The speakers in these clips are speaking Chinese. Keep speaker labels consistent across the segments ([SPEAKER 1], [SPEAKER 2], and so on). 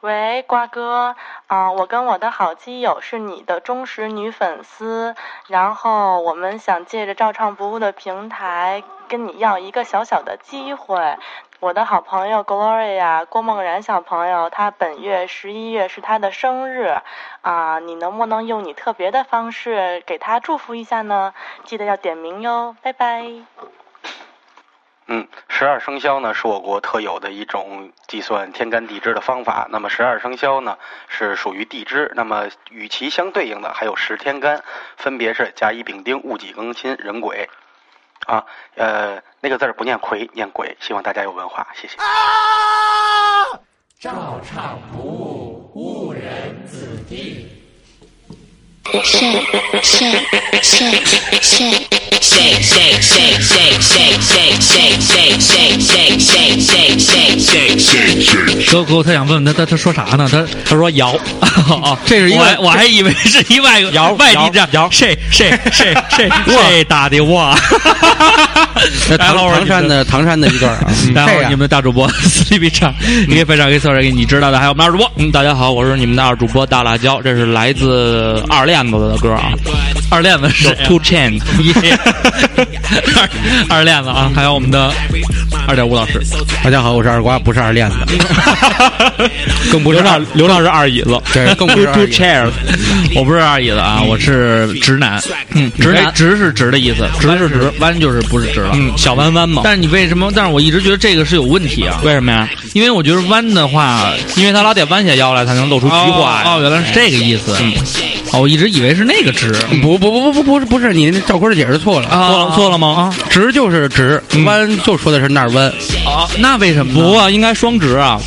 [SPEAKER 1] 喂，瓜哥，嗯、我跟我的好基友是你的忠实女粉丝，然后我们想借着照唱不误的平台跟你要一个小小的机会。我的好朋友 Gloria 郭梦然小朋友，她本月十一月是她的生日，啊、你能不能用你特别的方式给她祝福一下呢？记得要点名哟，拜拜。
[SPEAKER 2] 嗯，十二生肖呢是我国特有的一种计算天干地支的方法。那么十二生肖呢是属于地支，那么与其相对应的还有十天干，分别是甲乙丙丁戊己庚辛壬癸。啊，呃，那个字儿不念魁，念鬼。希望大家有文化，谢谢。
[SPEAKER 3] 照唱不误，误人子弟。
[SPEAKER 4] shake, shake, shake, shake, shake, shake, shake, shake, shake, shake, shake, shake, shake, shake, shake, shake, shake, shake.
[SPEAKER 5] 哥哥，他想问问他他他说啥呢？他
[SPEAKER 6] 他说 摇啊，
[SPEAKER 5] 这是一个
[SPEAKER 6] 我还我还以为是一外
[SPEAKER 5] 摇
[SPEAKER 6] 外地
[SPEAKER 5] 摇
[SPEAKER 6] 站
[SPEAKER 5] 摇
[SPEAKER 6] 谁谁谁谁 谁打的 我？
[SPEAKER 5] 那
[SPEAKER 6] 来
[SPEAKER 5] 唐
[SPEAKER 6] 老
[SPEAKER 5] 唐山
[SPEAKER 6] 的，嗯
[SPEAKER 5] 的唐山的一段 啊，
[SPEAKER 3] 嗯
[SPEAKER 6] 大家
[SPEAKER 5] 这
[SPEAKER 6] 好，哎你
[SPEAKER 5] 样
[SPEAKER 6] 们的大主播 Sleepy 唱，你可以分享给所有人给你知道的，还有我们二主播。嗯，大家好，我是你们的二主播大辣椒，这是来自二链子的歌啊，
[SPEAKER 5] 二链子是
[SPEAKER 6] 有 Two Chain，二啊 二链子啊，还有我们的二点五老师，
[SPEAKER 5] 大家好，我是二瓜，不是二链子，更不是
[SPEAKER 6] 流
[SPEAKER 5] 二
[SPEAKER 6] 畅，流畅是二椅子，
[SPEAKER 5] 对更不是
[SPEAKER 6] Two-
[SPEAKER 5] 二椅
[SPEAKER 6] Two
[SPEAKER 5] 子
[SPEAKER 6] Chairs，我不是二椅子啊，我是直男，嗯，
[SPEAKER 5] 直男
[SPEAKER 6] 直是直的意思，直是直，弯就是不是直了，嗯，小弯弯嘛。
[SPEAKER 5] 但是你为什么？但是我一直觉得这个是有问题啊，
[SPEAKER 6] 为什么呀？
[SPEAKER 5] 因为我觉得弯的话，
[SPEAKER 6] 因为他老得弯下腰来才能露出菊花呀
[SPEAKER 5] 哦，哦原来是这个意思，哦，我一直以为是那个直，
[SPEAKER 3] 嗯不不不不不不是不是，你那赵坤儿解释错了。
[SPEAKER 5] 啊
[SPEAKER 6] 错了错了吗？啊嗯
[SPEAKER 3] 直就是直，弯就说的是那儿弯。
[SPEAKER 5] 哦，那为什么
[SPEAKER 6] 不
[SPEAKER 5] 呢？
[SPEAKER 6] 过应该双直啊。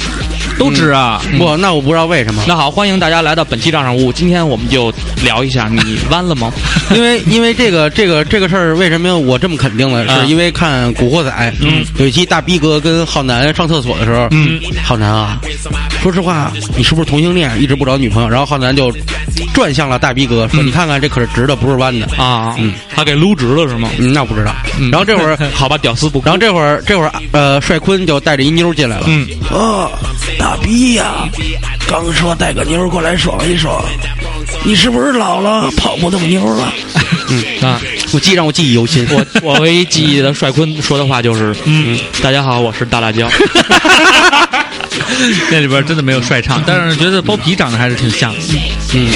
[SPEAKER 5] 都直啊，
[SPEAKER 3] 嗯不，那我不知道为什么，
[SPEAKER 6] 那好，欢迎大家来到本期《账上物》，今天我们就聊一下，你 弯了吗？
[SPEAKER 3] 因为因为这个这个这个事儿，为什么我这么肯定了？
[SPEAKER 6] 啊
[SPEAKER 3] 是因为看《古惑仔》，嗯，有一期大逼哥跟浩南上厕所的时候，嗯，浩南啊，说实话，你是不是同性恋，一直不找女朋友？然后浩南就转向了大逼哥，说：“
[SPEAKER 5] 嗯
[SPEAKER 3] 你看看，这可是直的，不是弯的。
[SPEAKER 6] 啊，他给撸直了是吗？，
[SPEAKER 3] 嗯”那不知道。然后这 会儿
[SPEAKER 6] 好吧，屌丝不哭
[SPEAKER 3] 然后这会儿这会儿，呃，帅坤就带着一妞进来了，
[SPEAKER 6] 嗯，
[SPEAKER 7] 哦，大逼呀、刚说带个妞过来爽一爽，你是不是老了跑不动妞 了？
[SPEAKER 6] 啊，
[SPEAKER 3] 我记让我记忆犹新。
[SPEAKER 6] 我我唯一记忆的帅坤说的话就是，嗯，大家好，我是大辣椒。
[SPEAKER 5] 那里边真的没有帅唱，但是觉得包皮长得还是挺像的。
[SPEAKER 6] 嗯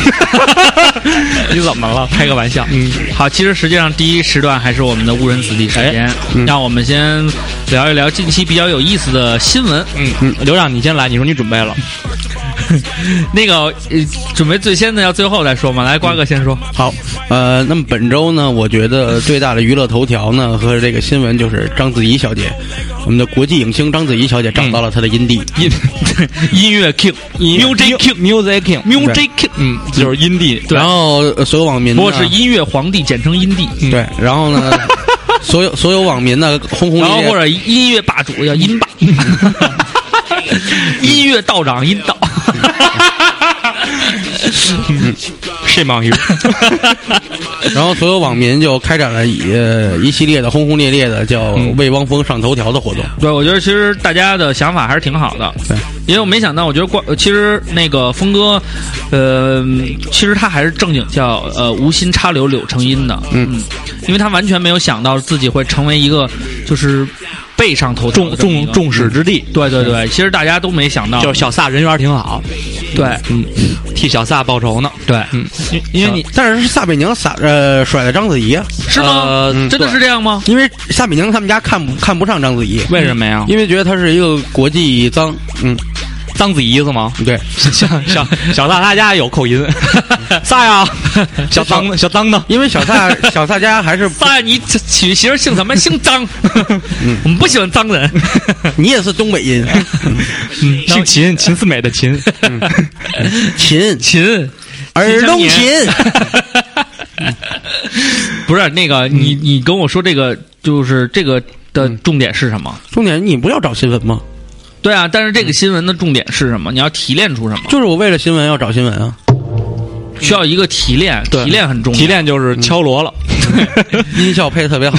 [SPEAKER 6] 你怎么了？
[SPEAKER 5] 开个玩笑，嗯，好，其实实际上第一时段还是我们的误人子弟时
[SPEAKER 6] 哎
[SPEAKER 5] 间，
[SPEAKER 6] 嗯
[SPEAKER 5] 让我们先聊一聊近期比较有意思的新闻。嗯，
[SPEAKER 6] 嗯，刘让，你先来，你说你准备了。
[SPEAKER 5] 那个呃准备最先的要最后再说嘛，来瓜哥先说。
[SPEAKER 3] 好，呃，那么本周呢，我觉得呃最大的娱乐头条呢和这个新闻就是章子怡小姐，我们的国际影星章子怡小姐找到了她的阴蒂。
[SPEAKER 6] 音 音乐 King music King music King music King，嗯，就是音帝，
[SPEAKER 3] 然后呃所有网民呢
[SPEAKER 5] 不过是音乐皇帝，简称音帝，
[SPEAKER 6] 嗯
[SPEAKER 3] 对，然后 呢，所有所有网民呢轰轰
[SPEAKER 5] 然
[SPEAKER 3] 烈
[SPEAKER 5] 后
[SPEAKER 3] 烈
[SPEAKER 5] 或者音乐霸主要音 霸，音乐道长音 道。
[SPEAKER 6] 谁忙于？
[SPEAKER 3] 然后所有网民就开展了一呃一系列的轰轰烈烈的叫
[SPEAKER 6] 嗯
[SPEAKER 3] “为汪峰上头条”的活动。
[SPEAKER 5] 对，我觉得其实大家的想法还是挺好的。
[SPEAKER 3] 对，
[SPEAKER 5] 因为我没想到，我觉得关，其实那个峰哥，呃，其实他还是正经叫呃无心插柳柳成荫的。嗯，因为他完全没有想到自己会成为一个就是背上头条的
[SPEAKER 6] 众
[SPEAKER 5] 这么一
[SPEAKER 6] 众
[SPEAKER 5] 个嗯
[SPEAKER 6] 众矢之的，嗯
[SPEAKER 5] 对对对，其实大家都没想
[SPEAKER 3] 嗯
[SPEAKER 5] 到，
[SPEAKER 6] 就是小撒人缘挺好，
[SPEAKER 5] 对
[SPEAKER 6] 嗯，替小撒报仇呢。
[SPEAKER 5] 对，
[SPEAKER 6] 嗯，因因为你
[SPEAKER 3] 但是是撒贝宁撒呃甩了章子怡啊，
[SPEAKER 5] 是吗？
[SPEAKER 6] 呃嗯
[SPEAKER 5] 真的是这样吗？
[SPEAKER 3] 因为撒贝宁他们家看不看不上章子怡，
[SPEAKER 6] 为什么呀？
[SPEAKER 5] 嗯
[SPEAKER 3] 因为觉得她是一个国际脏，嗯，
[SPEAKER 6] 脏子怡子吗？
[SPEAKER 3] 对。
[SPEAKER 6] 小小小撒他家有 口音，撒呀，小脏小脏的，
[SPEAKER 3] 因为小 萨小萨家还是
[SPEAKER 5] 爸，你娶媳妇姓什么？姓张。
[SPEAKER 6] 嗯
[SPEAKER 5] 我们不喜欢脏人。
[SPEAKER 3] 你也是东北人，
[SPEAKER 6] 姓秦，秦四美的秦，嗯
[SPEAKER 3] 秦
[SPEAKER 5] 秦，
[SPEAKER 3] 尔东秦，
[SPEAKER 5] 不是那个，你
[SPEAKER 6] 嗯
[SPEAKER 5] 你跟我说这个，就是这个的重点是什么？
[SPEAKER 3] 重点你不要找新闻吗？
[SPEAKER 5] 对啊，但是
[SPEAKER 6] 嗯
[SPEAKER 5] 这个新闻的重点是什么？你要提炼出什么？
[SPEAKER 3] 就是我为了新闻要找新闻啊，
[SPEAKER 6] 嗯
[SPEAKER 5] 需要一个提炼，提炼很重要。
[SPEAKER 6] 提炼就是敲锣了，
[SPEAKER 3] 嗯 音效配的特别好，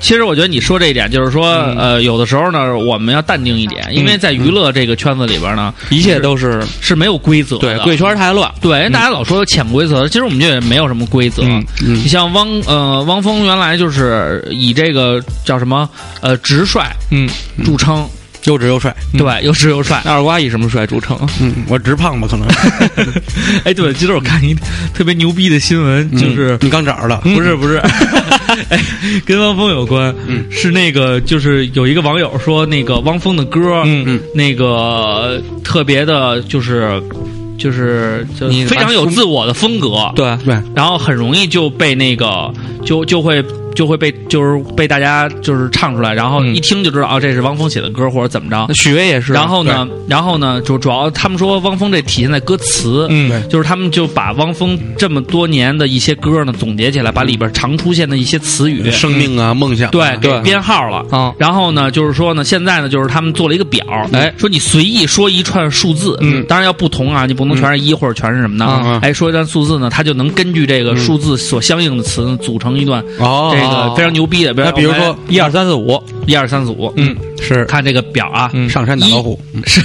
[SPEAKER 5] 其实我觉得你说这一点，就是说，
[SPEAKER 6] 嗯
[SPEAKER 5] 呃，有的时候呢，我们要淡定一点，因为在娱乐这个圈子里边呢，
[SPEAKER 6] 一切都是
[SPEAKER 5] 是没有规则的。
[SPEAKER 6] 对，贵圈太乱，
[SPEAKER 5] 对，大家老说有潜规则，其实我们这也没有什么规则。
[SPEAKER 6] 嗯
[SPEAKER 5] 你像汪呃汪峰原来就是以这个叫什么呃直率
[SPEAKER 6] 嗯，
[SPEAKER 5] 著称，
[SPEAKER 3] 又直又帅。
[SPEAKER 5] 对，又直又帅。
[SPEAKER 6] 那二瓜以什么帅著称？
[SPEAKER 3] 嗯，我直胖吧，可能
[SPEAKER 5] 哎，对，今儿我看一特别牛逼的新闻，就是
[SPEAKER 3] 嗯你刚找着了，
[SPEAKER 5] 不是 不是，哎，跟汪峰有关，
[SPEAKER 6] 嗯
[SPEAKER 5] 是那个就是有一个网友说那个汪峰的歌，
[SPEAKER 6] 嗯
[SPEAKER 3] 嗯
[SPEAKER 5] 那个特别的，就是就是就
[SPEAKER 6] 你
[SPEAKER 5] 非常有自我的风格，
[SPEAKER 6] 对，
[SPEAKER 3] 对，
[SPEAKER 5] 然后很容易就被那个就就会就会被就是被大家就是唱出来，然后
[SPEAKER 6] 嗯
[SPEAKER 5] 一听就知道啊这是汪峰写的歌或者怎么着
[SPEAKER 6] 那。许巍也是。
[SPEAKER 5] 然后呢，然后呢，就主要他们说汪峰这体现在歌词，
[SPEAKER 6] 嗯
[SPEAKER 3] 对
[SPEAKER 5] 就是他们就把汪峰这么多年的一些歌呢总结起来，把里边常出现的一些词语，
[SPEAKER 3] 生命啊，梦想啊，
[SPEAKER 5] 对
[SPEAKER 6] 对
[SPEAKER 5] 给编号了。
[SPEAKER 6] 啊，
[SPEAKER 5] 然后呢，就是说呢，现在呢，就是他们做了一个表，
[SPEAKER 6] 哎
[SPEAKER 5] 说你随意说一串数字，
[SPEAKER 6] 嗯
[SPEAKER 5] 当然要不同啊，你不能全是一或者全是什么的，
[SPEAKER 6] 嗯
[SPEAKER 3] 嗯
[SPEAKER 5] 哎，说一段数字呢，它就能根据这个数字所相应的词呢，组成一段
[SPEAKER 3] 嗯哦，
[SPEAKER 5] 这个非常牛逼的，
[SPEAKER 3] 那比如说
[SPEAKER 6] 一二三四五，
[SPEAKER 5] 一二三四五，
[SPEAKER 6] 嗯，
[SPEAKER 3] 是
[SPEAKER 5] 看这个表啊，
[SPEAKER 6] 嗯
[SPEAKER 3] 上山打老虎，嗯
[SPEAKER 5] 是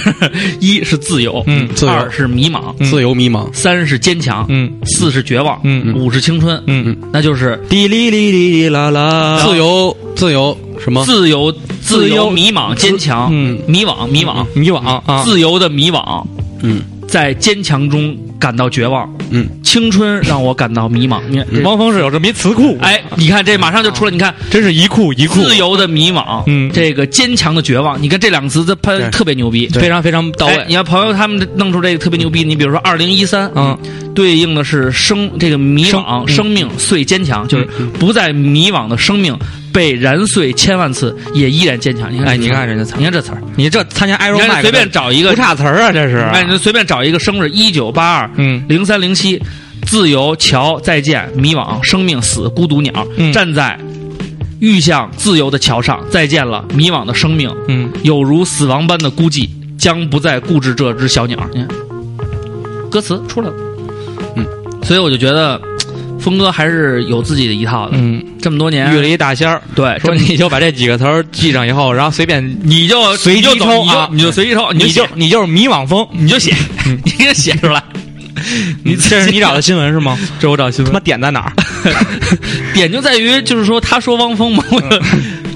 [SPEAKER 5] 一是自由，
[SPEAKER 6] 嗯
[SPEAKER 3] 自由嗯
[SPEAKER 5] 二是迷茫，
[SPEAKER 3] 自由迷茫，
[SPEAKER 5] 三是坚强，
[SPEAKER 6] 嗯
[SPEAKER 5] 四是绝望，
[SPEAKER 6] 嗯嗯
[SPEAKER 5] 五是青春，
[SPEAKER 6] 嗯，
[SPEAKER 5] 那就是
[SPEAKER 6] 滴哩哩哩哩啦啦，
[SPEAKER 3] 自由自由什么？
[SPEAKER 5] 自由、自由、迷茫、坚强，
[SPEAKER 6] 嗯
[SPEAKER 5] 迷惘、迷惘，
[SPEAKER 6] 迷惘啊，
[SPEAKER 5] 自由的迷惘，
[SPEAKER 3] 嗯
[SPEAKER 5] 在坚强中感到绝望，
[SPEAKER 3] 嗯，
[SPEAKER 5] 青春让我感到迷
[SPEAKER 6] 嗯
[SPEAKER 5] 茫。你看
[SPEAKER 6] 汪峰是有这么一词库，，
[SPEAKER 5] 哎，你看这马上就出来，你看
[SPEAKER 6] 真是一库啊一库，
[SPEAKER 5] 自由的迷茫，
[SPEAKER 6] 嗯
[SPEAKER 5] 这个坚强的绝望，你看这两个词，它它
[SPEAKER 3] 对
[SPEAKER 5] 特别牛逼，
[SPEAKER 6] 非常非常到
[SPEAKER 5] 哎你
[SPEAKER 6] 位，
[SPEAKER 5] 看朋友他们弄出这个特别牛逼，你比如说二零一三，
[SPEAKER 6] 嗯，
[SPEAKER 5] 对应的是生这个迷惘，
[SPEAKER 6] 生嗯嗯
[SPEAKER 5] 生命碎坚强，就是不在迷惘的生命被燃碎千万次，也依然坚强。你看，
[SPEAKER 6] 哎你看人家词儿哎
[SPEAKER 5] 你看这词儿，
[SPEAKER 6] 你这参加 Iron
[SPEAKER 5] 你
[SPEAKER 6] m
[SPEAKER 5] 看随便找一个
[SPEAKER 6] 不，差词儿啊，这是，
[SPEAKER 5] 哎，你随便找一个生日一九八二，
[SPEAKER 6] 嗯
[SPEAKER 5] 零三零七，自由桥再见，迷惘生命死孤独鸟，
[SPEAKER 6] 嗯
[SPEAKER 5] 站在遇向自由的桥上，再见了迷惘的生命，
[SPEAKER 6] 嗯，
[SPEAKER 5] 有如死亡般的孤寂，将不再固执这只小鸟。你
[SPEAKER 6] 嗯
[SPEAKER 5] 看，歌词出来了，
[SPEAKER 3] 嗯，
[SPEAKER 5] 所以我就觉得，峰哥还是有自己的一套的。
[SPEAKER 6] 嗯，
[SPEAKER 5] 这么多
[SPEAKER 3] 哎
[SPEAKER 5] 年
[SPEAKER 6] 遇，了一大仙儿，
[SPEAKER 5] 对，
[SPEAKER 6] 说
[SPEAKER 5] 这么
[SPEAKER 6] 你就把这几个词儿记上以后，然后随便
[SPEAKER 5] 你就
[SPEAKER 6] 随
[SPEAKER 5] 你就
[SPEAKER 6] 机
[SPEAKER 5] 走
[SPEAKER 6] 抽
[SPEAKER 5] 你就
[SPEAKER 6] 啊
[SPEAKER 5] 你就随机抽，
[SPEAKER 6] 你
[SPEAKER 5] 就
[SPEAKER 6] 就你就是迷惘风，
[SPEAKER 5] 你就写，
[SPEAKER 3] 嗯
[SPEAKER 5] 你给它写出来。
[SPEAKER 6] 你这是你找的新闻是吗？
[SPEAKER 5] 这我找新
[SPEAKER 6] 他妈点在哪儿？
[SPEAKER 5] 点就在于，就是说他说汪峰嘛，为了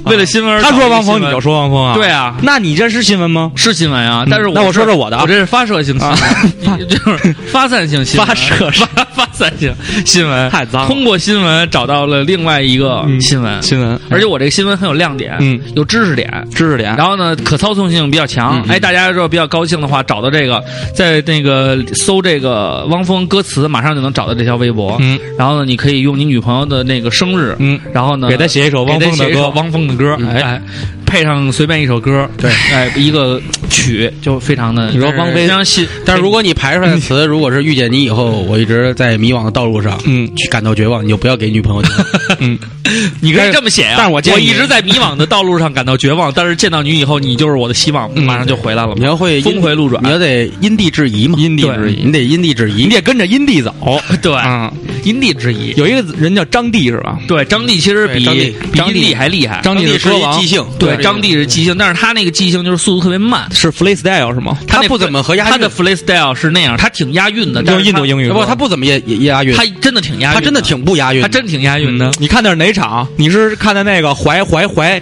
[SPEAKER 5] 为了新闻而
[SPEAKER 6] 嗯他
[SPEAKER 5] 找一
[SPEAKER 6] 说
[SPEAKER 5] 个
[SPEAKER 6] 汪
[SPEAKER 5] 新
[SPEAKER 6] 峰，
[SPEAKER 5] 闻
[SPEAKER 6] 你就说汪峰啊？
[SPEAKER 5] 对，啊，
[SPEAKER 6] 那你这是新闻吗？
[SPEAKER 5] 是新闻啊，但是我
[SPEAKER 6] 那我说
[SPEAKER 5] 是
[SPEAKER 6] 说我的啊啊
[SPEAKER 5] 我这是发射性新闻，就是发散性新闻，
[SPEAKER 6] 发射
[SPEAKER 5] 发 发散性新闻，
[SPEAKER 6] 太脏了嗯
[SPEAKER 5] 通过新闻找到了另外一个新闻，
[SPEAKER 6] 新闻，
[SPEAKER 5] 而且我这个新闻很有亮点，
[SPEAKER 6] 嗯，
[SPEAKER 5] 有知识点。
[SPEAKER 6] 知识点，
[SPEAKER 5] 然后呢，可操纵性比较
[SPEAKER 6] 嗯
[SPEAKER 5] 强。哎，大家如果比较高兴的话，找到这个，在那个搜这个汪峰歌词，马上就能找到这条微博。
[SPEAKER 6] 嗯，
[SPEAKER 5] 然后呢，你可以用你女朋友的那个生日，
[SPEAKER 6] 嗯，
[SPEAKER 5] 然后呢，
[SPEAKER 6] 给他写一首汪
[SPEAKER 5] 给他
[SPEAKER 6] 峰
[SPEAKER 5] 写
[SPEAKER 6] 的
[SPEAKER 5] 一首
[SPEAKER 6] 歌，
[SPEAKER 5] 汪峰的歌，
[SPEAKER 6] 嗯
[SPEAKER 5] 哎，配上随便一首歌，
[SPEAKER 3] 对
[SPEAKER 5] 哎，一个曲就非常的，
[SPEAKER 6] 你说汪
[SPEAKER 5] 汪
[SPEAKER 6] 菲
[SPEAKER 5] 非常细，
[SPEAKER 3] 但是如果你排出来的词，如果是遇见你以后，我一直在迷惘的道路上，
[SPEAKER 6] 嗯
[SPEAKER 3] 去感到绝望，你就不要给女朋友听。
[SPEAKER 6] 嗯，
[SPEAKER 5] 你可以这么写啊，
[SPEAKER 6] 但是我
[SPEAKER 5] 我
[SPEAKER 6] 建议
[SPEAKER 5] 一直在迷惘的道路上感到绝望，但是见到你以后，你就是我的希望，
[SPEAKER 6] 嗯
[SPEAKER 5] 马上就回来了
[SPEAKER 3] 你
[SPEAKER 5] 嘛。
[SPEAKER 3] 要会因
[SPEAKER 5] 峰回路转
[SPEAKER 3] 你要得因地制宜嘛，
[SPEAKER 6] 因地制宜
[SPEAKER 3] 对你得因地制宜
[SPEAKER 6] 你。得跟着因地走。
[SPEAKER 5] 哦对，
[SPEAKER 6] 啊，
[SPEAKER 5] 因地制宜。
[SPEAKER 6] 有一个人叫张帝是吧？
[SPEAKER 5] 对，张帝其实比
[SPEAKER 3] 对张帝
[SPEAKER 5] 比因地还厉害。
[SPEAKER 6] 张帝是
[SPEAKER 3] 是
[SPEAKER 6] 歌
[SPEAKER 3] 一
[SPEAKER 6] 王
[SPEAKER 3] 即，兴，
[SPEAKER 5] 对，张帝是即兴，但是他那个即兴就是速度特别慢，
[SPEAKER 6] 是 freestyle 是吗？
[SPEAKER 5] 他
[SPEAKER 3] 他
[SPEAKER 5] 那
[SPEAKER 3] 不怎么和押韵
[SPEAKER 5] 他的 freestyle 是那样，他挺押韵的，但
[SPEAKER 6] 用
[SPEAKER 5] 是
[SPEAKER 6] 印
[SPEAKER 5] 他
[SPEAKER 6] 度英语歌，
[SPEAKER 3] 不，他不怎么押押韵，
[SPEAKER 5] 他真的挺押韵，
[SPEAKER 3] 他真的，挺不押韵
[SPEAKER 5] 他
[SPEAKER 3] 的，
[SPEAKER 5] 真挺押韵
[SPEAKER 6] 嗯
[SPEAKER 5] 的。
[SPEAKER 6] 你看的是哪场？你是看的那个怀怀怀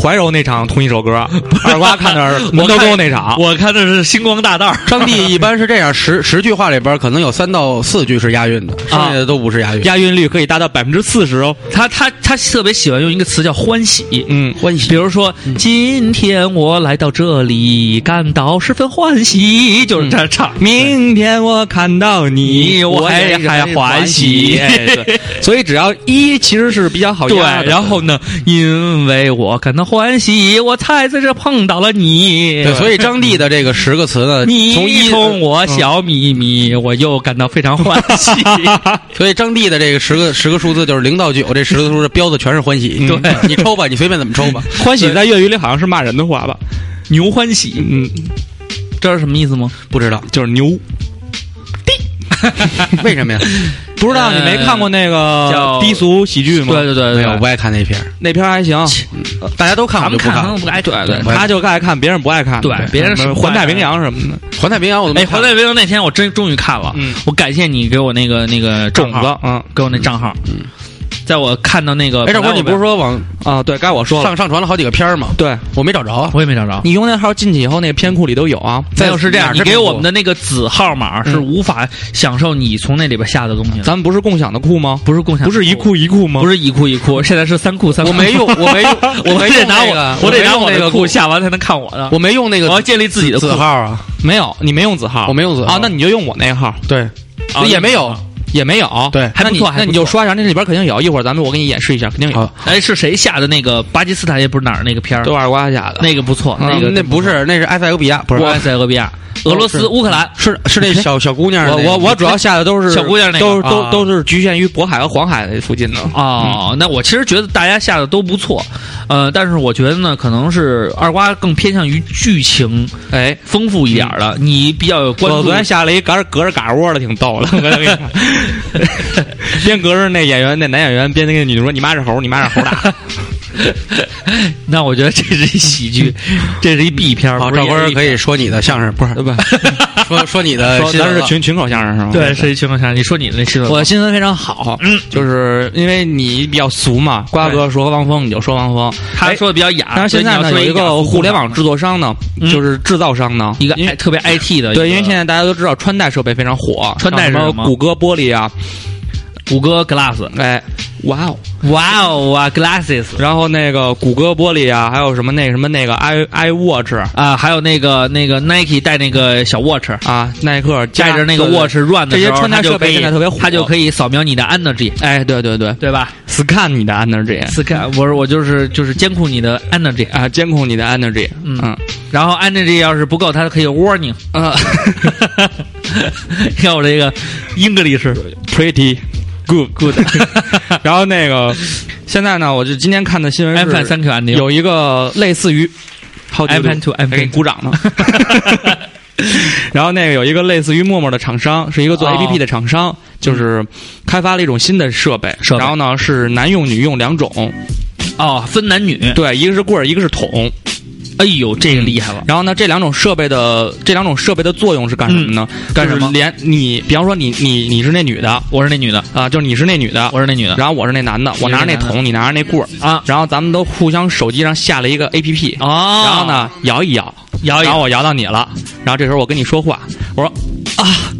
[SPEAKER 6] 怀柔那场同一首歌，二瓜看的是门头沟那场。
[SPEAKER 5] 我看的是星光大道。
[SPEAKER 3] 张帝一般是这样，十十句话里边可能有三到四句是押韵的，剩下的都不是啊押韵。
[SPEAKER 6] 押韵率可以达到百分之四十哦。
[SPEAKER 5] 他他他特别喜欢用一个词叫欢喜。
[SPEAKER 6] 嗯，
[SPEAKER 3] 欢喜
[SPEAKER 5] 比如说，今天我来到这里，感到十分欢喜，就是这
[SPEAKER 3] 嗯
[SPEAKER 5] 样唱。
[SPEAKER 6] 明天我看到你，
[SPEAKER 5] 你我
[SPEAKER 6] 我也
[SPEAKER 5] 还欢
[SPEAKER 6] 还欢
[SPEAKER 5] 喜
[SPEAKER 6] 喜。哎 对所以只要一其实是比较好
[SPEAKER 5] 对，
[SPEAKER 6] 押的。
[SPEAKER 5] 然后呢，因为我感到欢喜，我才在这碰到了你。
[SPEAKER 3] 对，所以张帝的这个十个词呢，
[SPEAKER 5] 你
[SPEAKER 3] 从一嗯
[SPEAKER 5] 冲我小秘密，我又感到非常欢 喜。
[SPEAKER 3] 所以张帝的这个十个十个数字就是零到九，这十个数字标的全是欢喜。
[SPEAKER 6] 嗯
[SPEAKER 3] 对，你抽吧，你随便怎么抽吧。
[SPEAKER 6] 欢喜在粤语里好像是骂人的话吧？
[SPEAKER 5] 牛欢喜，
[SPEAKER 6] 嗯，
[SPEAKER 5] 这是什么意思吗？
[SPEAKER 3] 不知道
[SPEAKER 6] 就是牛。
[SPEAKER 3] 为什么呀？哎
[SPEAKER 6] 不知道你没看过那个
[SPEAKER 5] 叫
[SPEAKER 6] 低俗喜剧吗？
[SPEAKER 5] 对对对
[SPEAKER 3] 没
[SPEAKER 5] 对
[SPEAKER 3] 有，我不爱看那片儿，
[SPEAKER 6] 那片儿还行，
[SPEAKER 3] 大家都看我
[SPEAKER 5] 咱
[SPEAKER 3] 就
[SPEAKER 5] 们
[SPEAKER 3] 不
[SPEAKER 5] 看，咱
[SPEAKER 3] 看
[SPEAKER 5] 们。不爱对对
[SPEAKER 3] 对。
[SPEAKER 6] 他就爱看，别人不爱看。
[SPEAKER 5] 对别人是
[SPEAKER 6] 什么
[SPEAKER 5] 不爱
[SPEAKER 6] 环太
[SPEAKER 5] 看
[SPEAKER 6] 平洋什么的。
[SPEAKER 3] 环太平洋我都没
[SPEAKER 5] 哎，《
[SPEAKER 3] 看
[SPEAKER 5] 环。太平洋》那天我真终于看了，
[SPEAKER 6] 嗯
[SPEAKER 5] 我感谢你给我那个那个账
[SPEAKER 6] 种
[SPEAKER 5] 号
[SPEAKER 6] 子，嗯
[SPEAKER 5] 给我那账号，在我看到那个，
[SPEAKER 3] 哎，赵哥，你不是说往
[SPEAKER 6] 啊，对该我说了。
[SPEAKER 3] 上上传了好几个片儿吗？
[SPEAKER 6] 对
[SPEAKER 3] 我没找着啊。
[SPEAKER 5] 我也没找着。
[SPEAKER 6] 你用那号进去以后，那片库里都有啊。
[SPEAKER 5] 没有是这
[SPEAKER 3] 哪
[SPEAKER 5] 样，
[SPEAKER 3] 儿
[SPEAKER 5] 你
[SPEAKER 3] 这
[SPEAKER 5] 给
[SPEAKER 3] 么
[SPEAKER 5] 我
[SPEAKER 3] 多
[SPEAKER 5] 们的那个子号码
[SPEAKER 3] 嗯
[SPEAKER 5] 是无法享受你从那里边下的东西的，
[SPEAKER 3] 啊
[SPEAKER 6] 咱们不是共享的库吗？
[SPEAKER 5] 不是共享，
[SPEAKER 6] 不是一，库一库吗？
[SPEAKER 5] 不是一库一库，现在是三库三库。
[SPEAKER 3] 我没用，我没用，
[SPEAKER 5] 我
[SPEAKER 3] 没
[SPEAKER 5] 得
[SPEAKER 3] 用那
[SPEAKER 5] 拿我
[SPEAKER 3] 个，，
[SPEAKER 5] 我得
[SPEAKER 3] 没
[SPEAKER 5] 拿
[SPEAKER 3] 用
[SPEAKER 5] 我
[SPEAKER 3] 那
[SPEAKER 5] 的
[SPEAKER 3] 个
[SPEAKER 5] 库，下完才能看我的。
[SPEAKER 3] 我没用那个
[SPEAKER 5] 我要建立自己的
[SPEAKER 3] 字
[SPEAKER 5] 库
[SPEAKER 3] 号啊。
[SPEAKER 6] 没有，你没用子号，
[SPEAKER 3] 我没用子号
[SPEAKER 6] 啊，那你就用我那号，
[SPEAKER 3] 对，
[SPEAKER 5] 啊
[SPEAKER 3] 也没有。
[SPEAKER 6] 也没有，
[SPEAKER 3] 对
[SPEAKER 5] 还不
[SPEAKER 6] 那你
[SPEAKER 5] 错还
[SPEAKER 6] 那
[SPEAKER 5] 不
[SPEAKER 6] 你就刷一下，那里边肯定有，一会儿咱们我给你演示一下，肯定有
[SPEAKER 3] 好，
[SPEAKER 5] 哎，是谁下的那个巴基斯坦也不是哪儿那个片儿
[SPEAKER 6] 都？二瓜下的。嗯
[SPEAKER 5] 那个不错，
[SPEAKER 3] 那
[SPEAKER 5] 那
[SPEAKER 3] 个
[SPEAKER 5] 个
[SPEAKER 3] 那不是，嗯那是埃塞俄比亚，不是
[SPEAKER 5] 我塞俄比亚、俄罗斯、
[SPEAKER 3] 是
[SPEAKER 5] 乌克兰。
[SPEAKER 3] 是是那小小姑娘
[SPEAKER 6] 我
[SPEAKER 3] 那个。
[SPEAKER 6] 我我主要下的都是
[SPEAKER 5] 小姑娘那个
[SPEAKER 6] 都
[SPEAKER 5] 啊
[SPEAKER 6] 都都是局限于渤海和黄海那附近的。
[SPEAKER 5] 哦，那我其实觉得大家下的都不错，呃，但是我觉得呢，可能是二瓜更偏向于剧情
[SPEAKER 6] 哎，
[SPEAKER 5] 丰富一点儿的，你比较有关
[SPEAKER 6] 我
[SPEAKER 5] 注
[SPEAKER 6] 昨。天下了一隔隔着嘎窝的，挺逗的。我 跟你讲边隔着那演员那男演员，边那个女的说：“你妈是猴，你妈是 猴大。
[SPEAKER 5] 那我觉得这是一喜 剧，这是一 B 片儿，
[SPEAKER 3] 好，
[SPEAKER 5] 不是
[SPEAKER 3] 赵
[SPEAKER 5] 也
[SPEAKER 3] 哥
[SPEAKER 5] 是
[SPEAKER 3] 可以说你的相声，不是”
[SPEAKER 6] 对吧？呃
[SPEAKER 3] 说说你的
[SPEAKER 6] 说
[SPEAKER 3] 新
[SPEAKER 6] 咱
[SPEAKER 3] 闻
[SPEAKER 6] 是
[SPEAKER 3] 了
[SPEAKER 6] 群群口相啊声是吗？
[SPEAKER 5] 对，是一情况下，你说你的那新闻吧，
[SPEAKER 6] 我的新闻非常好，
[SPEAKER 5] 嗯
[SPEAKER 6] 就是因为你比较俗嘛，瓜哥说汪峰你就说汪峰，
[SPEAKER 5] 他
[SPEAKER 6] 哎
[SPEAKER 5] 说的比较雅，
[SPEAKER 6] 但是现在呢
[SPEAKER 5] 所
[SPEAKER 6] 有
[SPEAKER 5] 以
[SPEAKER 6] 一
[SPEAKER 5] 你要
[SPEAKER 6] 个
[SPEAKER 5] 说
[SPEAKER 6] 互联网制作商呢，
[SPEAKER 5] 啊嗯
[SPEAKER 6] 就是制造商呢，
[SPEAKER 5] 一个
[SPEAKER 6] 因为
[SPEAKER 5] I- 特 别 IT 的一个，
[SPEAKER 6] 对，因为现在大家都知道穿戴设备非常火，
[SPEAKER 5] 穿戴是
[SPEAKER 6] 像什
[SPEAKER 5] 什么
[SPEAKER 6] 么谷歌玻璃啊，
[SPEAKER 5] 谷歌 Glass，
[SPEAKER 6] 哎，哇哦，
[SPEAKER 5] 哇哦哇 Glasses
[SPEAKER 6] 然后那个谷歌玻璃啊，还有什么那什么那个 i i watch
[SPEAKER 5] 啊，还有那个那个 Nike 戴那个小 watch，
[SPEAKER 6] 啊，耐克
[SPEAKER 5] 带
[SPEAKER 6] 加
[SPEAKER 5] 着那个
[SPEAKER 6] 对对
[SPEAKER 5] watch run 的
[SPEAKER 6] 这些
[SPEAKER 5] 时候，
[SPEAKER 6] 穿
[SPEAKER 5] 它
[SPEAKER 6] 戴
[SPEAKER 5] 就
[SPEAKER 6] 设
[SPEAKER 5] 可
[SPEAKER 6] 备
[SPEAKER 5] 以
[SPEAKER 6] 现在特别火，
[SPEAKER 5] 它就可以扫描你的 energy，
[SPEAKER 6] 哎，对对对
[SPEAKER 5] 对吧
[SPEAKER 6] ，scan 你的 energy
[SPEAKER 5] ？Scan，我我就是就是监控你的 energy，
[SPEAKER 6] 啊，监控你的 energy，
[SPEAKER 5] 嗯
[SPEAKER 6] 嗯
[SPEAKER 5] 然后 energy 要是不够，它可以 warning。
[SPEAKER 6] 呃
[SPEAKER 5] 看我这个 English，
[SPEAKER 6] ，pretty good good，然后那个现在呢，我就今天看的新闻
[SPEAKER 5] iPad
[SPEAKER 6] 是
[SPEAKER 5] thank you，安迪
[SPEAKER 6] 有一个类似于好
[SPEAKER 5] iPad to iPad
[SPEAKER 6] 给你鼓掌呢。 然后那个有一个类似于陌陌的厂商，是一个做
[SPEAKER 5] 哦嗯
[SPEAKER 6] APP 的厂商，就是开发了一种新的设备，
[SPEAKER 5] 设备
[SPEAKER 6] 然后呢是男用、女用两种，
[SPEAKER 5] 哦，分男女，
[SPEAKER 6] 对，一个是棍儿，一个是桶。
[SPEAKER 5] 哎呦，这个厉害了，
[SPEAKER 6] 然后呢，这两种设备的这两种设备的作用是干什么呢？
[SPEAKER 5] 嗯干什么
[SPEAKER 6] 就是连你，比方说你你你是那女的啊、
[SPEAKER 5] 我是那女的，啊
[SPEAKER 6] 就是你是那女的，
[SPEAKER 5] 我是那女的
[SPEAKER 6] 然后我是那男的，我拿着
[SPEAKER 5] 你
[SPEAKER 6] 那
[SPEAKER 5] 是那男
[SPEAKER 6] 桶，你拿着那棍儿，
[SPEAKER 5] 啊
[SPEAKER 6] 然后咱们都互相手机上下了一个 APP，、
[SPEAKER 5] 哦，
[SPEAKER 6] 然后呢摇一摇，
[SPEAKER 5] 摇一摇
[SPEAKER 6] 然后我摇到你了，然后这时候我跟你说话，我说啊，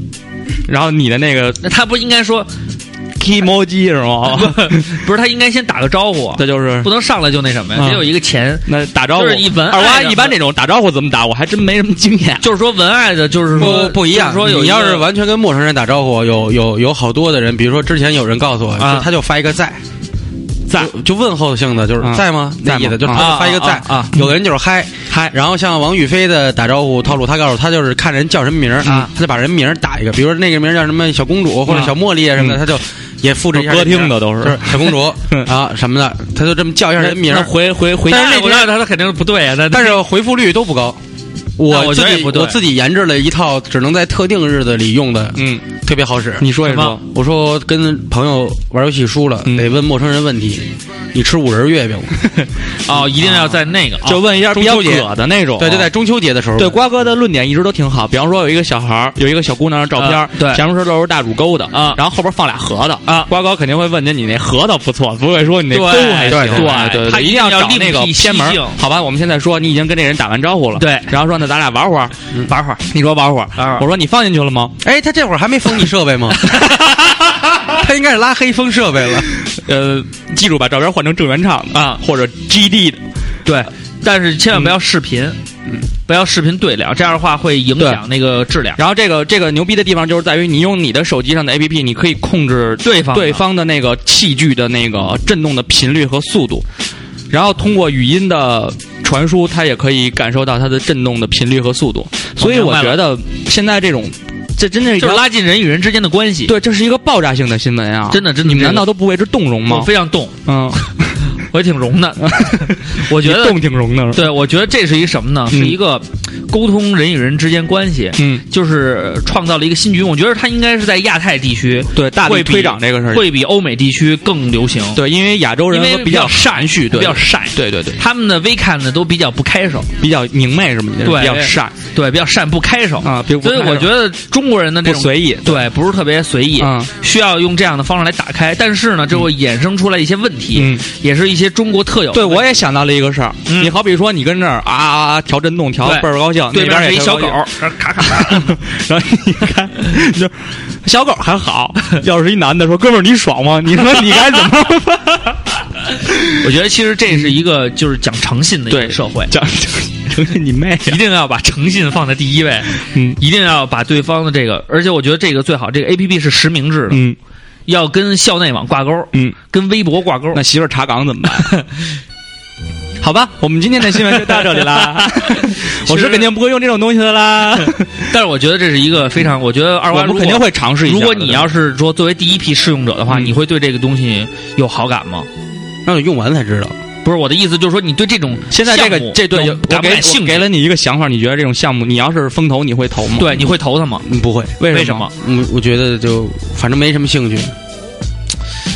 [SPEAKER 6] 然后你的那个
[SPEAKER 5] 那他不应该说，
[SPEAKER 6] emoji 是吗？
[SPEAKER 5] 不是他应该先打个招呼，
[SPEAKER 6] 这就是
[SPEAKER 5] 不能上来就那什么呀，
[SPEAKER 6] 嗯
[SPEAKER 5] 得有一个前，
[SPEAKER 6] 那打招呼，
[SPEAKER 5] 就是一文案
[SPEAKER 6] 二娃
[SPEAKER 5] 的
[SPEAKER 6] 一般这种打招呼怎么打，我还真没什么经验。
[SPEAKER 5] 就是说文案的，就是
[SPEAKER 3] 不
[SPEAKER 5] 说
[SPEAKER 3] 不一样。
[SPEAKER 5] 就是说有
[SPEAKER 3] 你
[SPEAKER 5] 一个
[SPEAKER 3] 要是完全跟陌生人打招呼，有有有好多的人，比如说之前有人告诉我，
[SPEAKER 5] 啊
[SPEAKER 3] 就他就发一个在，
[SPEAKER 6] 在
[SPEAKER 3] 就就问候性的，就是
[SPEAKER 6] 啊
[SPEAKER 3] 在吗？
[SPEAKER 6] 在
[SPEAKER 3] 那
[SPEAKER 6] 吗
[SPEAKER 3] 意思就
[SPEAKER 6] 啊
[SPEAKER 3] 他就发一个在
[SPEAKER 5] 啊啊啊。
[SPEAKER 3] 有的人就是嗨嗨，然后像王宇飞的打招呼套路，他告诉他就是看人叫什么名儿，
[SPEAKER 5] 啊
[SPEAKER 3] 他就把人名儿打一个，比如说那个名儿叫什么小公主或者
[SPEAKER 5] 啊
[SPEAKER 3] 小茉莉啊什么的，
[SPEAKER 6] 嗯
[SPEAKER 3] 他就也复制一下
[SPEAKER 6] 歌
[SPEAKER 3] 这名儿
[SPEAKER 6] 厅的都是
[SPEAKER 3] 就是小公主啊什么的，他就这么叫一下人名
[SPEAKER 6] 那
[SPEAKER 3] 儿。
[SPEAKER 6] 回回回家
[SPEAKER 3] 但是那
[SPEAKER 5] 我让他他肯定是不对啊，那
[SPEAKER 3] 但是回复率都不高。
[SPEAKER 5] 那我
[SPEAKER 3] 自
[SPEAKER 5] 觉得也
[SPEAKER 3] 己
[SPEAKER 5] 不对
[SPEAKER 3] 我自己研制了一套只能在特定日子里用的，
[SPEAKER 6] 嗯，
[SPEAKER 3] 特别好使。
[SPEAKER 6] 你说一
[SPEAKER 5] 什
[SPEAKER 6] 说
[SPEAKER 5] 么，
[SPEAKER 3] 我说跟朋友玩游戏输了，
[SPEAKER 6] 嗯
[SPEAKER 3] 得问陌生人问题，你吃五仁月 饼吗？
[SPEAKER 5] 哦，一定要在那个
[SPEAKER 6] 就
[SPEAKER 5] 哦
[SPEAKER 6] 问一下比
[SPEAKER 3] 中
[SPEAKER 6] 较
[SPEAKER 3] 秋节
[SPEAKER 6] 葛的那种，
[SPEAKER 3] 对，就在。中秋节的时候。
[SPEAKER 5] 嗯
[SPEAKER 6] 对瓜哥的论点一直都挺好，比方说有一个小孩儿，有一个小姑娘的照片儿
[SPEAKER 5] 啊，对
[SPEAKER 6] 前面说都是大乳沟的
[SPEAKER 5] 啊
[SPEAKER 6] 然后后边放俩核桃
[SPEAKER 5] 啊
[SPEAKER 6] 瓜哥肯定会问您你那核桃不错，不会说你那沟
[SPEAKER 5] 对
[SPEAKER 6] 还行，
[SPEAKER 5] 对
[SPEAKER 6] 对
[SPEAKER 5] 对
[SPEAKER 6] 对
[SPEAKER 5] 他
[SPEAKER 6] 对，
[SPEAKER 5] 一
[SPEAKER 6] 一
[SPEAKER 5] 定要
[SPEAKER 6] 定找
[SPEAKER 5] 另辟
[SPEAKER 6] 那个偏门
[SPEAKER 5] 蹊径
[SPEAKER 6] 儿，好吧？我们现在说你已经跟这人打完招呼了，
[SPEAKER 5] 对
[SPEAKER 6] 然后说那咱俩玩会儿，
[SPEAKER 5] 玩会儿，
[SPEAKER 6] 你说玩会儿
[SPEAKER 5] 玩会儿，
[SPEAKER 6] 我说你放进去了吗？
[SPEAKER 3] 哎，他这会儿还没封你设备吗？ 他应该是拉黑封设备了。
[SPEAKER 6] 呃，记住把照片换成郑元畅的
[SPEAKER 5] 啊
[SPEAKER 6] 或者 GD 的，
[SPEAKER 5] 对，但是千万
[SPEAKER 6] 嗯
[SPEAKER 5] 不要视频，不要视频对聊，这样的话会影响那个质量。
[SPEAKER 6] 然后这个这个牛逼的地方就是在于，你用你的手机上的 APP，你可以控制
[SPEAKER 5] 对方的
[SPEAKER 6] 对方的那个器具的那个震动的频率和速度，然后通过语音的传输，它也可以感受到它的震动的频率和速度。所以我觉得现在这种，这真的
[SPEAKER 5] 就是拉近人与人之间的关系，
[SPEAKER 6] 对，这是一个爆炸性的新闻啊！
[SPEAKER 5] 真的真的
[SPEAKER 6] 你们
[SPEAKER 5] 这个
[SPEAKER 6] 难道都不为之动容
[SPEAKER 5] 我
[SPEAKER 6] 吗？
[SPEAKER 5] 非常动，
[SPEAKER 6] 嗯，
[SPEAKER 5] 我也挺融的。我觉
[SPEAKER 6] 你
[SPEAKER 5] 得
[SPEAKER 6] 动挺容的。
[SPEAKER 5] 对，我觉得这是一什么呢？
[SPEAKER 6] 嗯
[SPEAKER 5] 是一个沟通人与人之间关系，
[SPEAKER 6] 嗯，
[SPEAKER 5] 就是创造了一个新局面。我觉得它应该是在亚太地区
[SPEAKER 6] 对大力
[SPEAKER 5] 会比
[SPEAKER 6] 推长这个事儿，
[SPEAKER 5] 会比欧美地区更流行。
[SPEAKER 6] 对，因为亚洲人
[SPEAKER 5] 因为
[SPEAKER 6] 都
[SPEAKER 5] 比较
[SPEAKER 6] 含蓄，对
[SPEAKER 5] 比较善，
[SPEAKER 6] 对对对，
[SPEAKER 5] 他们的 VCAN 呢都比较不开手，
[SPEAKER 6] 比较明媚什么的，
[SPEAKER 5] 对
[SPEAKER 6] 比较善
[SPEAKER 5] 对，比较善不开手
[SPEAKER 6] 啊比较不
[SPEAKER 5] 所以
[SPEAKER 6] 开手
[SPEAKER 5] 我觉得中国人的这
[SPEAKER 6] 不
[SPEAKER 5] 种
[SPEAKER 6] 随意。
[SPEAKER 5] 对，不是特别随意，
[SPEAKER 6] 嗯
[SPEAKER 5] 需要用这样的方式来打开。但是呢，这会衍生出来一些问题，
[SPEAKER 6] 嗯
[SPEAKER 5] 也是一些中国特有的
[SPEAKER 6] 对，
[SPEAKER 5] 问题。
[SPEAKER 6] 我也想到了一个事儿，
[SPEAKER 5] 嗯
[SPEAKER 6] 你好比说你跟这儿啊啊啊调震动调
[SPEAKER 5] 对
[SPEAKER 6] 倍儿高兴，
[SPEAKER 5] 对面
[SPEAKER 6] 那边
[SPEAKER 5] 是
[SPEAKER 6] 也
[SPEAKER 5] 一小狗，
[SPEAKER 6] 调高兴，
[SPEAKER 5] 然后咔咔咔，
[SPEAKER 6] 然后你看，你就小狗还好，要是一男的说哥们儿你爽吗？你说你该怎么办？
[SPEAKER 5] 我觉得其实这是一个就是讲诚信的一个
[SPEAKER 6] 对嗯
[SPEAKER 5] 社会，
[SPEAKER 6] 讲成成你妹啊
[SPEAKER 5] 一
[SPEAKER 6] 呀！
[SPEAKER 5] 定要把诚信放在第一位，
[SPEAKER 6] 嗯
[SPEAKER 5] 一定要把对方的这个，而且我觉得这个最好，这个 A P P 是实名制的，
[SPEAKER 6] 嗯
[SPEAKER 5] 要跟校内网挂钩，
[SPEAKER 6] 嗯，
[SPEAKER 5] 跟微博挂钩
[SPEAKER 6] 那。媳妇儿查岗怎么办？ 好吧，我们今天的新闻就到这 里啦。我是肯定不会用这种东西的啦。
[SPEAKER 5] 但是我觉得这是一个非常，我觉得二
[SPEAKER 6] 嗯我
[SPEAKER 5] 娃如
[SPEAKER 6] 们
[SPEAKER 5] 果
[SPEAKER 6] 肯定会尝试一下
[SPEAKER 5] 如
[SPEAKER 6] 的。
[SPEAKER 5] 果你要是说作为第一批试用者的话，
[SPEAKER 6] 嗯
[SPEAKER 5] 你会对这个东西有好感吗？
[SPEAKER 3] 让你用完才知道。
[SPEAKER 5] 不是我的意思，就是说你对这种
[SPEAKER 6] 现在这个
[SPEAKER 5] 项目
[SPEAKER 6] 这对
[SPEAKER 5] 有
[SPEAKER 6] 我
[SPEAKER 5] 感不
[SPEAKER 6] 给
[SPEAKER 5] 感兴趣？
[SPEAKER 6] 我给了你一个想法，你觉得这种项目，你要是风投，你会投吗？，
[SPEAKER 5] 对，你会投他吗？
[SPEAKER 3] 嗯不会，
[SPEAKER 6] 为
[SPEAKER 5] 为
[SPEAKER 6] 什
[SPEAKER 5] 什？么？
[SPEAKER 3] 嗯，我觉得就反正没什么兴趣。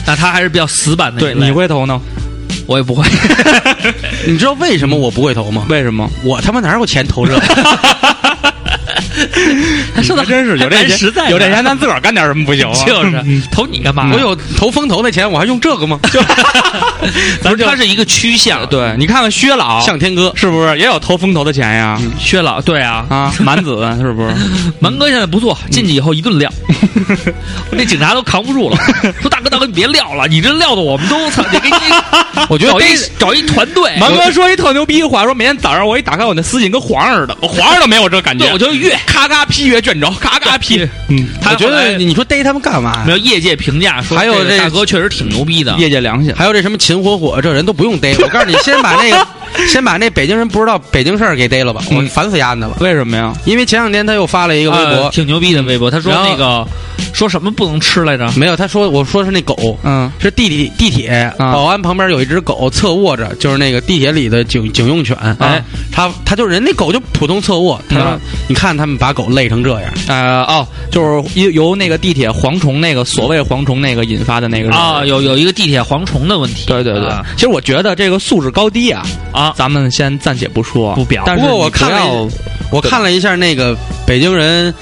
[SPEAKER 5] 那他还是比较死板的一
[SPEAKER 6] 对，
[SPEAKER 5] 类。
[SPEAKER 6] 你会投呢？
[SPEAKER 5] 我也不 会。
[SPEAKER 3] 你知道为什么我不会投吗？
[SPEAKER 6] 为什么？
[SPEAKER 3] 我他妈哪有钱 投这？
[SPEAKER 5] 他说的
[SPEAKER 6] 还真是有这
[SPEAKER 5] 还
[SPEAKER 6] 钱，
[SPEAKER 5] 实在
[SPEAKER 6] 有这钱，咱自个儿干点什么不行啊？
[SPEAKER 5] 就是投你干嘛？
[SPEAKER 6] 嗯
[SPEAKER 3] 我有投风投的钱，我还用这个吗？
[SPEAKER 5] 不是，它是一个趋向。
[SPEAKER 6] 对，你看看薛老，
[SPEAKER 3] 向天哥，嗯
[SPEAKER 6] 是不是也有投风投的钱呀？
[SPEAKER 5] 薛老，对啊，
[SPEAKER 6] 啊，蛮子 是不是？
[SPEAKER 3] 哎
[SPEAKER 5] 蛮哥现在不错，进去以后一顿撂，
[SPEAKER 6] 嗯
[SPEAKER 5] 我这警察都扛不 住了，说大哥大哥你别撂了，你这撂的我们都操，得给你
[SPEAKER 6] 我觉得
[SPEAKER 5] 找一
[SPEAKER 6] 逮
[SPEAKER 5] 找一团队，
[SPEAKER 6] 蛮
[SPEAKER 5] 我
[SPEAKER 6] 哥说一特牛逼的话，说每天早上我一打开我那私信跟皇上似 的，我皇上都没有这感觉，
[SPEAKER 5] 对我就越
[SPEAKER 6] 咔咔批阅卷轴，咔咔批。嗯，
[SPEAKER 5] 他
[SPEAKER 3] 我觉
[SPEAKER 5] 后来
[SPEAKER 3] 得你说逮他们干嘛
[SPEAKER 5] 没
[SPEAKER 3] 呀？
[SPEAKER 5] 有业界评价说，
[SPEAKER 3] 还有这
[SPEAKER 5] 大哥确实挺牛逼的。
[SPEAKER 6] 业界良心，
[SPEAKER 3] 还有这什么秦火火，这人都不用逮。我告诉你，先把那 个，先把那北京人不知道北京事儿给逮了吧，我
[SPEAKER 6] 嗯
[SPEAKER 3] 烦死丫的了。
[SPEAKER 6] 为什么呀？
[SPEAKER 3] 因为前两天他又发了一个微
[SPEAKER 5] 呃
[SPEAKER 3] 博，
[SPEAKER 5] 挺牛逼的微博，他说
[SPEAKER 3] 然后
[SPEAKER 5] 那个说什么不能吃来着？
[SPEAKER 3] 没有，他说我说是那狗，
[SPEAKER 6] 嗯
[SPEAKER 3] 是地铁地铁
[SPEAKER 6] 啊
[SPEAKER 3] 保安旁边有一只狗侧卧着，就是那个地铁里的警警用犬，哎，他他就人那狗就普通侧卧，他说
[SPEAKER 6] 啊嗯
[SPEAKER 3] 你看他们把狗累成这样，
[SPEAKER 6] 呃哦，就是由由那个地铁蝗虫那个所谓蝗虫那个引发的那个事儿
[SPEAKER 5] 啊，有有一个地铁蝗虫的问题。
[SPEAKER 6] 对对对
[SPEAKER 5] 啊，
[SPEAKER 6] 其实我觉得这个素质高低啊，
[SPEAKER 5] 啊，
[SPEAKER 6] 咱们先暂且不说，
[SPEAKER 5] 不表
[SPEAKER 6] 但是
[SPEAKER 3] 不过我
[SPEAKER 6] 你不
[SPEAKER 3] 看了
[SPEAKER 6] 要
[SPEAKER 3] 我看了一下那个北京人。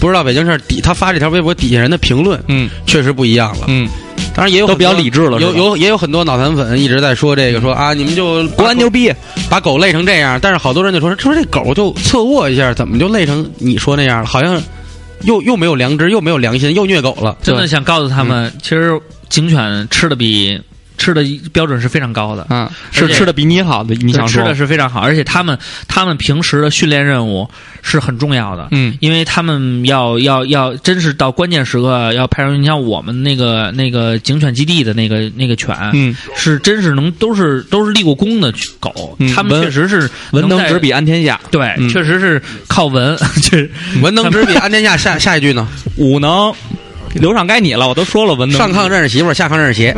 [SPEAKER 3] 不知道北京事儿底，他发这条微博底下人的评论
[SPEAKER 6] 嗯
[SPEAKER 3] 确实不一样了。
[SPEAKER 6] 嗯，
[SPEAKER 3] 当然也有
[SPEAKER 6] 都
[SPEAKER 3] 很
[SPEAKER 6] 比较
[SPEAKER 3] 多
[SPEAKER 6] 理智了，
[SPEAKER 3] 有
[SPEAKER 6] 是吧
[SPEAKER 3] 有也有很多脑残粉一直在说这个，说啊你们就
[SPEAKER 6] 国安牛
[SPEAKER 3] 逼，
[SPEAKER 6] 逼，
[SPEAKER 3] 把狗累成这样。但是好多人就说说这狗就侧卧一下，怎么就累成你说那样了？好像又又没有良知，又没有良心，又虐狗 了。
[SPEAKER 5] 真的想告诉他
[SPEAKER 6] 嗯
[SPEAKER 5] 们，其实警犬吃的比吃的标准是非常高的，
[SPEAKER 6] 嗯，是
[SPEAKER 5] 而且
[SPEAKER 6] 吃的比你好的，你嗯想
[SPEAKER 5] 吃
[SPEAKER 6] 说
[SPEAKER 5] 的是非常好，而且他们他们平时的训练任务是很重要的。
[SPEAKER 6] 嗯
[SPEAKER 5] 因为他们要要要，真是到关键时刻要派上。你像我们那个那个警犬基地的那个那个犬，
[SPEAKER 6] 嗯，
[SPEAKER 5] 是真是能都是都是立过功的狗，
[SPEAKER 6] 嗯
[SPEAKER 5] 他们
[SPEAKER 6] 文
[SPEAKER 5] 确实是
[SPEAKER 6] 文能
[SPEAKER 5] 在
[SPEAKER 6] 执笔安天下，
[SPEAKER 5] 对，
[SPEAKER 6] 嗯
[SPEAKER 5] 确实是靠文， 就是
[SPEAKER 3] 文能执笔，安天下。下下一句呢？
[SPEAKER 6] 武能。刘畅该你了，我都说了文能
[SPEAKER 3] 上炕认识媳妇儿，下炕认识 鞋。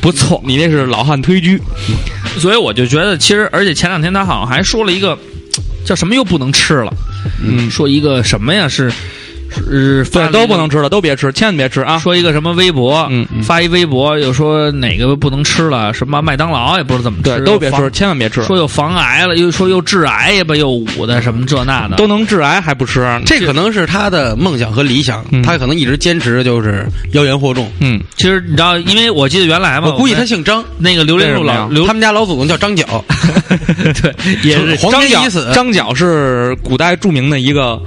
[SPEAKER 6] 不错，你那是老汉推车，
[SPEAKER 5] 所以我就觉得，其实而且前两天他好像还说了一个叫什么又不能吃了，
[SPEAKER 6] 嗯，
[SPEAKER 5] 说一个什么呀是是发
[SPEAKER 6] 对
[SPEAKER 5] 了，一个
[SPEAKER 6] 都不能吃了，都别吃，千万别吃啊！
[SPEAKER 5] 说一个什么微博，
[SPEAKER 6] 嗯嗯
[SPEAKER 5] 发一微博又说哪个不能吃了，什么麦当劳也不知道怎么吃，
[SPEAKER 6] 对，都别吃，
[SPEAKER 5] 防。
[SPEAKER 6] 千万别吃，
[SPEAKER 5] 说又防癌了，又说又致癌也吧，又捂的什么这那的，
[SPEAKER 6] 都能致癌还不吃，
[SPEAKER 3] 这可能是他的梦想和理想
[SPEAKER 6] 嗯，
[SPEAKER 3] 他可能一直坚持的就是妖言惑众。
[SPEAKER 6] 嗯，
[SPEAKER 5] 其实你知道，因为我记得原来嘛，
[SPEAKER 3] 我估计他
[SPEAKER 5] 们
[SPEAKER 3] 姓张，
[SPEAKER 5] 那个榴莲树
[SPEAKER 6] 为
[SPEAKER 5] 老
[SPEAKER 6] 什么呀
[SPEAKER 5] 榴
[SPEAKER 3] 他，们家老祖宗叫张 角，
[SPEAKER 5] 对，也是
[SPEAKER 3] 黄
[SPEAKER 6] 张
[SPEAKER 3] 金
[SPEAKER 6] 角
[SPEAKER 3] 已死。
[SPEAKER 6] 张角是古代著名的一个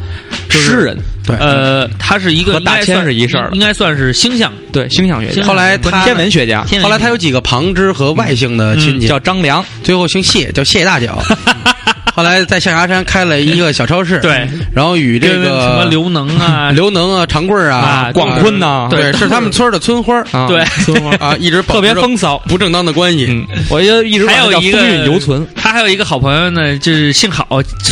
[SPEAKER 5] 是
[SPEAKER 6] 诗人，
[SPEAKER 3] 对，
[SPEAKER 5] 呃，他是一个
[SPEAKER 6] 和大千是一事儿
[SPEAKER 5] 应该算是星象
[SPEAKER 6] 对，星象学
[SPEAKER 5] 星
[SPEAKER 6] 家，
[SPEAKER 5] 象
[SPEAKER 3] 后来他
[SPEAKER 6] 天文学家
[SPEAKER 5] 天
[SPEAKER 3] 后来他有几个旁支和外姓的亲戚，
[SPEAKER 6] 嗯叫张良，
[SPEAKER 3] 最后姓谢，叫谢大 脚。后来在象牙山开了一个小超市，
[SPEAKER 5] 对，
[SPEAKER 3] 然后与这
[SPEAKER 5] 跟
[SPEAKER 3] 个
[SPEAKER 5] 什么刘能 啊，
[SPEAKER 3] 刘能啊、长贵儿
[SPEAKER 5] 啊
[SPEAKER 3] 啊、
[SPEAKER 6] 广坤呐
[SPEAKER 3] 对，
[SPEAKER 5] 对
[SPEAKER 3] 是他们村儿的村 花儿
[SPEAKER 6] 啊，
[SPEAKER 5] 对，
[SPEAKER 3] 啊，一直保
[SPEAKER 6] 特别
[SPEAKER 3] 持着
[SPEAKER 6] 风骚，
[SPEAKER 3] 不正当的关系。
[SPEAKER 6] 嗯，我就一直
[SPEAKER 5] 还有
[SPEAKER 6] 管他叫
[SPEAKER 5] 一
[SPEAKER 6] 风韵
[SPEAKER 5] 个
[SPEAKER 6] 犹存，
[SPEAKER 5] 他还有一个好朋友呢，就是姓郝，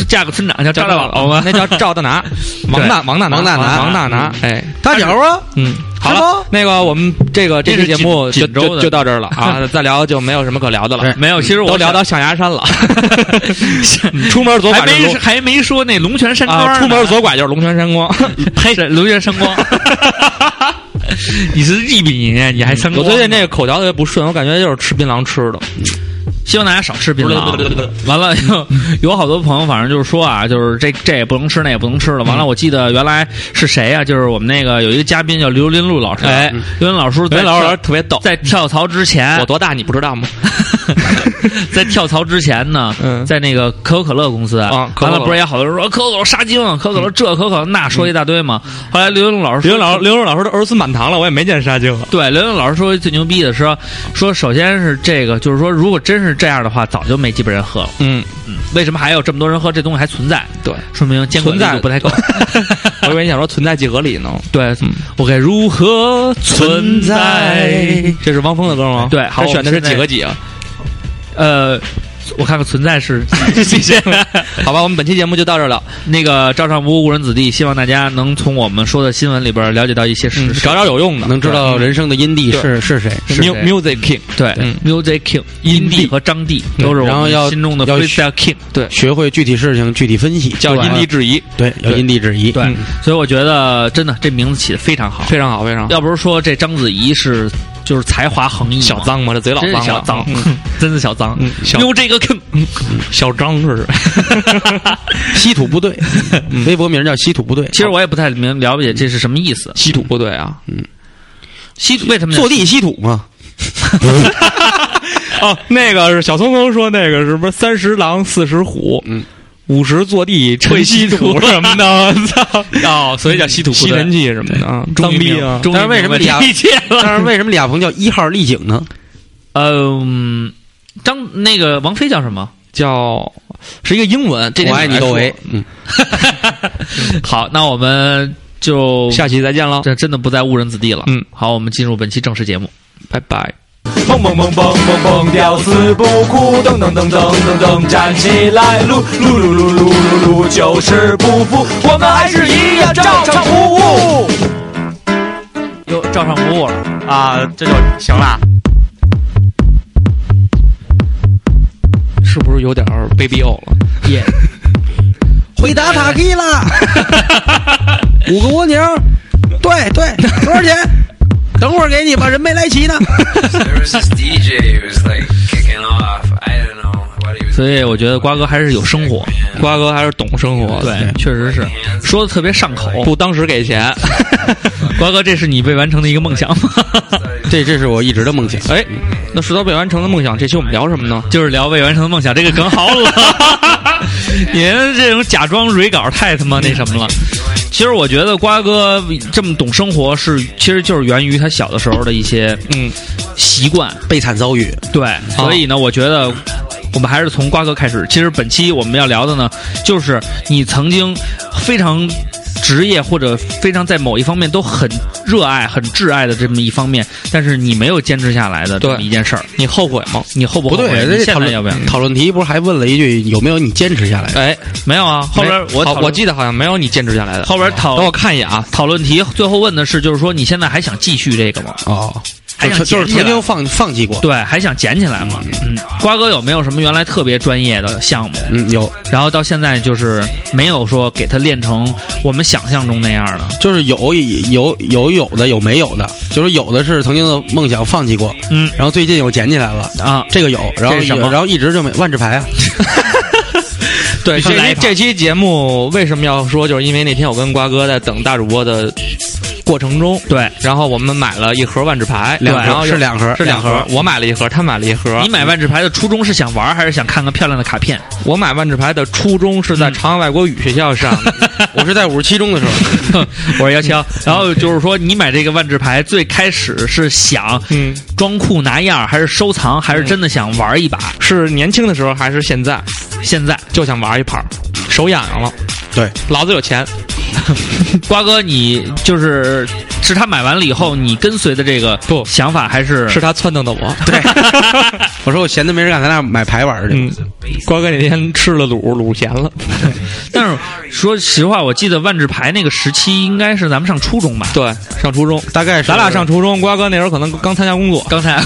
[SPEAKER 5] 嫁个村长叫赵
[SPEAKER 6] 嗯
[SPEAKER 5] 大宝嘛
[SPEAKER 6] 那。叫赵大拿，王大王大拿
[SPEAKER 3] 啊王大拿嗯
[SPEAKER 6] 王大拿，哎，
[SPEAKER 3] 大脚啊，
[SPEAKER 6] 嗯，好了，那个我们这个这
[SPEAKER 5] 这
[SPEAKER 6] 期
[SPEAKER 5] 是
[SPEAKER 6] 节目
[SPEAKER 5] 锦
[SPEAKER 6] 就
[SPEAKER 5] 锦州
[SPEAKER 6] 就
[SPEAKER 5] 的
[SPEAKER 6] 就到这儿了啊，再聊就没有什么可聊的了，
[SPEAKER 5] 没有，其实我
[SPEAKER 6] 都聊
[SPEAKER 5] 想
[SPEAKER 6] 到象牙山了。 出门左
[SPEAKER 5] 还
[SPEAKER 6] 拐就是
[SPEAKER 5] 没
[SPEAKER 6] 龙
[SPEAKER 5] 还没说那龙泉山庄
[SPEAKER 6] 啊，
[SPEAKER 5] 呢，
[SPEAKER 6] 出门 左拐就是龙泉山光。
[SPEAKER 5] 呸，是龙泉山光。你是一比一，你还三
[SPEAKER 6] 我
[SPEAKER 5] 光？
[SPEAKER 6] 最近这个口条特别不顺，我感觉就是吃槟榔吃的。
[SPEAKER 5] 希望大家少吃槟榔。啊 完了，有有好多朋友，反正就是说啊，就是这这也不能吃，那也不能吃了。完了，我记得原来是谁呀、就是我们那个有一个嘉宾叫刘林路老师，
[SPEAKER 6] 哎
[SPEAKER 5] 刘林老师嗯
[SPEAKER 6] 刘
[SPEAKER 5] 在
[SPEAKER 6] 林老师
[SPEAKER 5] 跳
[SPEAKER 6] 特别逗
[SPEAKER 5] 在跳槽之前，
[SPEAKER 6] 我多大你不知道吗？
[SPEAKER 5] 在跳槽之前呢，
[SPEAKER 6] 嗯
[SPEAKER 5] 在那个可口可乐公司
[SPEAKER 6] 啊可口可
[SPEAKER 5] 完
[SPEAKER 6] 乐嗯
[SPEAKER 5] 了不是也好多人说可口可乐杀精，可口可乐这可口可乐那，说一大堆嘛。后来刘云老师说，
[SPEAKER 6] 刘老刘老师都儿孙满堂了，我也没见杀精。
[SPEAKER 5] 对刘云老师说最牛逼的是说说，首先是这个，就是说如果真是这样的话，早就没几本人喝了。
[SPEAKER 6] 嗯，
[SPEAKER 5] 嗯，为什么还有这么多人喝这东西还存在？
[SPEAKER 6] 对，
[SPEAKER 5] 说明监管
[SPEAKER 6] 存
[SPEAKER 5] 力
[SPEAKER 6] 在
[SPEAKER 5] 度不太够。
[SPEAKER 6] 我以为你想说存在即合理呢。
[SPEAKER 5] 对
[SPEAKER 6] 嗯，
[SPEAKER 5] 我该如何存在？
[SPEAKER 6] 这是汪峰的歌吗？
[SPEAKER 5] 对好
[SPEAKER 6] 他选的
[SPEAKER 5] 我们
[SPEAKER 6] 是
[SPEAKER 5] 现在
[SPEAKER 6] 几和几啊？
[SPEAKER 5] 呃，我看看存在是
[SPEAKER 6] 谢谢。好吧，我们本期节目就到这儿了。
[SPEAKER 5] 那个照常不误无人子弟，希望大家能从我们说的新闻里边了解到一些事
[SPEAKER 6] 嗯，
[SPEAKER 5] 实。
[SPEAKER 6] 找找有用的，
[SPEAKER 3] 能知道人生的因地
[SPEAKER 6] 对
[SPEAKER 3] 是是谁。
[SPEAKER 5] 是
[SPEAKER 6] Mu-
[SPEAKER 5] 谁
[SPEAKER 6] Music King。
[SPEAKER 5] 对、
[SPEAKER 6] 嗯
[SPEAKER 5] m u s i c King、音帝和张帝都是
[SPEAKER 3] 然
[SPEAKER 5] 我
[SPEAKER 3] 后
[SPEAKER 5] 们
[SPEAKER 3] 要
[SPEAKER 5] 心中的
[SPEAKER 3] 要
[SPEAKER 5] freestyle King。
[SPEAKER 6] 对，
[SPEAKER 3] 学会具体事情具体分析，
[SPEAKER 6] 叫因地制宜，
[SPEAKER 3] 对，啊要因地制宜。
[SPEAKER 5] 对、
[SPEAKER 6] 嗯
[SPEAKER 5] 所以我觉得真的这名字起的非常好。
[SPEAKER 6] 非常好，非常好。
[SPEAKER 5] 要不是说这章子怡是就是才华横溢嘛，
[SPEAKER 6] 小脏嘛，这贼老
[SPEAKER 5] 真
[SPEAKER 6] 脏
[SPEAKER 5] 是
[SPEAKER 6] 了，
[SPEAKER 5] 小脏
[SPEAKER 6] 嗯，
[SPEAKER 5] 真是小脏
[SPEAKER 6] 嗯小。嗯
[SPEAKER 5] 有这个坑，
[SPEAKER 6] 小张是。
[SPEAKER 3] 稀土部队，
[SPEAKER 6] 嗯
[SPEAKER 3] 微博名叫稀土部队。哦
[SPEAKER 5] 其实我也不太明了解这是什么意思。
[SPEAKER 6] 稀土部队啊，
[SPEAKER 5] 稀土为什么
[SPEAKER 3] 坐地吸土 嘛，
[SPEAKER 6] 哦，那个是小聪聪说那个是不是三十狼四十虎，
[SPEAKER 3] 嗯，
[SPEAKER 6] 五十坐地吹稀土什么的，我 操，
[SPEAKER 5] 哦，所以叫稀土部
[SPEAKER 6] 吸
[SPEAKER 5] 队
[SPEAKER 6] 尘。器什么的啊，
[SPEAKER 5] 终
[SPEAKER 6] 脏
[SPEAKER 5] 于
[SPEAKER 6] 逼
[SPEAKER 5] 明
[SPEAKER 6] 啊，
[SPEAKER 5] 终于
[SPEAKER 3] 但是为什么
[SPEAKER 5] 明白这
[SPEAKER 3] 俩
[SPEAKER 5] 一切 了？
[SPEAKER 3] 但是为什么李亚鹏叫一号丽景呢？
[SPEAKER 5] 嗯，张那个王菲叫什么？
[SPEAKER 6] 叫是一个英文，这
[SPEAKER 3] 我
[SPEAKER 6] 点
[SPEAKER 3] 爱你
[SPEAKER 6] 来
[SPEAKER 3] 窦
[SPEAKER 6] 说
[SPEAKER 3] 唯，嗯，
[SPEAKER 6] 嗯
[SPEAKER 5] 好，那我们就
[SPEAKER 3] 嗯
[SPEAKER 6] 下期再见喽，
[SPEAKER 5] 这真的不再误人子弟了。
[SPEAKER 6] 嗯
[SPEAKER 5] 好，我们进入本期正式节目。
[SPEAKER 6] 拜拜。
[SPEAKER 8] 蹦蹦蹦蹦蹦蹦，屌丝不哭，噔噔噔噔噔噔，站起来，撸撸撸撸撸撸撸，就是不服，我们还是一样照常服务。
[SPEAKER 5] 又照上不误了，
[SPEAKER 8] 啊，这就行了。
[SPEAKER 6] 是不是有点儿 baby o 了？
[SPEAKER 5] 耶、
[SPEAKER 3] 回答塔 K 啦，五个蜗牛，对对，多少钱？等会儿给你吧，人没来齐呢。
[SPEAKER 9] there was this DJ who was like kicking off. I don't know what he was.
[SPEAKER 5] 所以我觉得瓜哥还是有生活，
[SPEAKER 6] 瓜哥还是懂生活的，
[SPEAKER 5] 对，确实是说的特别上口。
[SPEAKER 6] 不当时给钱。
[SPEAKER 5] 瓜哥，这是你未完成的一个梦想吗？
[SPEAKER 3] 这这是我一直的梦想。
[SPEAKER 6] 哎，那石头未完成的梦想，这期我们聊什么呢？
[SPEAKER 5] 就是聊未完成的梦想，这个梗好冷。 你们这种假装蕊稿太他妈那什么了。其实我觉得瓜哥这么懂生活是，其实就是源于他小的时候的一些
[SPEAKER 6] 嗯，
[SPEAKER 5] 习惯。
[SPEAKER 3] 悲惨遭遇，啊
[SPEAKER 5] 对，所以呢，我觉得我们还是从瓜哥开始。其实本期我们要聊的呢，就是你曾经非常职业或者非常在某一方面都很热爱、很挚爱的这么一方面，但是你没有坚持下来的这么
[SPEAKER 6] 对
[SPEAKER 5] 一件事儿，
[SPEAKER 6] 你后悔吗？
[SPEAKER 5] 你后不
[SPEAKER 3] 不
[SPEAKER 5] 后悔？
[SPEAKER 3] 对，
[SPEAKER 5] 你
[SPEAKER 3] 这
[SPEAKER 5] 现
[SPEAKER 3] 讨
[SPEAKER 5] 在
[SPEAKER 3] 论
[SPEAKER 5] 要不要？
[SPEAKER 3] 讨论题不是还问了一句有没有你坚持下来？
[SPEAKER 6] 哎，
[SPEAKER 5] 没有啊，后边
[SPEAKER 6] 没
[SPEAKER 5] 我
[SPEAKER 6] 好
[SPEAKER 5] 讨论
[SPEAKER 6] 我记得好像没有你坚持下来的。
[SPEAKER 5] 后边讨
[SPEAKER 6] 等我看一眼啊，
[SPEAKER 5] 讨论题最后问的是，就是说你现在还想继续这个吗？
[SPEAKER 3] 哦，
[SPEAKER 5] 还想
[SPEAKER 3] 就就是
[SPEAKER 5] 捡起来
[SPEAKER 3] 曾经放放弃过。
[SPEAKER 5] 对，还想捡起来吗？嗯，瓜哥有没有什么原来特别专业的项目？
[SPEAKER 3] 嗯，有，
[SPEAKER 5] 然后到现在就是没有说给他练成我们想象中那样的。
[SPEAKER 3] 就是有有有有的有没有的，就是有的是曾经的梦想放弃过，
[SPEAKER 5] 嗯
[SPEAKER 3] 然后最近又捡起来了，
[SPEAKER 5] 啊，
[SPEAKER 3] 这个有，然后
[SPEAKER 5] 这是什么
[SPEAKER 3] 然后一直就没万智 牌啊，
[SPEAKER 6] 对，
[SPEAKER 5] 必须
[SPEAKER 6] 这
[SPEAKER 5] 来一
[SPEAKER 6] 期
[SPEAKER 5] 套
[SPEAKER 6] 这期节目为什么要说？就是因为那天我跟瓜哥在等大主播的过程中，
[SPEAKER 5] 对
[SPEAKER 6] 然后我们买了一盒万智牌，
[SPEAKER 3] 两
[SPEAKER 6] 然后
[SPEAKER 3] 盒
[SPEAKER 6] 又
[SPEAKER 3] 是两盒
[SPEAKER 6] 是
[SPEAKER 3] 两
[SPEAKER 6] 两盒，我买了一盒，他买了一盒。
[SPEAKER 5] 你买万智牌的初衷是想玩，还是想看个漂亮的卡片？
[SPEAKER 6] 我买万智牌的初衷是在长安外国语学校上，
[SPEAKER 3] 我是在五十七中的时候，
[SPEAKER 5] 我是姚潇。
[SPEAKER 6] 嗯
[SPEAKER 5] 然后就是说，你买这个万智牌最开始是想
[SPEAKER 6] 嗯，
[SPEAKER 5] 装酷拿样儿，还是收藏，还是真的想玩一把？
[SPEAKER 6] 是年轻的时候还是现在？
[SPEAKER 5] 现在，
[SPEAKER 6] 就想玩一盘儿，手痒痒了，
[SPEAKER 3] 对，
[SPEAKER 6] 老子有钱，嗯
[SPEAKER 5] 瓜哥，你就是是他买完了以后，你跟随的这个
[SPEAKER 6] 不
[SPEAKER 5] 想法还是
[SPEAKER 6] 是他撺掇的我。
[SPEAKER 5] 对
[SPEAKER 6] 嗯
[SPEAKER 3] 我说我闲的没事干，咱俩买牌玩儿去。
[SPEAKER 6] 嗯，瓜哥那天吃了卤，卤咸了，
[SPEAKER 5] 但是说实话，我记得万智牌那个时期应该是咱们上初中吧？
[SPEAKER 6] 对，上初中，
[SPEAKER 3] 大概是
[SPEAKER 6] 咱俩上初中，瓜哥那时候可能刚参加工作，
[SPEAKER 5] 刚 才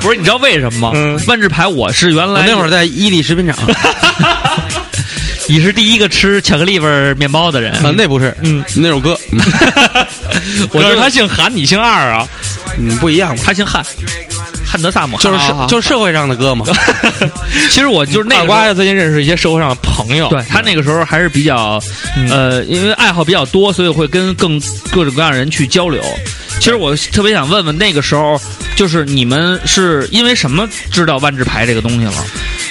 [SPEAKER 5] 不是你知道为什么吗？
[SPEAKER 6] 嗯
[SPEAKER 5] 万智牌我是原
[SPEAKER 3] 我
[SPEAKER 5] 来
[SPEAKER 3] 那会儿在伊利食品厂 啊，
[SPEAKER 5] 你是第一个吃巧克力味儿面包的人，
[SPEAKER 3] 那不是，嗯，那首歌，嗯
[SPEAKER 5] 我
[SPEAKER 6] 可
[SPEAKER 5] 就是
[SPEAKER 6] 他姓韩，你姓二啊，
[SPEAKER 3] 嗯，不一 样嘛，
[SPEAKER 5] 他姓汉，汉德萨姆，
[SPEAKER 3] 就是
[SPEAKER 5] 啊
[SPEAKER 3] 社就是社会上的歌嘛，
[SPEAKER 5] 其实我就是那
[SPEAKER 6] 二
[SPEAKER 5] 个时
[SPEAKER 6] 瓜
[SPEAKER 5] 候。
[SPEAKER 6] 也最近认识一些社会上的朋友，嗯
[SPEAKER 5] 对他那个时候还是比较，呃，因为爱好比较多，所以会跟更各种各样的人去交流。其实我特别想问问，那个时候就是你们是因为什么知道万智牌这个东西了？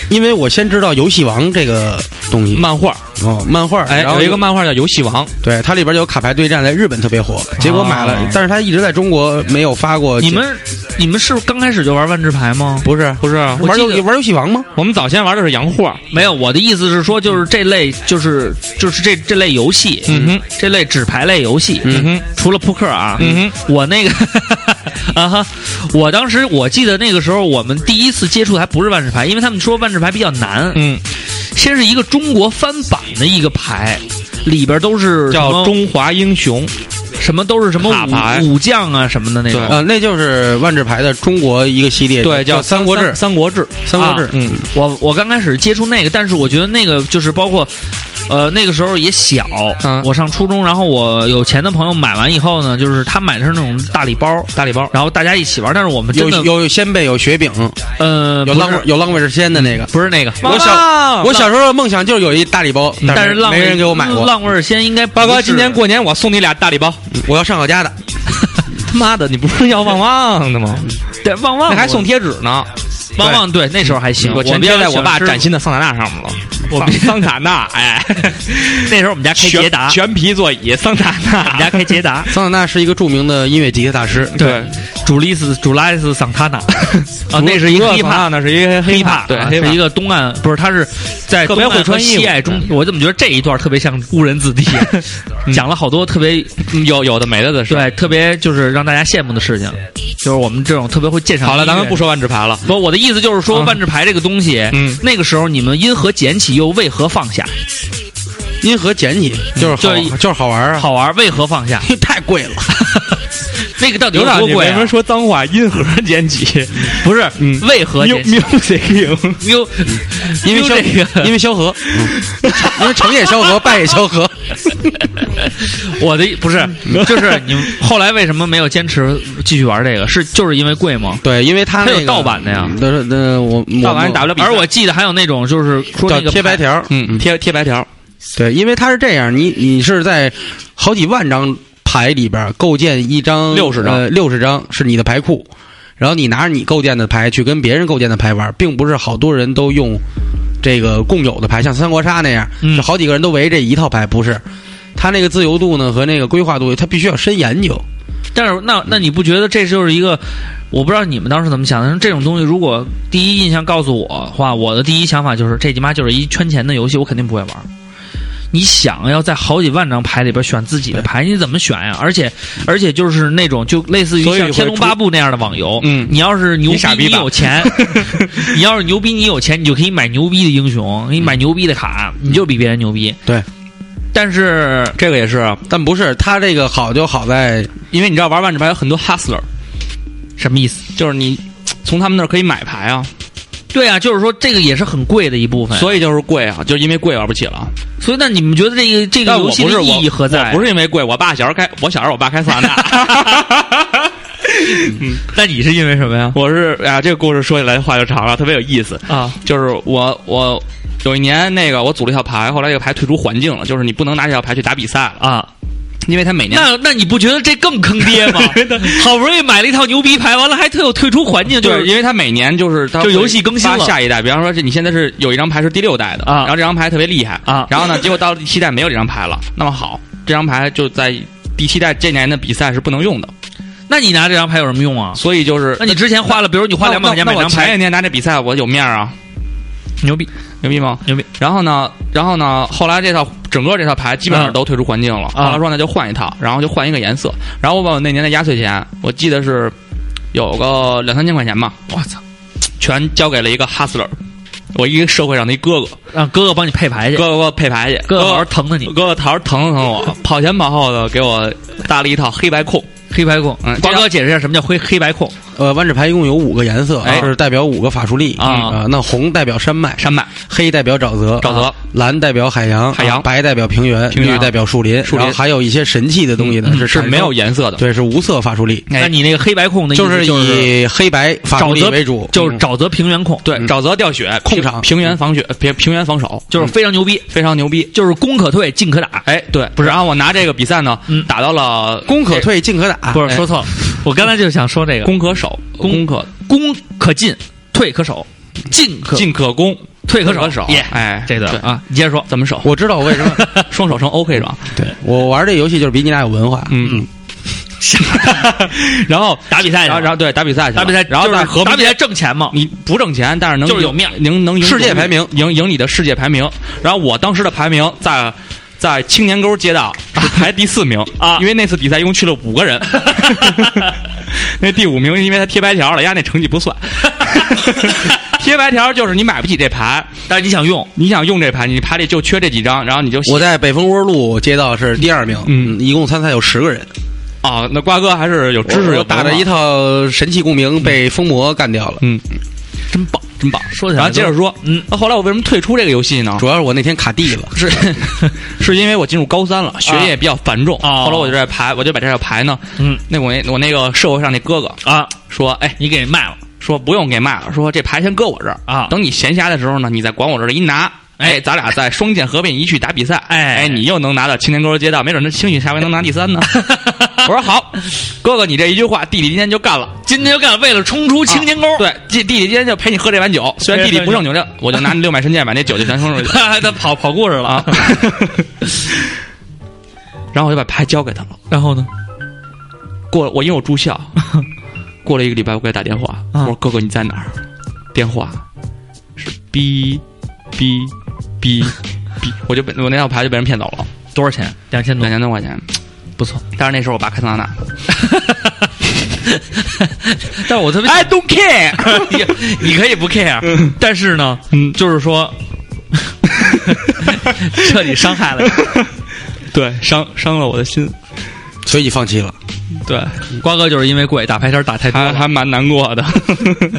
[SPEAKER 3] 因为我先知道游戏王这个东西，
[SPEAKER 6] 漫画，
[SPEAKER 3] 哦，漫画，
[SPEAKER 6] 哎，
[SPEAKER 3] 然后
[SPEAKER 6] 有一个漫画叫《游戏王》，
[SPEAKER 3] 对，它里边有卡牌对战，在日本特别火，结果买了
[SPEAKER 5] 哦，
[SPEAKER 3] 但是它一直在中国没有发过。
[SPEAKER 5] 你们你们是刚开始就玩万智牌吗？
[SPEAKER 3] 不是
[SPEAKER 6] 不是啊，
[SPEAKER 5] 我
[SPEAKER 3] 玩
[SPEAKER 5] 记
[SPEAKER 3] 游
[SPEAKER 5] 得
[SPEAKER 3] 玩游戏王吗？
[SPEAKER 6] 我们早先玩的是洋画，
[SPEAKER 5] 没有，我的意思是说，就是这类，就是就是这这类游戏，
[SPEAKER 6] 嗯哼，
[SPEAKER 5] 这类纸牌类游戏，
[SPEAKER 6] 嗯哼，
[SPEAKER 5] 除了扑克啊，
[SPEAKER 6] 嗯
[SPEAKER 5] 哼，我那个 啊哈，我当时我记得那个时候，我们第一次接触的还不是万智牌，因为他们说万智牌比较难，
[SPEAKER 6] 嗯，
[SPEAKER 5] 先是一个中国翻版的一个牌，里边都是什
[SPEAKER 6] 嗯叫
[SPEAKER 5] 么
[SPEAKER 6] 《中华英雄》，
[SPEAKER 5] 什么都是什么
[SPEAKER 6] 卡牌
[SPEAKER 5] 武武将啊什么的那种
[SPEAKER 6] 对。
[SPEAKER 3] 呃，那就是万智牌的中国一个系列，
[SPEAKER 6] 对，
[SPEAKER 3] 叫
[SPEAKER 6] 叫
[SPEAKER 3] 《三国志》。
[SPEAKER 6] 三国志，
[SPEAKER 3] 三国
[SPEAKER 5] 啊
[SPEAKER 3] 志，
[SPEAKER 6] 嗯，
[SPEAKER 5] 我我刚开始接触那个，但是我觉得那个就是包括，呃，那个时候也小，
[SPEAKER 3] 啊
[SPEAKER 6] 嗯
[SPEAKER 5] 我上初中，然后我有钱的朋友买完以后呢，就是他买的是那种大礼包，
[SPEAKER 6] 大礼包，
[SPEAKER 5] 然后大家一起玩，但是我们真
[SPEAKER 3] 有
[SPEAKER 5] 的，
[SPEAKER 3] 有有鲜贝，有雪饼，
[SPEAKER 5] 呃，
[SPEAKER 3] 有
[SPEAKER 5] 不
[SPEAKER 3] 浪
[SPEAKER 5] 是
[SPEAKER 3] 味有浪味之仙的那个。
[SPEAKER 5] 不是那个，
[SPEAKER 3] 我小我小时候的梦想就是有一大礼包，
[SPEAKER 5] 但是浪
[SPEAKER 3] 没
[SPEAKER 5] 味
[SPEAKER 3] 人给我买过。
[SPEAKER 5] 浪味儿仙应该不
[SPEAKER 6] 八
[SPEAKER 5] 是
[SPEAKER 6] 哥，今年过年我送你俩大礼包，
[SPEAKER 3] 我要上我家的，
[SPEAKER 6] 他妈的，你不是要旺旺的吗？
[SPEAKER 5] 对旺旺，
[SPEAKER 6] 那还送贴纸呢，
[SPEAKER 5] 旺旺，对，那时候还行，
[SPEAKER 6] 我全
[SPEAKER 5] 比
[SPEAKER 6] 贴
[SPEAKER 5] 较
[SPEAKER 6] 在我爸
[SPEAKER 5] 喜欢吃
[SPEAKER 6] 崭新的桑塔纳上面了，我桑塔纳，哎，
[SPEAKER 5] 那时候我们家开捷达，
[SPEAKER 6] 全皮座椅，桑塔
[SPEAKER 5] 我们
[SPEAKER 6] 纳
[SPEAKER 5] 家，开捷达，
[SPEAKER 3] 桑塔纳是一个著名的音乐吉他大师，
[SPEAKER 6] 对，
[SPEAKER 5] 主力斯主拉斯桑 塔纳，啊，那是一
[SPEAKER 6] 一
[SPEAKER 5] 个
[SPEAKER 6] 个
[SPEAKER 5] 黑怕。
[SPEAKER 6] 那是一个
[SPEAKER 5] 黑
[SPEAKER 6] 怕，
[SPEAKER 5] 怕，
[SPEAKER 6] 对，
[SPEAKER 5] 啊
[SPEAKER 6] 黑
[SPEAKER 5] 是
[SPEAKER 6] 怕
[SPEAKER 5] 一个东岸，不是，他是在
[SPEAKER 6] 特
[SPEAKER 5] 东
[SPEAKER 6] 别
[SPEAKER 5] 岸
[SPEAKER 6] 会
[SPEAKER 5] 和
[SPEAKER 6] 穿衣服
[SPEAKER 5] 西爱中，我怎么觉得这一段特别像误人子弟， 嗯讲了好多特别
[SPEAKER 6] 嗯有有的没的的是。
[SPEAKER 5] 对特别就是让大家羡慕的事情，就是我们这种特别会鉴赏。
[SPEAKER 6] 好了，咱们不。说万智牌了，
[SPEAKER 5] 不，我的意思就是说，
[SPEAKER 6] 啊
[SPEAKER 5] 万智牌这个东西，
[SPEAKER 6] 嗯
[SPEAKER 5] 那个时候你们因何捡起，又为何放下？
[SPEAKER 3] 因何捡起就是
[SPEAKER 5] 嗯就是
[SPEAKER 3] 好就是好玩啊，
[SPEAKER 5] 好玩，为何放下？
[SPEAKER 3] 太贵了。
[SPEAKER 5] 那个到底有
[SPEAKER 6] 刘导，
[SPEAKER 5] 多
[SPEAKER 6] 你
[SPEAKER 5] 贵
[SPEAKER 6] 为什
[SPEAKER 5] 啊
[SPEAKER 6] 么？说脏话？因何捡 起
[SPEAKER 5] 不是
[SPEAKER 6] 嗯，
[SPEAKER 5] 为何捡起？
[SPEAKER 6] ？Music，
[SPEAKER 5] 喵，
[SPEAKER 3] 因为
[SPEAKER 5] 喵
[SPEAKER 3] 萧
[SPEAKER 5] 这个，
[SPEAKER 3] 因为萧何，嗯 因为成也萧何，败也萧何。
[SPEAKER 5] 我的不是，就是你们 后来为什么没有坚持继续玩这个？是就是因为贵吗？
[SPEAKER 3] 对，因为他那
[SPEAKER 5] 它有
[SPEAKER 3] 个
[SPEAKER 5] 盗版的呀
[SPEAKER 3] 嗯那那我我
[SPEAKER 6] 到完
[SPEAKER 3] 我
[SPEAKER 6] 打不了比赛
[SPEAKER 5] 而我记得还有那种就是说那
[SPEAKER 3] 叫
[SPEAKER 5] 个
[SPEAKER 3] 贴白
[SPEAKER 5] 牌，
[SPEAKER 3] 条，
[SPEAKER 6] 嗯，贴贴白条，
[SPEAKER 3] 对，因为它是这样，你你是在好几万张牌里边构建一张
[SPEAKER 6] 60张
[SPEAKER 3] 呃，六十张是你的牌库，然后你拿着你构建的牌去跟别人构建的牌玩，并不是好多人都用这个共有的牌，像三国杀那样，
[SPEAKER 5] 嗯
[SPEAKER 3] 是好几个人都围这一套牌，不是。它那个自由度呢和那个规划度，它必须要深研究。
[SPEAKER 5] 但是那那你不觉得这就是一个？我不知道你们当时怎么想的。这种东西，如果第一印象告诉我的话，我的第一想法就是这鸡妈就是一圈钱的游戏，我肯定不会玩。你想要在好几万张牌里边选自己的牌，你怎么选呀？而且而且就是那种就类似于像
[SPEAKER 6] 所以会
[SPEAKER 5] 《天龙
[SPEAKER 6] 出
[SPEAKER 5] 八部》那样的网游，
[SPEAKER 6] 嗯
[SPEAKER 5] 你要是牛
[SPEAKER 6] 你傻
[SPEAKER 5] 逼，
[SPEAKER 6] 逼
[SPEAKER 5] 你
[SPEAKER 6] 吧
[SPEAKER 5] 有钱， 你要是牛逼，你有钱，你就可以买牛逼的英雄，你买牛逼的卡，你就比别人牛逼。
[SPEAKER 3] 对，
[SPEAKER 5] 但是
[SPEAKER 6] 这个也是，
[SPEAKER 3] 但不是，它这个好就好在
[SPEAKER 6] 因为你知道玩万智牌有很多 hustler，
[SPEAKER 5] 什么意思？
[SPEAKER 6] 就是你从他们那儿可以买牌啊，
[SPEAKER 5] 对啊，就是说这个也是很贵的一部分。
[SPEAKER 6] 所以就是贵啊，就是因为贵玩不起了。
[SPEAKER 5] 所以，那你们觉得这个这个
[SPEAKER 6] 但我
[SPEAKER 5] 游戏
[SPEAKER 6] 不是
[SPEAKER 5] 的
[SPEAKER 6] 我
[SPEAKER 5] 意义何在？
[SPEAKER 6] 我不，是因为贵，我爸小时候开，我小时候我爸开 桑塔纳。嗯
[SPEAKER 5] 那你是因为什么呀？
[SPEAKER 6] 我是啊，这个故事说起来话就长了，特别有意思。
[SPEAKER 5] 啊，
[SPEAKER 6] 就是我我有一年那个我组了一套牌，后来这个牌退出环境了，就是你不能拿这套牌去打比赛了啊，因为他每年
[SPEAKER 5] 那那你不觉得这更坑爹吗？ 好不容易买了一套牛逼牌，完了还特有退出环境，就
[SPEAKER 6] 对，
[SPEAKER 5] 是
[SPEAKER 6] 因为他每年就是他
[SPEAKER 5] 就
[SPEAKER 6] 会
[SPEAKER 5] 游戏更新
[SPEAKER 6] 发
[SPEAKER 5] 了
[SPEAKER 6] 下一代，比方说这你现在是有一张牌是第六代的
[SPEAKER 5] 啊
[SPEAKER 6] 然后这张牌特别厉害
[SPEAKER 5] 啊
[SPEAKER 6] 然后呢，结果到了第七代没有这张牌了，那么好，这张牌就在第七代这年的比赛是不能用的，
[SPEAKER 5] 那你拿这张牌有什么用啊？
[SPEAKER 6] 所以就是
[SPEAKER 5] 那你之前花了，比如你花两百块钱买
[SPEAKER 6] 那那我
[SPEAKER 5] 张
[SPEAKER 6] 前
[SPEAKER 5] 牌
[SPEAKER 6] 些，年拿这比赛我有面儿啊，
[SPEAKER 5] 牛逼，
[SPEAKER 6] 牛逼吗？
[SPEAKER 5] 牛逼。
[SPEAKER 6] 然后呢，然后呢，后来这套整个这套牌基本上都退出环境了。
[SPEAKER 5] 嗯
[SPEAKER 6] 后来说那就换一套，然后就换一个颜色。然后我把我那年的压岁钱，我记得是有个两三千块钱吧，
[SPEAKER 5] 我操！
[SPEAKER 6] 全交给了一个哈斯勒。我一个社会上的一哥哥，
[SPEAKER 5] 让哥哥帮你配牌去，
[SPEAKER 6] 哥哥给我配牌去，
[SPEAKER 5] 哥
[SPEAKER 6] 哥
[SPEAKER 5] 哥好好疼着你，
[SPEAKER 6] 哥哥桃儿疼疼我， 跑前跑后的给我搭了一套黑白控。
[SPEAKER 5] 黑白控
[SPEAKER 6] 嗯。
[SPEAKER 5] 瓜哥解释一下什么叫黑黑白控
[SPEAKER 3] 呃，弯指牌一共有五个颜色，
[SPEAKER 6] 哎
[SPEAKER 3] 是代表五个法术力呃
[SPEAKER 6] 啊
[SPEAKER 3] 那红代表山脉，
[SPEAKER 6] 山脉，
[SPEAKER 3] 黑代表沼泽，
[SPEAKER 6] 沼泽
[SPEAKER 3] 蓝代表海洋，
[SPEAKER 6] 海洋
[SPEAKER 3] 白代表平原，
[SPEAKER 6] 平原啊
[SPEAKER 3] 绿代表树林，
[SPEAKER 6] 树林嗯
[SPEAKER 3] 然后还有一些神器的东
[SPEAKER 5] 嗯
[SPEAKER 3] 西呢，是
[SPEAKER 6] 是
[SPEAKER 3] 产生
[SPEAKER 6] 没有颜色的，
[SPEAKER 3] 对，是无色法术力，
[SPEAKER 6] 哎
[SPEAKER 5] 那你那个黑白控的意思
[SPEAKER 3] 就是
[SPEAKER 5] 就是
[SPEAKER 3] 以黑白法术
[SPEAKER 5] 沼
[SPEAKER 3] 力
[SPEAKER 5] 泽
[SPEAKER 3] 为主，嗯
[SPEAKER 5] 就是沼泽平原控，
[SPEAKER 6] 嗯对，沼泽掉雪，
[SPEAKER 3] 控
[SPEAKER 6] 平
[SPEAKER 3] 场
[SPEAKER 6] 平原防雪，平平原防守，
[SPEAKER 5] 嗯
[SPEAKER 6] 嗯
[SPEAKER 5] 就是非常牛逼，
[SPEAKER 6] 非常牛逼。
[SPEAKER 5] 就是攻可退，进可打。
[SPEAKER 6] 哎，对，不是，然后我拿这个比赛呢
[SPEAKER 5] 嗯，
[SPEAKER 6] 打到了
[SPEAKER 3] 攻可退，进可打，哎
[SPEAKER 5] 不
[SPEAKER 6] 哎
[SPEAKER 5] 是说错了，我刚才就想说这个，
[SPEAKER 6] 攻可守，攻可
[SPEAKER 5] 攻可进，退可守，进可
[SPEAKER 6] 进可攻，
[SPEAKER 5] 退可
[SPEAKER 6] 可
[SPEAKER 5] 守
[SPEAKER 6] 守。
[SPEAKER 5] 耶，
[SPEAKER 6] 哎，
[SPEAKER 5] 这段
[SPEAKER 6] 对
[SPEAKER 5] 啊，你接着说，
[SPEAKER 6] 怎么守？
[SPEAKER 3] 我知道我为什么
[SPEAKER 6] 双手成 OK 状。
[SPEAKER 3] 对我玩这游戏就是比你俩有文化，
[SPEAKER 6] 嗯， 然后
[SPEAKER 5] 打比赛去
[SPEAKER 6] 然
[SPEAKER 5] 了，
[SPEAKER 6] 后然后对打比赛去了，
[SPEAKER 5] 打比赛，
[SPEAKER 6] 然后
[SPEAKER 5] 就是
[SPEAKER 6] 在和
[SPEAKER 5] 打比赛挣钱嘛，
[SPEAKER 6] 你不挣钱，但是能
[SPEAKER 5] 就是有
[SPEAKER 6] 赢
[SPEAKER 5] 面
[SPEAKER 6] 能能赢
[SPEAKER 3] 世界排名，
[SPEAKER 6] 赢赢你的世界排名。然后我当时的排名在在青年沟街道是排第四名
[SPEAKER 5] 啊
[SPEAKER 6] 因为那次比赛一共去了五个人，那第五名因为他贴白条了，丫那成绩不算。贴白条就是你买不起这牌，
[SPEAKER 5] 但是你想用，
[SPEAKER 6] 你想用这牌，你牌里就缺这几张，然后你就
[SPEAKER 3] 我在北蜂窝路街道是第二名，
[SPEAKER 6] 嗯，
[SPEAKER 3] 一共参赛有十个人，
[SPEAKER 6] 啊、那瓜哥还是有知识
[SPEAKER 3] 我
[SPEAKER 6] 有
[SPEAKER 3] 打
[SPEAKER 6] 文
[SPEAKER 3] 着
[SPEAKER 6] 化
[SPEAKER 3] 一套神器共鸣被封魔干掉了，
[SPEAKER 6] 嗯，真棒真棒。
[SPEAKER 5] 说起来
[SPEAKER 6] 然后接着说，
[SPEAKER 5] 嗯，
[SPEAKER 6] 那后来我为什么退出这个游戏呢？
[SPEAKER 3] 主要是我那天卡地了，
[SPEAKER 6] 是 是因为我进入高三了，学业比较繁重。
[SPEAKER 5] 啊啊哦
[SPEAKER 6] 后来我就在排，我就把这套牌呢，
[SPEAKER 5] 嗯
[SPEAKER 6] 那我那我那个社会上那哥哥
[SPEAKER 5] 啊，
[SPEAKER 6] 说，哎，
[SPEAKER 5] 你给卖了
[SPEAKER 6] 说不用给卖了，说这牌先搁我这儿
[SPEAKER 5] 啊
[SPEAKER 6] 等你闲暇的时候呢，你再管我这儿一拿。哎，咱俩再双剑合并一去打比赛，
[SPEAKER 5] 哎
[SPEAKER 6] 哎，你又能拿到青年沟街道，没准那兴许下回能拿第 三呢。我说好，哥哥，你这一句话，弟弟今天就干了。
[SPEAKER 5] 今天就干，为了冲出青年沟，
[SPEAKER 6] 对，弟弟弟今天就陪你喝这碗酒，虽然弟弟不剩酒量，我就拿那六脉神剑把那酒就全冲出去。
[SPEAKER 5] 他他跑跑故事了
[SPEAKER 6] 啊，然后我就把牌交给他了。
[SPEAKER 5] 然后呢，
[SPEAKER 6] 过了，我因为我住 校，过了一个礼拜，我给他打电话，我说：“哥哥你在哪儿？”电话是哔哔哔哔，我就被我那套牌就被人骗走了，
[SPEAKER 5] 多少钱？两千多
[SPEAKER 6] 两，千多块钱，
[SPEAKER 5] 不错。
[SPEAKER 6] 但是那时候我爸开桑塔纳
[SPEAKER 5] 但我特别
[SPEAKER 6] ，I don't care，
[SPEAKER 5] 你你可以不 care，、但是呢，
[SPEAKER 6] 嗯
[SPEAKER 5] 就是 说，彻底伤害了你。
[SPEAKER 6] 对，伤伤了我的心，
[SPEAKER 3] 所以你放弃了。
[SPEAKER 6] 对，
[SPEAKER 5] 瓜哥就是因为贵，打牌摊打太多
[SPEAKER 6] 还
[SPEAKER 5] 了，
[SPEAKER 6] 还蛮难过的，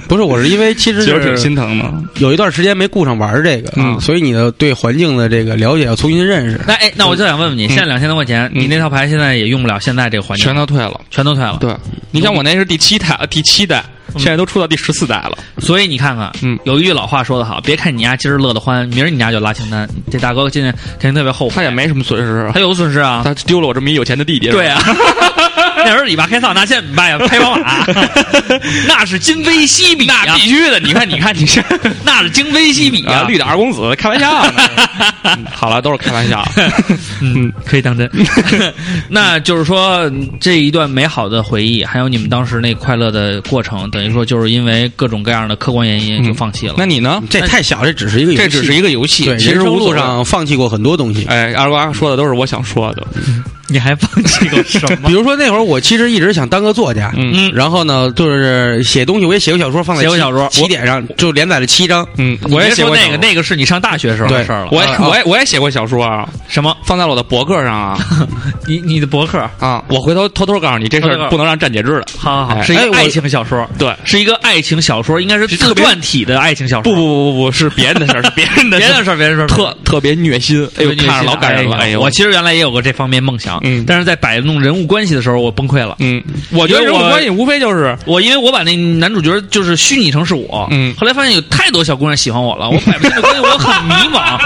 [SPEAKER 3] 不是，我是因为其实
[SPEAKER 6] 其实挺
[SPEAKER 3] 是
[SPEAKER 6] 心疼的。
[SPEAKER 3] 有一段时间没顾上玩这个，
[SPEAKER 6] 嗯
[SPEAKER 3] 所以你的对环境的这个了解要重新认识。
[SPEAKER 5] 那哎，那我就想问问你，现在两千多块钱，你那套牌现在也用不了，现在这个环境
[SPEAKER 6] 嗯全都退了，
[SPEAKER 5] 全都退了。
[SPEAKER 6] 对，嗯你像我那是第七代，第七代，现在都出到第十四代了。
[SPEAKER 5] 所以你看看，
[SPEAKER 6] 嗯
[SPEAKER 5] 有一句老话说得好，别看你家今儿乐得欢，明儿你家就拉清单。这大哥今天肯定特别后悔，
[SPEAKER 6] 他也没什么损失，
[SPEAKER 5] 他有损失啊。
[SPEAKER 6] 他丢了我这么一有钱的弟弟。
[SPEAKER 5] 对啊， 那时候你爸开桑塔纳，现在你爸也开宝 马，啊那是今非昔比啊，
[SPEAKER 6] 那必须的。你看，你看，你是
[SPEAKER 5] 那是今非昔比
[SPEAKER 6] 啊，
[SPEAKER 5] 啊，
[SPEAKER 6] 绿的二公子，开玩笑呢。 嗯好了，都是开玩 笑。
[SPEAKER 5] 嗯，可以当 真。那就是说，这一段美好的回忆，还有你们当时那快乐的过程，等于说就是因为各种各样的客观原因就放弃了。
[SPEAKER 6] 嗯那你
[SPEAKER 5] 嗯
[SPEAKER 6] 呢？
[SPEAKER 3] 这太小，这只是一个游戏，
[SPEAKER 6] 这只是一个游戏，
[SPEAKER 3] 对
[SPEAKER 6] 其
[SPEAKER 3] 人
[SPEAKER 6] 实
[SPEAKER 3] 生
[SPEAKER 6] 无
[SPEAKER 3] 路
[SPEAKER 6] 所谓。
[SPEAKER 3] 上放弃过很多东西。
[SPEAKER 6] 哎，二瓜说的都是我想说的。
[SPEAKER 5] 你还放弃过什么
[SPEAKER 3] 比？如说那会儿，我其实一直想当个作家，
[SPEAKER 6] 嗯
[SPEAKER 3] 然后呢，就是写东西，我也写过小说，放在
[SPEAKER 5] 写过
[SPEAKER 3] 起
[SPEAKER 5] 小说
[SPEAKER 3] 起点上就连载了七 章。
[SPEAKER 6] 嗯，
[SPEAKER 5] 你
[SPEAKER 6] 我也
[SPEAKER 5] 别
[SPEAKER 6] 写
[SPEAKER 5] 说
[SPEAKER 6] 过
[SPEAKER 5] 那个，那个是你上大学时候的
[SPEAKER 3] 对
[SPEAKER 5] 事儿了。
[SPEAKER 6] 我也
[SPEAKER 3] 啊啊
[SPEAKER 6] 我也我也写过小说啊，
[SPEAKER 5] 什么？
[SPEAKER 6] 放在我的博客上啊
[SPEAKER 5] 你你的博客？好
[SPEAKER 6] 啊！ 我回头偷偷告诉你，这事
[SPEAKER 5] 偷偷告
[SPEAKER 6] 儿
[SPEAKER 5] 诉
[SPEAKER 6] 不能让站姐知道。
[SPEAKER 5] 好好，
[SPEAKER 6] 哎
[SPEAKER 5] 是一
[SPEAKER 3] 哎
[SPEAKER 5] 个
[SPEAKER 3] 我
[SPEAKER 5] 爱情小说，
[SPEAKER 6] 对，
[SPEAKER 5] 是一个爱情小说，应该是自传体的爱情小
[SPEAKER 6] 不
[SPEAKER 5] 说。
[SPEAKER 6] 不不不不，是别人的事儿，是别人的
[SPEAKER 5] 别
[SPEAKER 6] 事
[SPEAKER 5] 的
[SPEAKER 6] 儿，
[SPEAKER 5] 事儿，别的事儿，
[SPEAKER 6] 特特别虐心。哎
[SPEAKER 5] 特
[SPEAKER 6] 呦
[SPEAKER 5] 别，虐心
[SPEAKER 6] 看着老感人了。
[SPEAKER 5] 哎
[SPEAKER 6] 哎
[SPEAKER 5] 呦，
[SPEAKER 6] 呦，
[SPEAKER 5] 我其实原来也有过这方面梦想，
[SPEAKER 6] 嗯
[SPEAKER 5] 但是在摆弄人物关系的时候，我崩溃了。
[SPEAKER 6] 嗯，我觉得人物
[SPEAKER 5] 因为我
[SPEAKER 6] 关系无非就是
[SPEAKER 5] 我因为我把那男主角就是虚拟成是我，
[SPEAKER 6] 嗯
[SPEAKER 5] 后来发现有太多小姑娘喜欢我了，我摆不清的关系，我很迷 茫。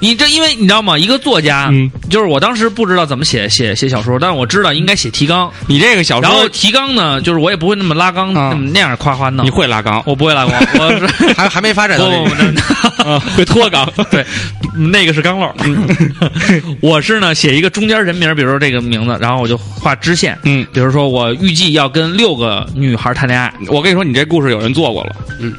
[SPEAKER 5] 你这因为你知道吗？一个作家，
[SPEAKER 6] 嗯
[SPEAKER 5] 就是我当时不知道怎么写写写小说，但是我知道应该写提纲，
[SPEAKER 6] 你这个小
[SPEAKER 5] 然后
[SPEAKER 6] 说，
[SPEAKER 5] 提纲呢，就是我也不会那么拉纲，
[SPEAKER 6] 啊
[SPEAKER 5] 那么那样夸夸弄。
[SPEAKER 6] 你？会拉缸，
[SPEAKER 5] 我不会拉纲，我 是
[SPEAKER 3] 还还没发展
[SPEAKER 5] 不
[SPEAKER 3] 到这
[SPEAKER 5] 不不
[SPEAKER 3] 个，
[SPEAKER 5] 真的，
[SPEAKER 6] 啊会脱岗。
[SPEAKER 5] 对，那个是钢 漏。我是呢写一个中间人名，比如说这个名字，然后我就画支线。
[SPEAKER 6] 嗯，
[SPEAKER 5] 比如说，我预计要跟六个女孩谈恋爱，
[SPEAKER 6] 我跟你说，你这故事有人做过了。嗯，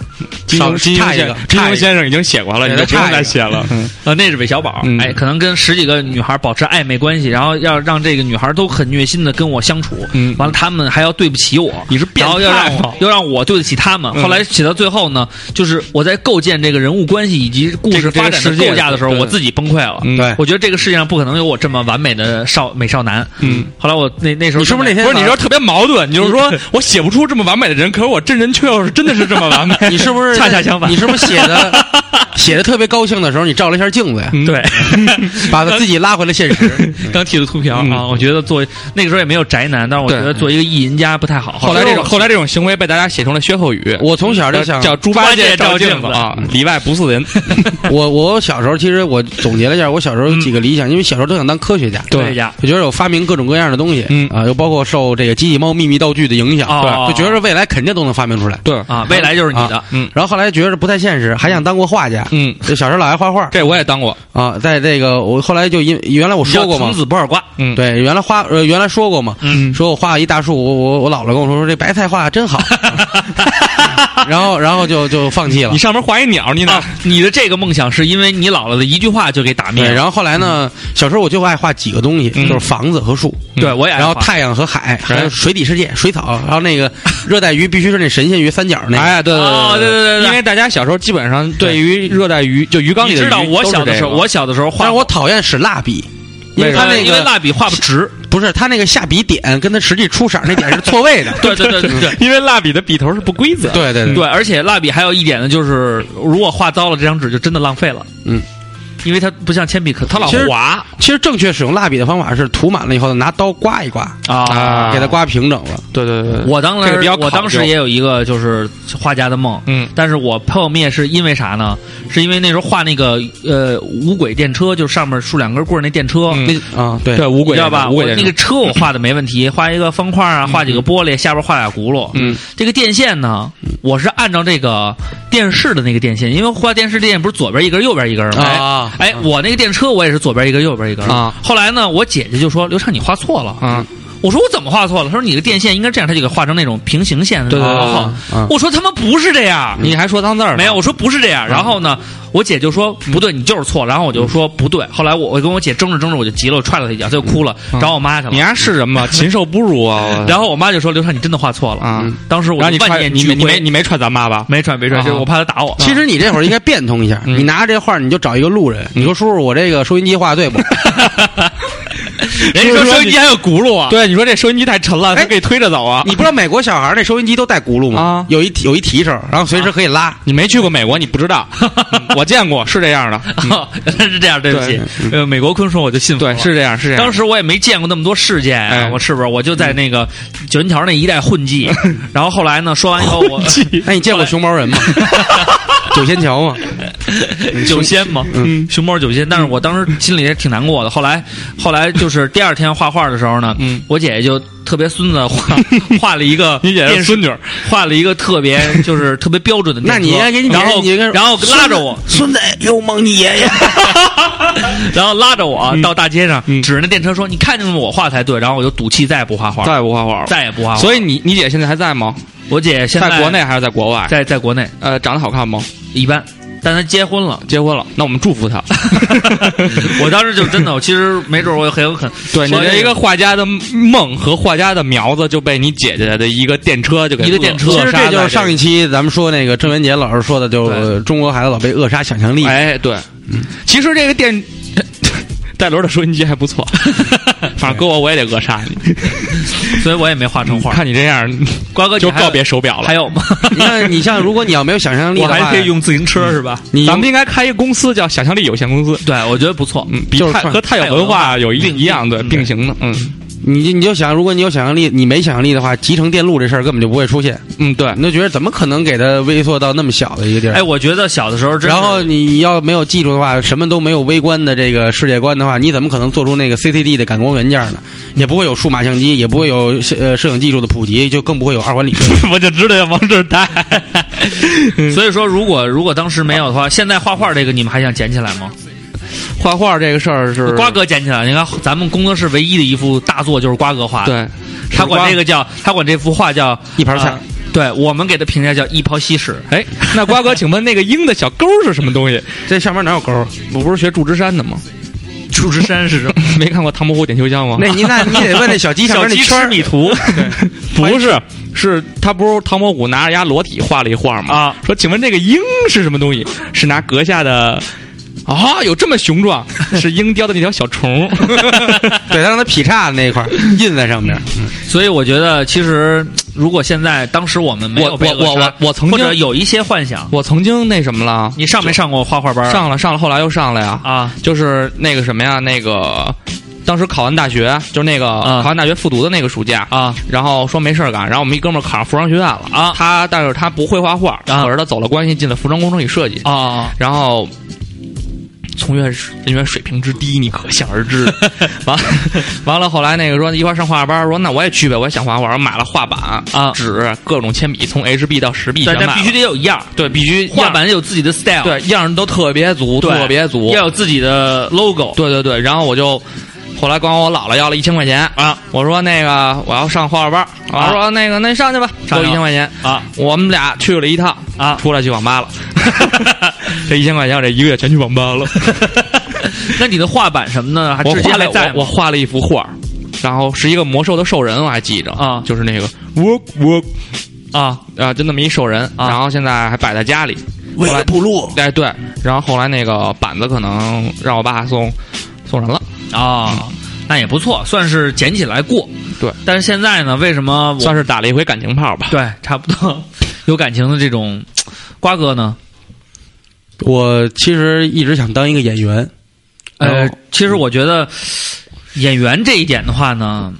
[SPEAKER 6] 金
[SPEAKER 3] 少
[SPEAKER 6] 庸
[SPEAKER 3] 金
[SPEAKER 6] 差
[SPEAKER 3] 庸
[SPEAKER 6] 一个
[SPEAKER 3] 先，
[SPEAKER 6] 金
[SPEAKER 3] 差一
[SPEAKER 6] 庸
[SPEAKER 3] 个
[SPEAKER 6] 先生已经写过了，
[SPEAKER 5] 对
[SPEAKER 6] 你就
[SPEAKER 5] 他
[SPEAKER 6] 不用
[SPEAKER 5] 差一
[SPEAKER 6] 再
[SPEAKER 5] 个
[SPEAKER 6] 写了。嗯
[SPEAKER 5] 呃，那是韦小宝，
[SPEAKER 6] 嗯
[SPEAKER 5] 哎，可能跟十几个女孩保持暧昧关系，然后要让这个女孩都很虐心的跟我相处，
[SPEAKER 6] 嗯
[SPEAKER 5] 完了他们还要对不起我，
[SPEAKER 6] 你是变
[SPEAKER 5] 然
[SPEAKER 6] 态吗
[SPEAKER 5] 后要让
[SPEAKER 6] 嗯
[SPEAKER 5] 我又让我对得起他们。后来写到最后呢，就是我在构建这个人物关系以及故
[SPEAKER 6] 这
[SPEAKER 5] 事
[SPEAKER 6] 个这个
[SPEAKER 5] 发展
[SPEAKER 6] 世
[SPEAKER 5] 的
[SPEAKER 6] 界
[SPEAKER 5] 构架的时候，
[SPEAKER 6] 对
[SPEAKER 5] 我自己崩溃了。
[SPEAKER 6] 嗯
[SPEAKER 3] 对
[SPEAKER 5] 我觉得这个世界上不可能有我这么完美的少美少男。
[SPEAKER 6] 嗯，
[SPEAKER 5] 后来我那那时候
[SPEAKER 3] 你是不是那天。
[SPEAKER 6] 不是你说特别矛盾，你就是说我写不出这么完美的人，可是我真人却又是真的是这么完美
[SPEAKER 3] 你是不是
[SPEAKER 5] 恰恰相反
[SPEAKER 3] 你是不是写 的写的特别高兴的时候，你照了一下镜子呀，
[SPEAKER 6] 嗯
[SPEAKER 5] 对，
[SPEAKER 3] 把自己拉回了现实？
[SPEAKER 5] 刚剃的秃瓢啊，
[SPEAKER 6] 嗯
[SPEAKER 5] 我觉得做那个时候也没有宅男，但是我觉
[SPEAKER 6] 对
[SPEAKER 5] 得做一个意淫家不太好。
[SPEAKER 6] 后来这种
[SPEAKER 5] 我
[SPEAKER 6] 后来这种行为被大家写成了歇后语，
[SPEAKER 3] 我从小就想，
[SPEAKER 6] 叫猪八戒照镜子
[SPEAKER 5] 猪八戒
[SPEAKER 6] 啊，里外不是人。
[SPEAKER 3] 我我小时候其实我总结了一下，我小时候有几个理想，因为小时候都想当科学家，
[SPEAKER 5] 嗯对呀
[SPEAKER 3] 就觉得我发明各种各样的东西，
[SPEAKER 6] 嗯
[SPEAKER 3] 啊，又包括受这个机器猫秘密道具的影响，
[SPEAKER 5] 哦
[SPEAKER 3] 就觉得未来肯定都能发明出来。
[SPEAKER 6] 对，
[SPEAKER 5] 啊，未来就是你的
[SPEAKER 3] 啊。然后后来觉得不太现实，还想当过画家，
[SPEAKER 6] 嗯，
[SPEAKER 3] 就小时候老爱画画
[SPEAKER 6] 这我也当过。
[SPEAKER 3] 啊，在这个我后来就因原来我说过
[SPEAKER 5] 你叫
[SPEAKER 3] 嘛
[SPEAKER 5] 藤，子不二瓜，
[SPEAKER 6] 嗯，
[SPEAKER 3] 对，原来画呃原来说过嘛，
[SPEAKER 5] 嗯
[SPEAKER 3] 说我画一大树，我我我姥姥跟我说说这白菜画的 真好，然后然后就就放弃了
[SPEAKER 6] 你。上面画一鸟，你哪
[SPEAKER 5] 啊？，你的这个梦想是因为你姥姥的一句话就给打灭
[SPEAKER 3] 对，
[SPEAKER 5] 了。
[SPEAKER 3] 然后后来呢，小时候我就爱画几个东西，
[SPEAKER 6] 嗯
[SPEAKER 3] 就是房子和树，
[SPEAKER 5] 嗯对我也爱
[SPEAKER 3] 然后
[SPEAKER 5] 画
[SPEAKER 3] 太阳和海，还有水底世界、水 草，然后那个热带鱼必须是那神仙鱼三角那个。
[SPEAKER 6] 哎，对
[SPEAKER 5] 哦对
[SPEAKER 6] 对
[SPEAKER 5] 对对对
[SPEAKER 6] 因为大家小时候基本上对于热带鱼，就鱼缸
[SPEAKER 5] 你
[SPEAKER 6] 里的鱼
[SPEAKER 5] 知道我
[SPEAKER 6] 都是
[SPEAKER 5] 小的
[SPEAKER 6] 这
[SPEAKER 5] 时候，
[SPEAKER 6] 个
[SPEAKER 5] 我小的时候
[SPEAKER 3] 但
[SPEAKER 5] 画
[SPEAKER 3] 是我讨厌使蜡笔，因为
[SPEAKER 6] 为
[SPEAKER 3] 它
[SPEAKER 6] 什
[SPEAKER 5] 他
[SPEAKER 6] 么
[SPEAKER 3] 那
[SPEAKER 5] 因为
[SPEAKER 3] 个
[SPEAKER 5] 蜡笔画不直。
[SPEAKER 3] 不是它那个下笔点跟它实际出色那点是错位的。
[SPEAKER 5] 对对对对对。
[SPEAKER 6] 因为蜡笔的笔头是不规则。
[SPEAKER 3] 对对对，
[SPEAKER 5] 对，而且蜡笔还有一点呢，就是如果画糟了，这张纸就真的浪费了。
[SPEAKER 3] 嗯，
[SPEAKER 5] 因为它不像铅笔可，它老
[SPEAKER 3] 其实
[SPEAKER 5] 滑
[SPEAKER 3] 其实正确使用蜡笔的方法是涂满了以后拿刀刮一刮，
[SPEAKER 5] 啊。
[SPEAKER 3] 给它刮平整了。
[SPEAKER 6] 对对对对，
[SPEAKER 5] 我当
[SPEAKER 6] 这
[SPEAKER 5] 时
[SPEAKER 6] 个比较考究
[SPEAKER 5] 我当时也有一个就是画家的梦，
[SPEAKER 6] 嗯
[SPEAKER 5] 但是我破灭是因为啥呢？是因为那时候画那个呃无轨电车，就上面竖两根棍儿哦那电车，
[SPEAKER 6] 嗯
[SPEAKER 3] 那啊，对
[SPEAKER 6] 对无
[SPEAKER 5] 你
[SPEAKER 6] 轨
[SPEAKER 5] 知道吧？
[SPEAKER 6] 无
[SPEAKER 5] 我
[SPEAKER 6] 轨电
[SPEAKER 5] 那个
[SPEAKER 6] 车
[SPEAKER 5] 车我画的没问题，画一个方块啊，画几个玻璃，下边画俩轱辘。
[SPEAKER 6] 嗯，
[SPEAKER 5] 这个电线呢，我是按照这个电视的那个电线，因为画电视电线不是左边一根右边一根吗？
[SPEAKER 3] 啊
[SPEAKER 5] 哎，哎我那个电车我也是左边一根右边一根
[SPEAKER 6] 啊。
[SPEAKER 5] 后来呢，我姐姐就说：“刘畅，你画错了。”
[SPEAKER 6] 啊，
[SPEAKER 5] 我说我怎么画错了？她说你的电线应该这样，她就给画成那种平行线的
[SPEAKER 6] 对对对啊嗯
[SPEAKER 5] 然后
[SPEAKER 3] 对对
[SPEAKER 5] 我说他妈不是这
[SPEAKER 3] 嗯
[SPEAKER 5] 样，
[SPEAKER 6] 你还说脏字儿呢
[SPEAKER 5] 没有，？我说不是嗯这样。然后呢，我姐就说不对，你就是错。然后我就说不对。后来我我跟我姐争着争着，我就急了，我踹了她一脚，她就哭了，找我妈去了。
[SPEAKER 6] 你丫是人吗？禽兽不如啊！ 我
[SPEAKER 5] 然后我妈就说：“刘畅，你真的画错了。
[SPEAKER 6] 啊，”
[SPEAKER 5] 当时我
[SPEAKER 6] 然
[SPEAKER 5] 就
[SPEAKER 6] 后你
[SPEAKER 5] 万
[SPEAKER 6] 踹
[SPEAKER 5] 念
[SPEAKER 6] 你
[SPEAKER 5] 俱
[SPEAKER 6] 没你
[SPEAKER 5] 灰
[SPEAKER 6] 没，你没踹咱妈吧？
[SPEAKER 5] 没踹没踹，
[SPEAKER 6] 啊
[SPEAKER 5] 就是我怕她打我。
[SPEAKER 3] 其实你这会儿应该变通一下，你拿着这画儿你就找一个路人，你说叔叔，我这个收音机画对不？
[SPEAKER 5] 嗯人家
[SPEAKER 6] 就是
[SPEAKER 5] 说
[SPEAKER 6] 说
[SPEAKER 5] 收音机还有轱辘啊，
[SPEAKER 6] 对，你说这收音机太沉了，
[SPEAKER 3] 哎
[SPEAKER 6] 他可以推着走啊。
[SPEAKER 3] 你不知道美国小孩儿那收音机都带轱辘吗？
[SPEAKER 6] 啊
[SPEAKER 3] 有一有一提手，然后随时可以拉。
[SPEAKER 6] 你没去过美国，你不知道。嗯我见过，是这样的。嗯
[SPEAKER 5] 哦 原来是这样，对不起，呃，美国昆 说我就信服了。
[SPEAKER 6] 对，是这样，是这样。
[SPEAKER 5] 当时我也没见过那么多事件啊
[SPEAKER 6] 哎，
[SPEAKER 5] 我是不是？我就在那个九云桥那一带混 迹，然后后来呢，说完以后我
[SPEAKER 3] 那你见过熊猫人吗？九仙桥吗？
[SPEAKER 5] 酒仙嘛，嗯，熊猫酒仙。但是我当时心里也挺难过的。后来，后来就是第二天画画的时候呢，
[SPEAKER 6] 嗯，
[SPEAKER 5] 我姐姐就特别孙子画画了一个，
[SPEAKER 6] 你姐姐
[SPEAKER 5] 电视
[SPEAKER 6] 孙女儿，
[SPEAKER 5] 画了一个特别就是特别标准的电车。
[SPEAKER 3] 那你应该给你姐
[SPEAKER 5] 然后
[SPEAKER 3] 你应该
[SPEAKER 5] 然后拉着我，
[SPEAKER 7] 孙子又蒙你爷爷。
[SPEAKER 5] 然后拉着我到大街上，指着那电车说：“你看见我画才对。”然后我就赌气再也不画画，
[SPEAKER 6] 再也不画画了。
[SPEAKER 5] 再也不画画。
[SPEAKER 6] 所以你你姐现在还在吗？
[SPEAKER 5] 我姐姐现
[SPEAKER 6] 在国内还是在国外？
[SPEAKER 5] 在在国内
[SPEAKER 6] 呃，长得好看吗？
[SPEAKER 5] 一般，但她结婚了。
[SPEAKER 6] 结婚了，那我们祝福她。
[SPEAKER 5] 我当时就真的，我其实没准我也很有可能，
[SPEAKER 6] 对，你
[SPEAKER 5] 我
[SPEAKER 6] 的一个画家的梦和画家的苗子就被你姐姐的一个电车就给
[SPEAKER 5] 一个
[SPEAKER 6] 扼
[SPEAKER 5] 电车
[SPEAKER 3] 其
[SPEAKER 6] 扼
[SPEAKER 3] 实
[SPEAKER 6] 杀
[SPEAKER 3] 这就
[SPEAKER 6] 在
[SPEAKER 3] 是上一期咱们说那个郑渊洁老师说的，就是中国孩子老被扼杀想象力。
[SPEAKER 6] 哎，对，其实这个电 带轮的收音机还不错，反正搁我我也得扼杀你。
[SPEAKER 5] 所以我也没画成画。
[SPEAKER 6] 看你这样，
[SPEAKER 5] 瓜哥，你
[SPEAKER 6] 就
[SPEAKER 5] 还有
[SPEAKER 6] 告别手表
[SPEAKER 5] 还
[SPEAKER 6] 了。
[SPEAKER 5] 有吗？
[SPEAKER 3] 你看，你像如果你要没有想象力
[SPEAKER 5] 我
[SPEAKER 3] 的话，
[SPEAKER 5] 还可以用自行车是吧？
[SPEAKER 3] 你
[SPEAKER 6] 咱们应该开一个公司叫想象力有限公司，
[SPEAKER 5] 嗯对，我觉得不错。
[SPEAKER 6] 嗯，比
[SPEAKER 3] 就是
[SPEAKER 6] 太
[SPEAKER 3] 创
[SPEAKER 6] 和太有文化有一一样的
[SPEAKER 5] 嗯
[SPEAKER 6] 并行的，嗯
[SPEAKER 3] 你你就想，如果你有想象力，你没想象力的话，集成电路这事儿根本就不会出现。
[SPEAKER 6] 嗯，对
[SPEAKER 3] 你，就觉得怎么可能给它微缩到那么小的一个地儿？
[SPEAKER 5] 哎，我觉得小的时候真是，
[SPEAKER 3] 然后你要没有记住的话，什么都没有微观的这个世界观的话，你怎么可能做出那个 CCD 的感光元件呢？也不会有数码相机，也不会有呃摄影技术的普及，就更不会有二环理论。
[SPEAKER 6] 我就知道要往这儿带。
[SPEAKER 5] 所以说，如果如果当时没有的话，现在画画这个你们还想捡起来吗？
[SPEAKER 6] 画画这个事儿是
[SPEAKER 5] 瓜哥捡起来，你看咱们工作室唯一的一幅大作就是瓜哥画的，
[SPEAKER 6] 对，
[SPEAKER 5] 他管这
[SPEAKER 6] 个
[SPEAKER 5] 个叫他管这幅画叫
[SPEAKER 3] 一盘菜
[SPEAKER 5] 呃对我们给的评价叫一泡稀屎。
[SPEAKER 6] 哎，那瓜哥，请问那个鹰的小钩是什么东西？
[SPEAKER 3] 这下面哪有钩？
[SPEAKER 6] 我呃不是学祝枝山的吗？
[SPEAKER 5] 祝枝山是什么？
[SPEAKER 6] 没看过《唐伯虎点秋香》吗？
[SPEAKER 3] 那你那你得问那小鸡 上面那圈儿
[SPEAKER 5] 米图
[SPEAKER 6] 不是，是他不是唐伯虎拿着丫裸体画了一画吗？
[SPEAKER 5] 啊，
[SPEAKER 6] 说，请问这个鹰是什么东西？是拿阁下的。啊、有这么雄 壮，是鹰雕的那条小虫。
[SPEAKER 3] 对，他让他劈叉的那一块儿印在上面。
[SPEAKER 5] 所以我觉得，其实如果现在当时我们没有
[SPEAKER 6] 我
[SPEAKER 5] 被
[SPEAKER 6] 我我
[SPEAKER 5] 扼杀
[SPEAKER 6] 我我曾
[SPEAKER 5] 或
[SPEAKER 6] 经
[SPEAKER 5] 者有一些幻想，
[SPEAKER 6] 我曾经那什么了，
[SPEAKER 5] 你上没上过画画班？
[SPEAKER 6] 上了上了，后来又上了呀。
[SPEAKER 5] 啊
[SPEAKER 6] 就是那个什么呀，那个当时考完大学，就是那个、
[SPEAKER 5] 啊
[SPEAKER 6] 考完大学复读的那个暑假，
[SPEAKER 5] 啊
[SPEAKER 6] 然后说没事儿干，然后我们一哥们儿考上服装学院了
[SPEAKER 5] 啊
[SPEAKER 6] 他但是他不会画画，
[SPEAKER 5] 啊
[SPEAKER 6] 可是他走了关系进了服装工程与设计，
[SPEAKER 5] 啊！
[SPEAKER 6] 然后。从业人员水平之低，你可想而 知。完了完了，后来那个说一块儿上画班，说那我也去呗，我也想画画，我买了画板
[SPEAKER 5] 啊
[SPEAKER 6] 纸，各种铅笔，从 HB 到十 B
[SPEAKER 5] 但
[SPEAKER 6] 全买
[SPEAKER 5] 但必须
[SPEAKER 6] 了
[SPEAKER 5] 得有样儿，
[SPEAKER 6] 对必须
[SPEAKER 5] 画
[SPEAKER 6] 样
[SPEAKER 5] 板有自己的 style，
[SPEAKER 6] 对样儿都特别足，
[SPEAKER 5] 对
[SPEAKER 6] 特别足，
[SPEAKER 5] 要有自己的 logo。
[SPEAKER 6] 对对对，然后我就后来管我姥姥要了一千块钱
[SPEAKER 5] 啊，
[SPEAKER 6] 我说那个我要上画画班，我
[SPEAKER 5] 啊
[SPEAKER 6] 说那个那你上去吧，
[SPEAKER 5] 上
[SPEAKER 6] 给我
[SPEAKER 5] 去
[SPEAKER 6] 一千块钱
[SPEAKER 5] 啊，
[SPEAKER 6] 我们俩去了一趟
[SPEAKER 5] 啊
[SPEAKER 6] 出来去网 吧了， 这一千块钱我这一个月全去网吧了，
[SPEAKER 5] 那你的画板什么的，还
[SPEAKER 6] 我
[SPEAKER 5] 至今
[SPEAKER 6] 画
[SPEAKER 5] 还
[SPEAKER 6] 了
[SPEAKER 5] 在
[SPEAKER 6] 我我
[SPEAKER 5] 吗？
[SPEAKER 6] 画了一幅画儿。然后是一个魔兽的兽人，我还记着
[SPEAKER 5] 啊
[SPEAKER 6] 就是那个 work work
[SPEAKER 5] 啊
[SPEAKER 6] 啊，就那么一兽人，
[SPEAKER 5] 啊
[SPEAKER 6] 然后现在还摆在家里，
[SPEAKER 7] 为了铺路，
[SPEAKER 6] 哎对，然后后来那个板子可能让我爸送送人了，
[SPEAKER 5] 啊，那也不错，算是捡起来过。
[SPEAKER 6] 嗯对，
[SPEAKER 5] 但是现在呢，为什么我
[SPEAKER 6] 算是打了一回感情炮吧。
[SPEAKER 5] 对差不多有感情的这种瓜哥呢？
[SPEAKER 3] 我其实一直想当一个演员，
[SPEAKER 5] 呃
[SPEAKER 3] 然后，
[SPEAKER 5] 其实我觉得演员这一点的话呢，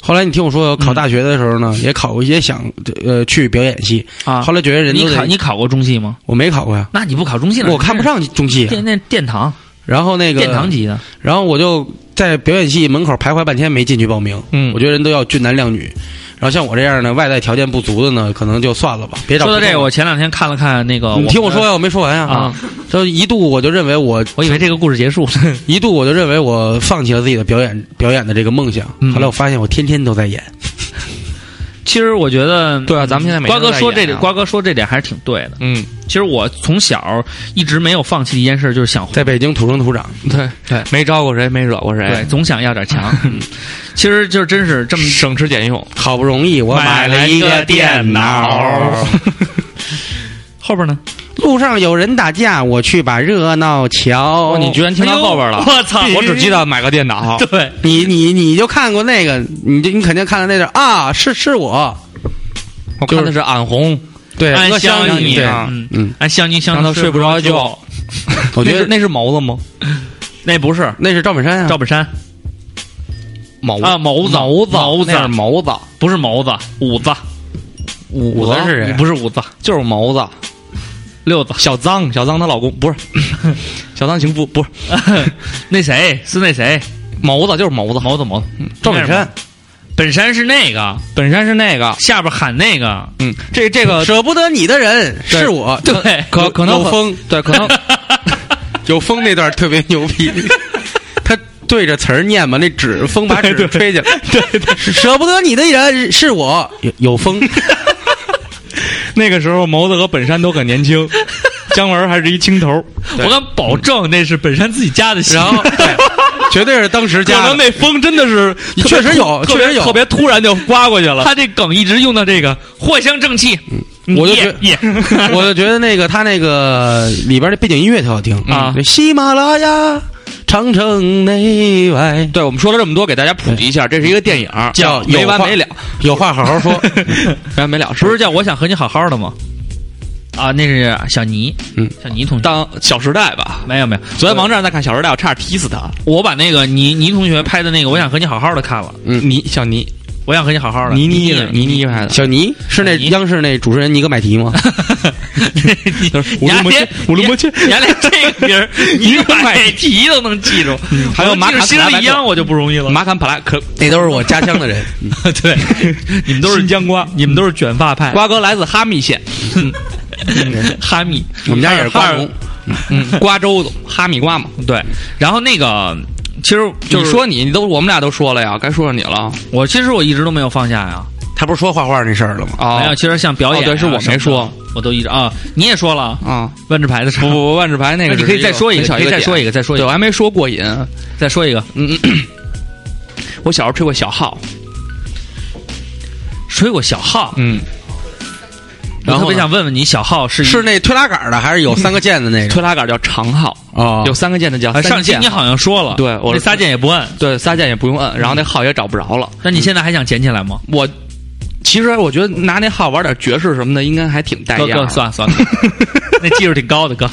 [SPEAKER 3] 后来你听我说，考大学的时候呢，也考过，也想呃去表演戏。
[SPEAKER 5] 啊
[SPEAKER 3] 后，来觉得人都
[SPEAKER 5] 你考
[SPEAKER 3] 得，
[SPEAKER 5] 你考过中戏吗？
[SPEAKER 3] 我没考过呀，
[SPEAKER 5] 那你不考中戏了？
[SPEAKER 3] 我看不上中戏啊
[SPEAKER 5] 你。是殿。那殿堂
[SPEAKER 3] 然后那个
[SPEAKER 5] 殿堂级的
[SPEAKER 3] 然后我就在表演系门口徘徊半天，没进去报名。
[SPEAKER 6] 嗯
[SPEAKER 3] 我觉得人都要俊男靓女，然后像我这样的外在条件不足的呢，可能就算了吧，别找。
[SPEAKER 5] 说到这个，我前两天看了看那个，
[SPEAKER 3] 你听我说，呀，我没说完呀
[SPEAKER 5] 啊！
[SPEAKER 3] 就一度我就认为我
[SPEAKER 5] 我以为这个故事结束了
[SPEAKER 3] 一度我就认为我放弃了自己的表演表演的这个梦想。
[SPEAKER 5] 嗯
[SPEAKER 3] 后来我发现我天天都在演，
[SPEAKER 5] 其实我觉得，
[SPEAKER 6] 对啊咱们现在
[SPEAKER 5] 嗯
[SPEAKER 6] 每
[SPEAKER 5] 瓜
[SPEAKER 6] 天都
[SPEAKER 5] 哥
[SPEAKER 6] 在
[SPEAKER 5] 说这
[SPEAKER 6] 演
[SPEAKER 5] 点，
[SPEAKER 6] 啊
[SPEAKER 5] 瓜哥说这点还是挺对的。
[SPEAKER 6] 嗯，
[SPEAKER 5] 其实我从小一直没有放弃的一件事，就是想活
[SPEAKER 3] 在北京土生土长。
[SPEAKER 6] 对
[SPEAKER 5] 对
[SPEAKER 6] 没招过谁，没惹过谁，
[SPEAKER 5] 对，总想要点 强。嗯其实就是真是这么
[SPEAKER 6] 省吃俭用。
[SPEAKER 3] 好不容易我买了一个电脑，
[SPEAKER 5] 后边呢？
[SPEAKER 3] 路上有人打架，我去把热闹瞧。
[SPEAKER 6] 你居然听到后边了？
[SPEAKER 5] 哎呦我操
[SPEAKER 6] 我只记得买个电脑。
[SPEAKER 5] 对，
[SPEAKER 3] 你你你就看过那个，你就你肯定看到那段啊，是是我，
[SPEAKER 6] 我看的是俺红，
[SPEAKER 3] 对，
[SPEAKER 5] 俺
[SPEAKER 3] 我
[SPEAKER 5] 想
[SPEAKER 3] 你，
[SPEAKER 5] 你
[SPEAKER 3] 对
[SPEAKER 5] 啊
[SPEAKER 3] 嗯嗯，
[SPEAKER 5] 俺想你想
[SPEAKER 6] 让
[SPEAKER 5] 的
[SPEAKER 6] 他睡不着觉。
[SPEAKER 3] 我觉
[SPEAKER 6] 那是
[SPEAKER 3] 得
[SPEAKER 6] 那是毛子吗？
[SPEAKER 5] 那不是
[SPEAKER 3] 那是赵本山啊
[SPEAKER 5] 赵，本山
[SPEAKER 6] 毛
[SPEAKER 5] 啊，毛子
[SPEAKER 6] 毛子
[SPEAKER 5] 毛
[SPEAKER 6] 那是
[SPEAKER 5] 子
[SPEAKER 6] 毛子，
[SPEAKER 5] 不是毛子，五子
[SPEAKER 6] 五
[SPEAKER 3] 子是谁
[SPEAKER 5] 不是五子
[SPEAKER 6] 就是毛子。
[SPEAKER 5] 六 子，
[SPEAKER 6] 啊小脏，小脏她老公 不是小脏情夫，不是
[SPEAKER 5] 那谁是那谁？
[SPEAKER 6] 毛子就是毛子。
[SPEAKER 5] 毛子毛子，
[SPEAKER 3] 赵本山
[SPEAKER 5] 本山是那个
[SPEAKER 6] 本山是那个，
[SPEAKER 5] 下边喊那个，
[SPEAKER 6] 嗯，这这个
[SPEAKER 3] 舍不得你的人
[SPEAKER 6] 对
[SPEAKER 3] 是我，
[SPEAKER 5] 对
[SPEAKER 6] 可可能
[SPEAKER 3] 有
[SPEAKER 6] 很
[SPEAKER 3] 风
[SPEAKER 6] 对可能
[SPEAKER 3] 有风那段特别牛逼，他对着词儿念嘛，那纸风把纸吹起来，对对，舍不得你的人是我，有有 风，
[SPEAKER 6] 那个时候毛子和本山都很年 轻，姜文还是一青头，
[SPEAKER 5] 我敢保证那是本山自己家的戏。
[SPEAKER 3] 然 后对，绝对是当时
[SPEAKER 6] 可
[SPEAKER 3] 加的
[SPEAKER 6] 能那风真的是
[SPEAKER 3] 确实有
[SPEAKER 6] 特别
[SPEAKER 3] 确实有
[SPEAKER 6] 特别突然就刮过去了。
[SPEAKER 5] 他这梗一直用到这个藿香正气，
[SPEAKER 3] 我就
[SPEAKER 5] 耶
[SPEAKER 3] 觉
[SPEAKER 5] 耶
[SPEAKER 3] 我就觉得那个他那个呃里边的背景音乐特好听
[SPEAKER 5] 啊
[SPEAKER 3] 嗯喜马拉雅
[SPEAKER 6] 嗯
[SPEAKER 3] 长城内外
[SPEAKER 6] 对，我们说了这么多，给大家普及一下，这是一个电影，
[SPEAKER 3] 叫
[SPEAKER 6] 没完
[SPEAKER 3] 有话
[SPEAKER 6] 没了，
[SPEAKER 3] 有话好好说。
[SPEAKER 6] 没完没了。啊是
[SPEAKER 5] 不
[SPEAKER 6] 不
[SPEAKER 5] 是
[SPEAKER 6] 是
[SPEAKER 5] 叫我想和你好好的吗？啊，那是小尼，
[SPEAKER 3] 嗯，
[SPEAKER 5] 小尼同学，
[SPEAKER 6] 当《小时代》吧？
[SPEAKER 5] 没有没有，
[SPEAKER 6] 昨天王战在看《小时代》，我差点踢死他。
[SPEAKER 5] 我把那个倪倪同学拍的那个《我想和你好好的》看了，
[SPEAKER 3] 嗯
[SPEAKER 6] 倪小倪
[SPEAKER 5] 我想和你好好的。
[SPEAKER 6] 倪
[SPEAKER 5] 倪
[SPEAKER 6] 妮倪妮拍的，
[SPEAKER 3] 小尼是那
[SPEAKER 5] 小 尼
[SPEAKER 3] 央视那主持人尼格买提吗？
[SPEAKER 5] 你
[SPEAKER 6] 就是
[SPEAKER 5] 你
[SPEAKER 6] 五路
[SPEAKER 5] 还
[SPEAKER 6] 魔
[SPEAKER 5] 连
[SPEAKER 6] 切五路魔切
[SPEAKER 5] 你 还连这个名儿，你
[SPEAKER 6] 个
[SPEAKER 5] 把
[SPEAKER 6] 麦
[SPEAKER 5] 这题都能记住，
[SPEAKER 6] 嗯还有
[SPEAKER 5] 我
[SPEAKER 6] 马
[SPEAKER 5] 记住
[SPEAKER 6] 卡斯
[SPEAKER 5] 心
[SPEAKER 6] 拉
[SPEAKER 5] 里
[SPEAKER 6] 白
[SPEAKER 5] 一样，我就不容易了。
[SPEAKER 6] 马坎普拉可
[SPEAKER 3] 那都是我家乡的 人。
[SPEAKER 5] 对，你们都是
[SPEAKER 6] 新疆瓜
[SPEAKER 5] 你们都是卷发派，
[SPEAKER 6] 瓜哥来自哈密县，
[SPEAKER 5] 哈密，
[SPEAKER 3] 我们家也是瓜农，
[SPEAKER 6] 嗯，瓜州的哈密瓜嘛。
[SPEAKER 5] 对。然后那个，其实就是
[SPEAKER 6] 你说你，你都我们俩都说了呀，该说说你了。
[SPEAKER 5] 我，其实我一直都没有放下呀。
[SPEAKER 3] 他不是说画画那事儿了吗？
[SPEAKER 6] 啊
[SPEAKER 5] 没有，其实像表演啊，
[SPEAKER 6] 哦对是我没
[SPEAKER 5] 什么的
[SPEAKER 6] 说，
[SPEAKER 5] 我都一直啊，你也说了
[SPEAKER 6] 啊，
[SPEAKER 5] 万智牌的事儿
[SPEAKER 6] 不不不，万智牌那
[SPEAKER 5] 那
[SPEAKER 6] 个
[SPEAKER 5] 你
[SPEAKER 6] 只
[SPEAKER 5] 可
[SPEAKER 6] 是
[SPEAKER 5] 以再说一
[SPEAKER 6] 一
[SPEAKER 5] 个，
[SPEAKER 6] 很小
[SPEAKER 5] 可以再
[SPEAKER 6] 点
[SPEAKER 5] 说一个，再说一
[SPEAKER 6] 对我
[SPEAKER 5] 个，
[SPEAKER 6] 还没说过瘾。
[SPEAKER 5] 再说一个。
[SPEAKER 6] 嗯我小时候吹过小号，
[SPEAKER 5] 吹过小号，
[SPEAKER 6] 嗯，
[SPEAKER 5] 我
[SPEAKER 3] 然后
[SPEAKER 5] 特
[SPEAKER 3] 呢
[SPEAKER 5] 别想问问你，小号是一
[SPEAKER 3] 是那推拉杆的，还是有三个键的那个？
[SPEAKER 6] 推拉杆叫长号，
[SPEAKER 3] 哦
[SPEAKER 6] 有三个键的叫
[SPEAKER 5] 呃
[SPEAKER 6] 三
[SPEAKER 5] 上期
[SPEAKER 6] 键
[SPEAKER 5] 你
[SPEAKER 6] 号，
[SPEAKER 5] 好像说了，
[SPEAKER 6] 对我
[SPEAKER 5] 那
[SPEAKER 6] 是
[SPEAKER 5] 仨键也不按，
[SPEAKER 6] 对，仨键也不用摁，然后那号也找不着了。
[SPEAKER 5] 那你现在还想捡起来吗？
[SPEAKER 6] 我其实我觉得拿那号玩点爵士什么的，应该还挺带
[SPEAKER 5] 哥
[SPEAKER 6] 样
[SPEAKER 5] 哥，
[SPEAKER 6] 的。
[SPEAKER 5] 算了 算了，那技术挺高的哥，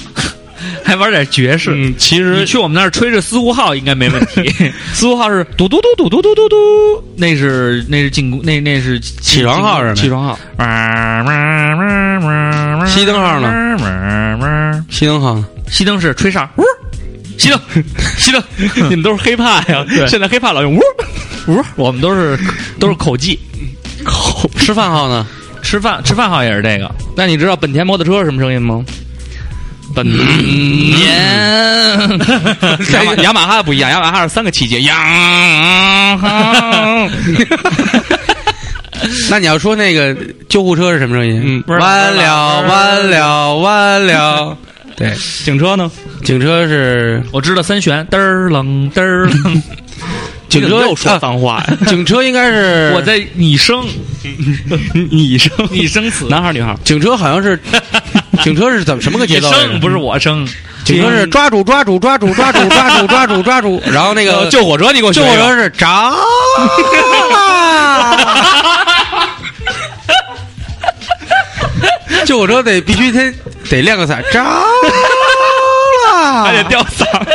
[SPEAKER 5] 还玩点爵士。
[SPEAKER 6] 嗯，其
[SPEAKER 5] 你
[SPEAKER 6] 实
[SPEAKER 5] 去我们那儿吹着四五号应该没问题，
[SPEAKER 6] 四五号是嘟嘟嘟嘟嘟嘟嘟嘟，
[SPEAKER 5] 那是那是进攻，那那是
[SPEAKER 3] 起床号是
[SPEAKER 6] 起
[SPEAKER 3] 吗？
[SPEAKER 6] 床号
[SPEAKER 3] 熄灯号呢？熄灯号呢？
[SPEAKER 5] 熄灯是吹哨，呜，熄 灯，熄灯，
[SPEAKER 6] 你们都是黑怕呀
[SPEAKER 5] 对？
[SPEAKER 6] 现在黑怕老用呜
[SPEAKER 5] 不是，我们都是都是口技。
[SPEAKER 6] 口。
[SPEAKER 3] 吃饭号呢？
[SPEAKER 5] 吃饭吃饭好像也是这个，
[SPEAKER 6] 那你知道本田摩托车是什么声音吗？本田雅马雅马哈不一样，雅马哈是三个气节。雅哈，
[SPEAKER 3] 那你要说那个救护车是什么声音？
[SPEAKER 6] 嗯
[SPEAKER 5] 不是
[SPEAKER 3] 弯了，弯了，弯 了。对，
[SPEAKER 6] 警车呢？
[SPEAKER 3] 警车是
[SPEAKER 5] 我知道三旋嘚儿楞嘚儿楞，
[SPEAKER 6] 警
[SPEAKER 3] 你怎么
[SPEAKER 6] 车 又
[SPEAKER 3] 又
[SPEAKER 6] 说
[SPEAKER 5] 啊
[SPEAKER 3] 说
[SPEAKER 6] 脏话呀？
[SPEAKER 3] 警车，应该是
[SPEAKER 5] 我在拟 声
[SPEAKER 6] 你生
[SPEAKER 5] 拟声词，
[SPEAKER 6] 男孩儿女孩儿？
[SPEAKER 3] 警车好像是警车是怎么什么个
[SPEAKER 5] 你
[SPEAKER 3] 节奏来着？
[SPEAKER 5] 声不是我声，
[SPEAKER 3] 警车是抓住抓住抓住抓住抓住抓住抓住， 然后那个
[SPEAKER 6] 哦救火车，你给我
[SPEAKER 3] 救
[SPEAKER 6] 学
[SPEAKER 3] 火
[SPEAKER 6] 一个
[SPEAKER 3] 车是 着了。救火车得必须得得练个色，着
[SPEAKER 5] 还得
[SPEAKER 3] 了。
[SPEAKER 5] 吊嗓儿。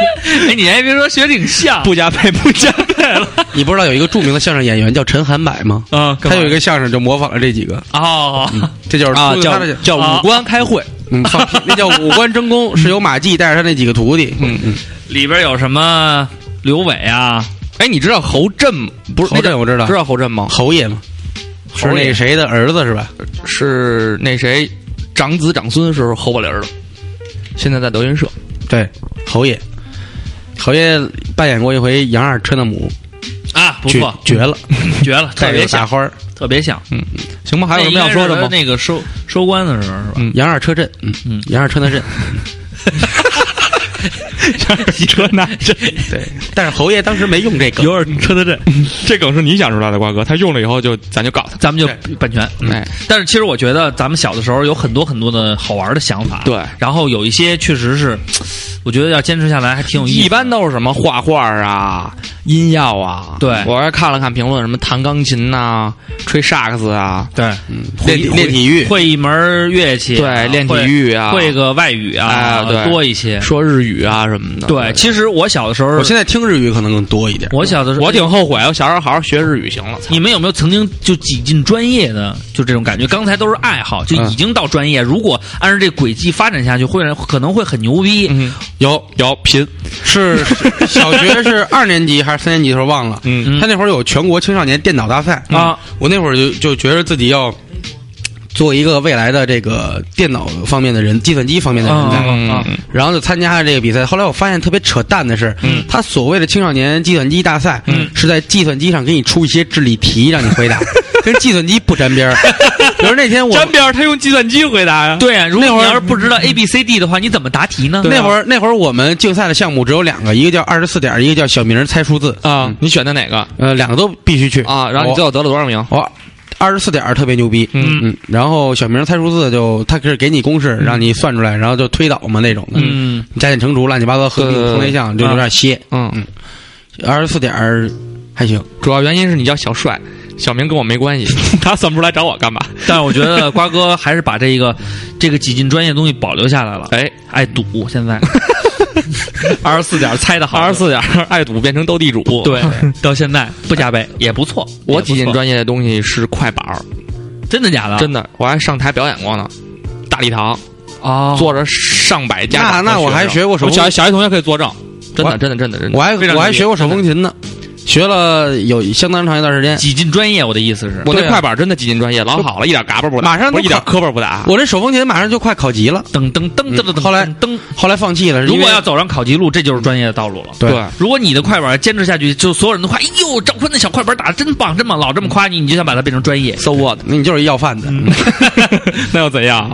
[SPEAKER 5] 哎，你还别说，学挺像，
[SPEAKER 6] 不加配不加配了。
[SPEAKER 3] 你不知道有一个著名的相声演员叫陈涵柏吗？
[SPEAKER 5] 啊，
[SPEAKER 3] 他有一个相声就模仿了这几个，
[SPEAKER 5] 哦，
[SPEAKER 3] 这就是
[SPEAKER 6] 啊，
[SPEAKER 3] 出自他
[SPEAKER 6] 叫
[SPEAKER 3] 的
[SPEAKER 6] 叫五官开会，
[SPEAKER 3] 嗯，放屁，那叫五官争功，是由马季带着他那几个徒弟，嗯嗯，
[SPEAKER 5] 里边有什么刘伟啊，
[SPEAKER 6] 哎，你知道侯震吗？不是
[SPEAKER 3] 嗯侯震我知道
[SPEAKER 6] 那叫知道侯震吗？
[SPEAKER 3] 侯爷嘛，是那个谁的儿子是吧？
[SPEAKER 6] 是那谁长子长孙是侯宝林儿的，现在在德云社。
[SPEAKER 3] 对，侯爷，侯爷扮演过一回杨二车的母，
[SPEAKER 5] 啊，不
[SPEAKER 3] 绝
[SPEAKER 5] 错，
[SPEAKER 3] 绝 了，
[SPEAKER 5] 绝了，特
[SPEAKER 3] 带
[SPEAKER 5] 别
[SPEAKER 3] 着大
[SPEAKER 5] 像，
[SPEAKER 3] 花儿，
[SPEAKER 5] 特别像。
[SPEAKER 6] 行吗？还有什么要说的吗？
[SPEAKER 5] 那个收收官的时候是吧？
[SPEAKER 3] 杨二车震，嗯
[SPEAKER 5] 嗯
[SPEAKER 3] 杨二车那震，
[SPEAKER 6] 车那 这
[SPEAKER 3] 对，但是侯爷当时没用这个，
[SPEAKER 6] 点车的震，这梗是你想出来的，瓜哥。他用了以后就咱就告他。
[SPEAKER 5] 咱们就版权。嗯
[SPEAKER 6] 哎，
[SPEAKER 5] 但是其实我觉得咱们小的时候有很多很多的好玩的想法，
[SPEAKER 6] 对
[SPEAKER 5] 然后有一些确实是，我觉得要坚持下来还挺有意思的。
[SPEAKER 6] 一般都是什么画画啊、音药啊。
[SPEAKER 5] 对
[SPEAKER 6] 我还看了看评论，什么弹钢琴呐、吹萨克斯啊，
[SPEAKER 5] 对
[SPEAKER 3] 练练体育，
[SPEAKER 5] 会一门乐器，啊
[SPEAKER 6] 对，练体
[SPEAKER 5] 会
[SPEAKER 6] 育啊，
[SPEAKER 5] 会个外语啊
[SPEAKER 6] 哎，对
[SPEAKER 5] 多一些。
[SPEAKER 6] 说日语啊什么的。
[SPEAKER 5] 对，其实我小的时候，
[SPEAKER 3] 我现在听日语可能更多一点，
[SPEAKER 5] 我小的时候，
[SPEAKER 6] 我挺后悔，啊我小时候好好学日语行了。操
[SPEAKER 5] 你们有没有曾经就挤进专业的，就这种感觉？刚才都是爱好，
[SPEAKER 6] 嗯
[SPEAKER 5] 就已经到专业。如果按照这轨迹发展下去，会可能会很牛逼。
[SPEAKER 6] 嗯，有有贫，
[SPEAKER 3] 是是小学是二年级还是三年级的时候忘了，
[SPEAKER 6] 嗯
[SPEAKER 3] 他那会儿有全国青少年电脑大赛嗯
[SPEAKER 5] 啊，
[SPEAKER 3] 我那会儿就就觉得自己要。做一个未来的这个电脑方面的人，计算机方面的人才，
[SPEAKER 6] 嗯嗯
[SPEAKER 3] 然后就参加了这个比赛。后来我发现特别扯淡的是，
[SPEAKER 6] 嗯
[SPEAKER 3] 他所谓的青少年计算机大赛，是在计算机上给你出一些智力题让你回 答，跟计算机不沾边儿。比如那天我
[SPEAKER 6] 边儿他用计算机回答呀。
[SPEAKER 5] 对啊，如果
[SPEAKER 3] 那会
[SPEAKER 5] 你
[SPEAKER 3] 儿
[SPEAKER 5] 要是不知道 A B C D 的话，你怎么答题呢？
[SPEAKER 3] 那
[SPEAKER 6] 啊
[SPEAKER 3] 会儿那会儿我们竞赛的项目只有两个，一个叫二十四点儿，一个叫小明儿猜数字，
[SPEAKER 6] 啊，你选的哪个
[SPEAKER 3] 呃，两个都必须去
[SPEAKER 6] 啊？然后你最后得了多少名？
[SPEAKER 3] 我哦二十四点儿特别牛逼，
[SPEAKER 6] 嗯
[SPEAKER 3] 嗯，然后小明猜数字就他是给你公式让你算出来，然后就推导嘛那种的，
[SPEAKER 5] 嗯，
[SPEAKER 3] 加减乘除乱七八糟合并
[SPEAKER 6] 对对对
[SPEAKER 3] 同类项就有点歇。
[SPEAKER 6] 嗯，
[SPEAKER 3] 二十四点儿还行，
[SPEAKER 6] 主要原因是你叫小帅，小明跟我没关 系，他算不出来找我干嘛。
[SPEAKER 5] 但是我觉得瓜哥还是把这个这个挤进专业的东西保留下来了。
[SPEAKER 6] 哎，
[SPEAKER 5] 爱赌现在，二十四点猜的好，
[SPEAKER 6] 二十四点儿爱赌变成斗地主。
[SPEAKER 5] 对，到现在不加倍也不错。
[SPEAKER 6] 我挤
[SPEAKER 5] 也
[SPEAKER 6] 进
[SPEAKER 5] 不错
[SPEAKER 6] 专业的东西是快板儿，
[SPEAKER 5] 真的假的？
[SPEAKER 6] 真的，我还上台表演过呢。大礼堂
[SPEAKER 5] 哦，
[SPEAKER 6] 坐着上百家
[SPEAKER 3] 那
[SPEAKER 6] 长和
[SPEAKER 3] 那我还
[SPEAKER 6] 学生
[SPEAKER 3] 学过手
[SPEAKER 6] 我
[SPEAKER 3] 风
[SPEAKER 6] 小小学同学可以作证，真
[SPEAKER 3] 我
[SPEAKER 6] 的真的真的真的。
[SPEAKER 3] 我还
[SPEAKER 6] 嗯非常
[SPEAKER 3] 我还
[SPEAKER 6] 牛逼
[SPEAKER 3] 学过手风琴呢，学了有相当长一段时间。
[SPEAKER 6] 嗯
[SPEAKER 5] 几进专业，我的意思是，
[SPEAKER 6] 我
[SPEAKER 3] 对
[SPEAKER 6] 那
[SPEAKER 3] 啊
[SPEAKER 6] 快板真的几斤专业，老好了，一点嘎巴不打，
[SPEAKER 3] 马上就
[SPEAKER 6] 不是一点
[SPEAKER 3] 考
[SPEAKER 6] 磕巴不啊打。
[SPEAKER 3] 我这手风琴马上就快考级了，
[SPEAKER 5] 噔噔噔噔噔噔，
[SPEAKER 3] 后来
[SPEAKER 5] 噔，
[SPEAKER 3] 后来放弃了。是因
[SPEAKER 5] 嗯如
[SPEAKER 3] 为
[SPEAKER 5] 果要走上考级路，这就是专业的道路了。
[SPEAKER 3] 对
[SPEAKER 6] 对
[SPEAKER 5] 如果你的快板坚持下去，就所有人都夸，哎呦，赵坤那小快板打的真棒，真棒，老这么夸你，你就想把它变成专业。
[SPEAKER 6] ，so what？
[SPEAKER 3] 那你就是一要饭的，
[SPEAKER 6] 嗯
[SPEAKER 3] 嗯
[SPEAKER 6] 那又怎样？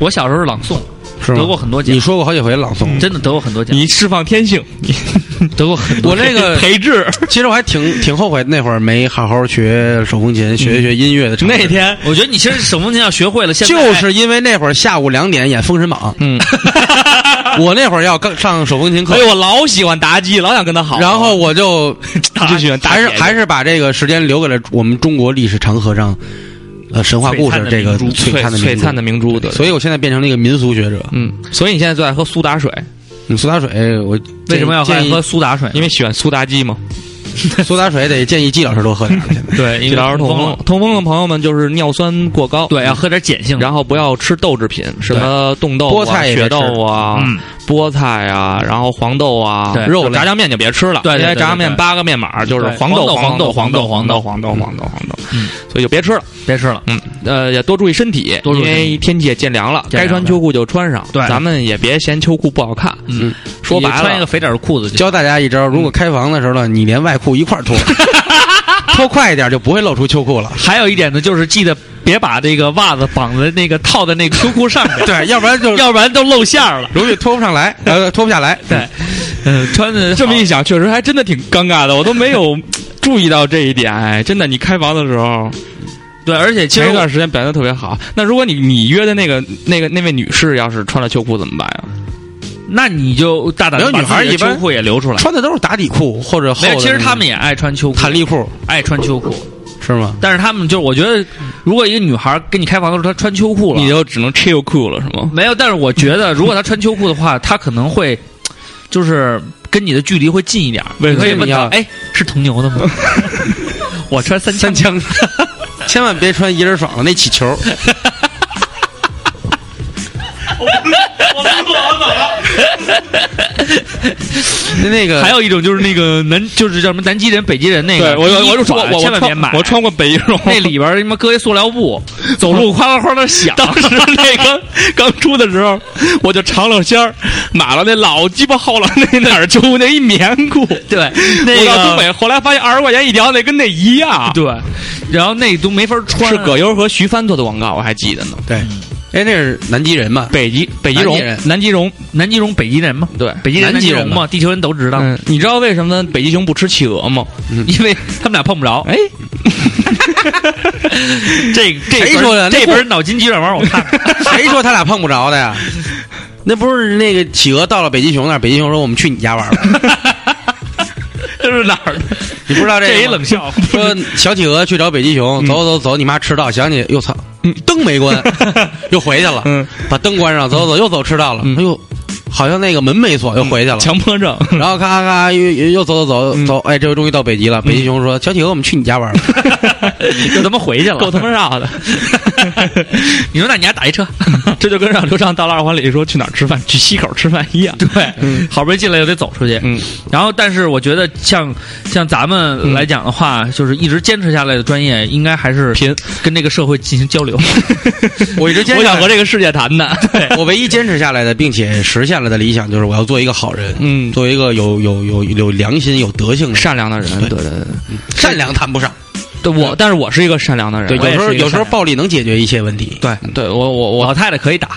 [SPEAKER 5] 我小时候是朗诵，
[SPEAKER 3] 是吗
[SPEAKER 5] 得过很多奖
[SPEAKER 3] 你，说过好几回朗诵，
[SPEAKER 6] 嗯
[SPEAKER 5] 真的得过很多奖，
[SPEAKER 6] 你释放天性，
[SPEAKER 5] 得过很多
[SPEAKER 3] 我那个
[SPEAKER 6] 培智。
[SPEAKER 3] 其实我还挺挺后悔那会儿没好好学手风琴，学一学音乐的常识。
[SPEAKER 6] 那天
[SPEAKER 5] 我觉得你其实手风琴要学会了，现在
[SPEAKER 3] 就是因为那会儿下午两点演《封神榜》，
[SPEAKER 6] 嗯，
[SPEAKER 3] 我那会儿要刚上手风琴课
[SPEAKER 6] 哎，呦，我老喜欢妲己，老想跟他好。
[SPEAKER 3] 然后我就
[SPEAKER 6] 就喜欢大
[SPEAKER 3] 还是
[SPEAKER 6] 姐姐
[SPEAKER 3] 还是把这个时间留给了我们中国历史长河上，呃，神话故事这个
[SPEAKER 6] 璀
[SPEAKER 3] 璀璨的
[SPEAKER 6] 璀璨的
[SPEAKER 3] 明
[SPEAKER 6] 明珠，对
[SPEAKER 3] 珠。，所以我现在变成了一个民俗学者。
[SPEAKER 6] 嗯，所以你现在最爱喝苏打水，
[SPEAKER 3] 嗯苏打水，我
[SPEAKER 5] 为什么要
[SPEAKER 3] 建
[SPEAKER 5] 爱
[SPEAKER 3] 议
[SPEAKER 5] 喝苏打水呢？
[SPEAKER 6] 因为喜欢苏妲己嘛。
[SPEAKER 3] 苏打水？得建议季老师多喝点儿。 现在
[SPEAKER 5] 对，因为
[SPEAKER 6] 治疗儿
[SPEAKER 5] 痛
[SPEAKER 6] 痛
[SPEAKER 5] 风
[SPEAKER 6] 风
[SPEAKER 5] 了，，
[SPEAKER 6] 痛风的朋友们就是尿酸过高，
[SPEAKER 5] 对，啊要喝点碱性的。
[SPEAKER 6] 然后不要吃豆制品，什么冻豆、啊、
[SPEAKER 3] 菠菜也别
[SPEAKER 6] 血
[SPEAKER 3] 吃
[SPEAKER 6] 豆啊、
[SPEAKER 5] 嗯
[SPEAKER 6] 菠菜啊，然后黄豆啊
[SPEAKER 5] 对，
[SPEAKER 6] 肉炸酱面就别吃了，
[SPEAKER 5] 对对对
[SPEAKER 6] 因为炸酱面
[SPEAKER 5] 对对
[SPEAKER 6] 八个面码就是
[SPEAKER 5] 对
[SPEAKER 6] 黄
[SPEAKER 5] 黄豆
[SPEAKER 6] 黄
[SPEAKER 5] 黄
[SPEAKER 6] 黄
[SPEAKER 5] 豆
[SPEAKER 6] 黄豆、
[SPEAKER 5] 黄
[SPEAKER 6] 黄
[SPEAKER 5] 豆
[SPEAKER 6] 豆、
[SPEAKER 5] 黄豆
[SPEAKER 6] 黄豆、黄豆
[SPEAKER 5] 嗯，
[SPEAKER 6] 所以就别吃了。
[SPEAKER 5] 别吃了，
[SPEAKER 6] 嗯，呃，也多注意身体，
[SPEAKER 5] 多注意
[SPEAKER 6] 因
[SPEAKER 5] 身体
[SPEAKER 6] 为天气也渐凉了，
[SPEAKER 5] 渐
[SPEAKER 6] 该
[SPEAKER 5] 凉
[SPEAKER 6] 穿
[SPEAKER 5] 了
[SPEAKER 6] 秋裤就穿上，
[SPEAKER 5] 对
[SPEAKER 6] 咱们也别嫌秋裤不好看。
[SPEAKER 5] 嗯，
[SPEAKER 6] 说白
[SPEAKER 5] 你穿一个
[SPEAKER 6] 了，
[SPEAKER 5] 肥点儿的裤子就。
[SPEAKER 3] 教大家一招，如果开房的时候呢，你连外裤一块儿脱，脱快一点就不会露出秋裤了。
[SPEAKER 5] 还有一点呢，就是记 得别把这个袜子绑在那个套在那个秋裤上面，
[SPEAKER 3] 对，要不然就
[SPEAKER 5] 要不然都露馅儿了。
[SPEAKER 3] 容易脱不上来，呃，脱不下来。
[SPEAKER 5] 对，嗯，穿的
[SPEAKER 6] 这么一想，确实还真的挺尴尬的，我都没有 注意到这一点。哎，真的，你开房的时候，
[SPEAKER 5] 对，而且其
[SPEAKER 6] 前
[SPEAKER 5] 实
[SPEAKER 6] 一段
[SPEAKER 5] 我
[SPEAKER 6] 时间表现的特别好。那如果你你约的那个那个那位女士要是穿了秋裤怎么办啊呀？
[SPEAKER 5] 那你就大胆
[SPEAKER 3] 没
[SPEAKER 5] 的
[SPEAKER 3] 有
[SPEAKER 5] 把
[SPEAKER 3] 女孩儿
[SPEAKER 5] 自己
[SPEAKER 3] 一
[SPEAKER 5] 的
[SPEAKER 3] 般
[SPEAKER 5] 秋裤也留出来。
[SPEAKER 3] 穿的都是打底裤或者厚
[SPEAKER 5] 没
[SPEAKER 3] 的那种。
[SPEAKER 5] 有，其实他们也爱穿秋裤，
[SPEAKER 3] 弹力裤
[SPEAKER 5] 爱穿秋裤，
[SPEAKER 3] 是吗？
[SPEAKER 5] 但是他们就是我觉得，如果一个女孩跟你开房的时候她穿秋裤了，
[SPEAKER 6] 你就只能 chill 裤了是吗？
[SPEAKER 5] 没有，但是我觉得，如果他穿秋裤的话，他可能会就是跟你的距离会近一点儿。
[SPEAKER 6] 为什
[SPEAKER 5] 你
[SPEAKER 6] 么
[SPEAKER 5] 可以问
[SPEAKER 6] 你
[SPEAKER 5] 他
[SPEAKER 6] 要，
[SPEAKER 5] 哎，是铜牛的吗？ 我穿三
[SPEAKER 3] 三
[SPEAKER 5] 枪，
[SPEAKER 3] 枪，千万别穿一人爽的那起球。那那个
[SPEAKER 5] 还有一种就是那个南，就是叫什么南极人、北极人那个，
[SPEAKER 6] 我我我就
[SPEAKER 5] 衣服啊
[SPEAKER 6] 我
[SPEAKER 5] 千
[SPEAKER 6] 我
[SPEAKER 5] 万别买
[SPEAKER 6] 穿，我穿过北一绒，
[SPEAKER 5] 那 里边儿他妈搁一塑料布，走路哗啦哗啦响。
[SPEAKER 6] 当时那个刚出的时候，我就尝了鲜儿，买了那老鸡巴厚了那哪儿秋裤，那一棉 裤。
[SPEAKER 5] 对，
[SPEAKER 6] 我
[SPEAKER 5] 那
[SPEAKER 6] 到东
[SPEAKER 5] 个
[SPEAKER 6] 北，后来发现二十块钱一条，那跟那一样。
[SPEAKER 5] 对，然后那都没法穿。啊
[SPEAKER 6] 是葛优和徐帆做的广告，我还记得呢。
[SPEAKER 3] 对，哎，那是南极人嘛？
[SPEAKER 6] 北极北极
[SPEAKER 3] 南极
[SPEAKER 6] 绒
[SPEAKER 3] 人，
[SPEAKER 6] 南极绒，
[SPEAKER 5] 南极绒、北极人嘛，
[SPEAKER 6] 对
[SPEAKER 5] 北极人、
[SPEAKER 3] 南
[SPEAKER 5] 南
[SPEAKER 3] 极
[SPEAKER 5] 极
[SPEAKER 3] 人
[SPEAKER 5] 绒嘛，地球人都知道，
[SPEAKER 6] 嗯，你知道为什么北极熊不吃企鹅吗？
[SPEAKER 5] 因为他们俩碰不着。
[SPEAKER 6] 嗯哎，
[SPEAKER 5] 这这
[SPEAKER 3] 谁
[SPEAKER 5] 本
[SPEAKER 3] 说的那
[SPEAKER 5] 这
[SPEAKER 3] 不
[SPEAKER 5] 本脑筋急转弯我 看看。
[SPEAKER 3] 谁说他俩碰不着的呀？那不是那个企鹅到了北极熊那儿，北极熊说我们去你家玩吧。
[SPEAKER 5] 这是哪儿的？
[SPEAKER 3] 你不知道这个吗
[SPEAKER 5] 这一冷笑，
[SPEAKER 3] 说小企鹅去找北极熊，走走走，你妈迟到，想起哟操，灯没关，又回去了，
[SPEAKER 6] 嗯
[SPEAKER 3] 把灯关上，走走又走迟到了，
[SPEAKER 6] 嗯
[SPEAKER 3] 哎呦，好像那个门没锁，又回去
[SPEAKER 5] 嗯
[SPEAKER 3] 了。
[SPEAKER 6] 强迫症。
[SPEAKER 3] 然后咔咔咔又又又走走走
[SPEAKER 6] 嗯
[SPEAKER 3] 走，哎，这回终于到北极了。北极熊说：“小企鹅，我们去你家玩吧。
[SPEAKER 5] 又他妈回去了，
[SPEAKER 6] 够他妈绕的
[SPEAKER 5] 你说那你还打一车？
[SPEAKER 6] 这就跟让刘畅到了二环里说去哪儿吃饭，去西口吃饭一样。
[SPEAKER 5] 对，好不容易进来又得走出去。
[SPEAKER 6] 嗯，
[SPEAKER 5] 然后，但是我觉得像像咱们来讲的话，就是一直坚持下来的专业，应该还是
[SPEAKER 6] 拼
[SPEAKER 5] 跟这个社会进行交流。
[SPEAKER 3] 我一直坚
[SPEAKER 6] 我
[SPEAKER 3] 持下
[SPEAKER 6] 想
[SPEAKER 3] 来
[SPEAKER 6] 和这个世界谈谈。 对，
[SPEAKER 3] 我唯一坚持下来的，并且实现了的理想，就是我要做一个好人，
[SPEAKER 6] 嗯，
[SPEAKER 3] 做一个有有有有良心、有德性的人。
[SPEAKER 6] 善良的人，对对对
[SPEAKER 3] 善良谈不上，
[SPEAKER 6] 对，
[SPEAKER 5] 嗯
[SPEAKER 6] 我但是我是一个善良的人，我
[SPEAKER 3] 有
[SPEAKER 6] 也
[SPEAKER 3] 时候
[SPEAKER 6] 是一个
[SPEAKER 3] 有时候
[SPEAKER 6] 善
[SPEAKER 3] 暴力能解决一切问题。
[SPEAKER 6] 良的人对，对我我
[SPEAKER 5] 老
[SPEAKER 6] 我
[SPEAKER 5] 太太可以 打，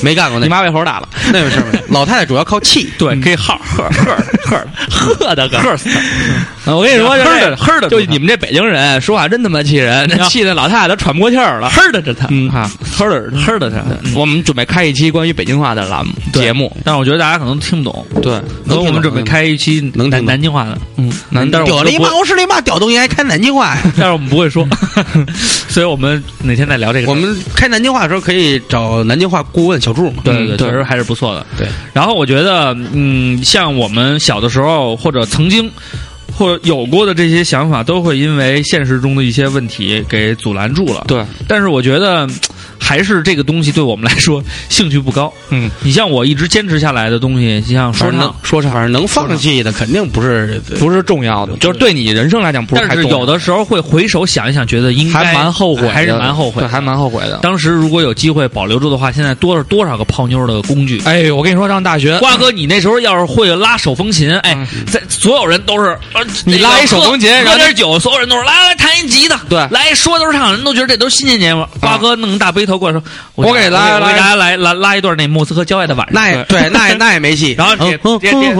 [SPEAKER 3] 没干过那
[SPEAKER 6] 你妈被猴打了，嗯
[SPEAKER 3] 那回事儿没有。老太太主要靠气，
[SPEAKER 5] 对，可以号呵呵呵
[SPEAKER 6] 呵的呵
[SPEAKER 5] 呵死她，
[SPEAKER 6] 啊我跟你说，就
[SPEAKER 5] 呵
[SPEAKER 6] 是
[SPEAKER 5] 的呵的，啊
[SPEAKER 6] 就你们这北京人啊说话真他妈气人，那气的老太太都喘不过气儿了。
[SPEAKER 5] 呵的着他，
[SPEAKER 6] 嗯哈，呵的
[SPEAKER 5] 呵的他。嗯
[SPEAKER 6] 对我们准备开一期关于北京话的栏目
[SPEAKER 5] 对
[SPEAKER 6] 节目，
[SPEAKER 5] 但是我觉得大家可能听不懂，
[SPEAKER 6] 对，
[SPEAKER 5] 所以我们准备开一期
[SPEAKER 3] 能听
[SPEAKER 5] 南
[SPEAKER 3] 懂
[SPEAKER 5] 南京话的，
[SPEAKER 6] 嗯，难，但是
[SPEAKER 3] 屌
[SPEAKER 6] 我
[SPEAKER 3] 你妈，我是你妈，屌东西还开南京话呀！
[SPEAKER 5] 但是我们不会说，
[SPEAKER 6] 嗯
[SPEAKER 5] 所以我们哪天再聊这个事儿。
[SPEAKER 3] 我们开南京话的时候可以找南京话顾问小柱嘛。
[SPEAKER 5] 对对
[SPEAKER 6] 嗯
[SPEAKER 5] 对，
[SPEAKER 6] 对
[SPEAKER 5] 确实还是不错的。
[SPEAKER 3] 对，
[SPEAKER 5] 然后我觉得，嗯，像我们小的时候或者曾经。或者有过的这些想法，都会因为现实中的一些问题给阻拦住了。
[SPEAKER 6] 对，
[SPEAKER 5] 但是我觉得，还是这个东西对我们来说兴趣不高。
[SPEAKER 6] 嗯，
[SPEAKER 5] 你像我一直坚持下来的东西，像说
[SPEAKER 3] 反正
[SPEAKER 5] 唱
[SPEAKER 3] 能，说唱，反正能放弃的肯定不是
[SPEAKER 6] 不是重要的，就是对你人生来讲不是
[SPEAKER 5] 但
[SPEAKER 6] 太
[SPEAKER 5] 是
[SPEAKER 6] 重要
[SPEAKER 5] 有的时候会回首想一想，觉得应该
[SPEAKER 6] 还蛮后悔的，
[SPEAKER 5] 还是蛮后悔
[SPEAKER 6] 对
[SPEAKER 5] 的，
[SPEAKER 6] 还蛮后悔的。
[SPEAKER 5] 当时如果有机会保留住的话，现在多少多少个泡妞的工具。
[SPEAKER 6] 哎，我跟你说，上大学
[SPEAKER 5] 瓜哥，你那时候要是会拉手风琴，哎，在所有人都是，呃
[SPEAKER 6] 嗯你拉一手风琴
[SPEAKER 5] 那个
[SPEAKER 6] 然
[SPEAKER 5] 喝喝
[SPEAKER 6] 后
[SPEAKER 5] 点酒，所有人都是来来弹一吉他，
[SPEAKER 6] 对
[SPEAKER 5] 来一说都是唱，人都觉得这都是新鲜节目。瓜哥弄大背头过来说，
[SPEAKER 6] 我给
[SPEAKER 5] 我
[SPEAKER 6] 拉
[SPEAKER 5] 给
[SPEAKER 6] 拉
[SPEAKER 5] 大家来拉拉一段那莫斯科郊外的晚上，
[SPEAKER 3] 那也对，那也那也没戏。嗯
[SPEAKER 5] 然后得得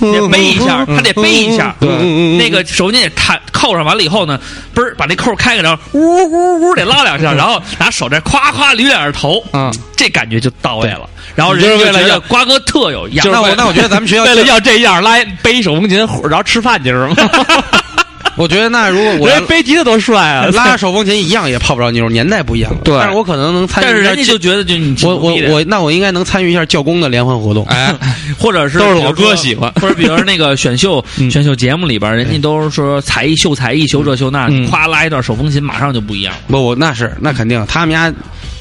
[SPEAKER 5] 得
[SPEAKER 3] 得
[SPEAKER 5] 背一下，他得背一下，
[SPEAKER 3] 对
[SPEAKER 5] 那个手机得弹扣上，完了以后呢，嘣儿把那扣开开，然后呜呜呜得拉两下，然后拿手这夸夸捋两下头，
[SPEAKER 6] 嗯，
[SPEAKER 5] 这感觉就到位了。然后人
[SPEAKER 6] 就是为了
[SPEAKER 5] 就觉得
[SPEAKER 6] 要
[SPEAKER 5] 瓜哥特有样，
[SPEAKER 3] 那我那我觉得咱们学校
[SPEAKER 6] 为了要这样拉背一手风琴，然后吃饭去是吗？
[SPEAKER 3] 我觉得那如果
[SPEAKER 6] 我
[SPEAKER 3] 我
[SPEAKER 6] 觉得背吉他多帅 啊！
[SPEAKER 3] 拉手风琴一样也泡不着妞，年代不一样了。
[SPEAKER 6] 对
[SPEAKER 3] 但是我可能能参与一
[SPEAKER 5] 但
[SPEAKER 3] 下
[SPEAKER 5] 是
[SPEAKER 3] 教。
[SPEAKER 5] 人家就觉得就你挺
[SPEAKER 3] 我
[SPEAKER 5] 牛
[SPEAKER 3] 我
[SPEAKER 5] 逼的
[SPEAKER 3] 我，那我应该能参与一下教工的联欢活动。
[SPEAKER 6] 哎，
[SPEAKER 5] 或者是
[SPEAKER 6] 都是我
[SPEAKER 5] 比如说
[SPEAKER 6] 哥喜欢
[SPEAKER 5] 或者比如说那个选秀选秀节目里边，人家都是说才艺秀才艺秀这秀那，
[SPEAKER 6] 嗯
[SPEAKER 5] 夸拉一段手风琴，马上就不一样了
[SPEAKER 3] 不，我那是那肯定，他们家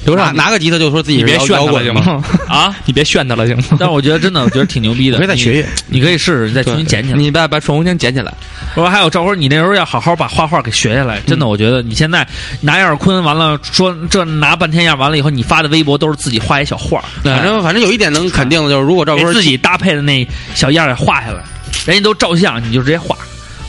[SPEAKER 6] 刘
[SPEAKER 3] 拿
[SPEAKER 6] 畅，
[SPEAKER 3] 拿个吉他就说自己
[SPEAKER 6] 你
[SPEAKER 3] 是
[SPEAKER 6] 别
[SPEAKER 3] 摇
[SPEAKER 6] 炫他
[SPEAKER 3] 摇
[SPEAKER 6] 了
[SPEAKER 3] 滚
[SPEAKER 6] 行
[SPEAKER 3] 嘛，
[SPEAKER 6] 吗？
[SPEAKER 5] 啊！
[SPEAKER 6] 你别炫他了行 吗？
[SPEAKER 5] 但是我觉得真的，我觉得挺牛逼的。
[SPEAKER 3] 我可以再学学。
[SPEAKER 5] 你，你可以试试，你再重新捡起来。
[SPEAKER 6] 你把把手风琴捡起来。
[SPEAKER 5] 我说还有赵辉，你那时候要好好把画画给学下来。真的，我觉得你现在拿样坤，完了说这拿半天样，完了以后你发的微博都是自己画一小画，
[SPEAKER 6] 哎
[SPEAKER 3] 反正反正有一点能肯定嗯哎的就是，如果赵
[SPEAKER 5] 给
[SPEAKER 3] 哥
[SPEAKER 5] 自己搭配的那小样儿画下来，人家都照相，你就直接画，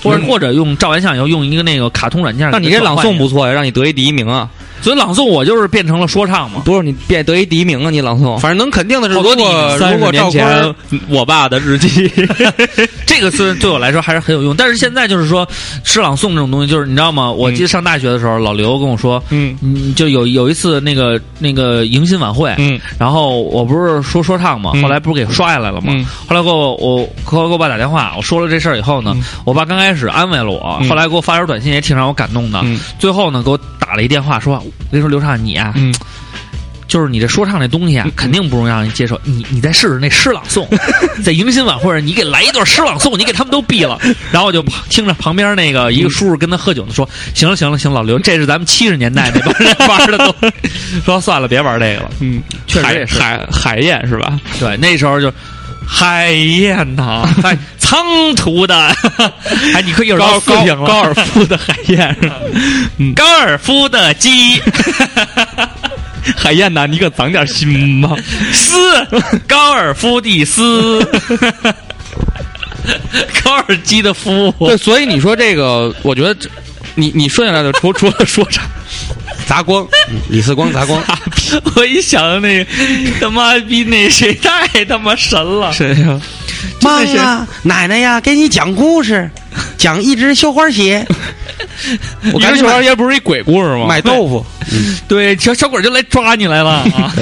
[SPEAKER 5] 或者或者用照完相以后用一个那个卡通软件。
[SPEAKER 6] 那你这朗诵不，错呀，让你得一第一名啊！
[SPEAKER 5] 所以朗诵我就是变成了说唱嘛。
[SPEAKER 6] 不是你变得一第一名啊！你朗诵。
[SPEAKER 3] 反正能肯定的是，
[SPEAKER 5] 好
[SPEAKER 3] 如
[SPEAKER 5] 多
[SPEAKER 3] 果
[SPEAKER 5] 你
[SPEAKER 3] 如果 赵哥，
[SPEAKER 6] 我爸的日记，
[SPEAKER 5] 这个词对我来说还是很有用，但是现在就是说，诗朗诵这种东西，就是你知道吗？我记得上大学的时候，老刘跟我说，
[SPEAKER 6] 嗯
[SPEAKER 5] 嗯，就有有一次那个那个迎新晚会，
[SPEAKER 6] 嗯，
[SPEAKER 5] 然后我不是说说唱嘛，
[SPEAKER 6] 嗯
[SPEAKER 5] 后来不是给刷下来了嘛，
[SPEAKER 6] 嗯
[SPEAKER 5] 后来给我我给我给我爸打电话，我说了这事儿以后呢，我爸刚开始安慰了我，
[SPEAKER 6] 嗯
[SPEAKER 5] 后来给我发条短信也挺让我感动的，
[SPEAKER 6] 嗯
[SPEAKER 5] 最后呢给我打了一电话说，我跟你说刘畅你啊，
[SPEAKER 6] 嗯
[SPEAKER 5] 就是你这说唱这东西啊，肯定不容易让人接受。你你再试试那诗朗 诵，在迎新晚会上，你给来一段诗朗诵，你给他们都毙 了。然后我就旁听着旁边那个一个叔叔跟他喝酒呢，说：“行了行了行，老刘，这是咱们七十年代那帮人玩的东西。”说算了，别玩这个了。
[SPEAKER 6] 嗯，
[SPEAKER 5] 确实
[SPEAKER 6] 海
[SPEAKER 5] 也是
[SPEAKER 6] 海海燕是吧？
[SPEAKER 5] 对，那时候就海燕呐，哎，苍途的， 哎，你可以有时候
[SPEAKER 6] 高
[SPEAKER 5] 高
[SPEAKER 6] 高高尔夫的海燕是吧？嗯，
[SPEAKER 5] 高尔夫的 鸡。
[SPEAKER 6] 海燕呐，你可长点心吧。
[SPEAKER 5] 斯高尔夫的 斯，高尔基的夫，
[SPEAKER 6] 对，所以你说这个，我觉得这你你顺下来的，除除了说唱，
[SPEAKER 3] 砸光，嗯李四光砸 光，
[SPEAKER 5] 我一想到那个他妈逼那谁太他妈神了，
[SPEAKER 6] 谁呀？
[SPEAKER 3] 妈呀，奶奶呀，给你讲故事，讲一只绣花 鞋，我
[SPEAKER 6] 一
[SPEAKER 3] 赶
[SPEAKER 6] 只
[SPEAKER 3] 紧
[SPEAKER 6] 小
[SPEAKER 3] 买
[SPEAKER 6] 花爷不是一鬼故事吗？
[SPEAKER 3] 买豆腐，
[SPEAKER 5] 对，小小鬼就来抓你来了 啊！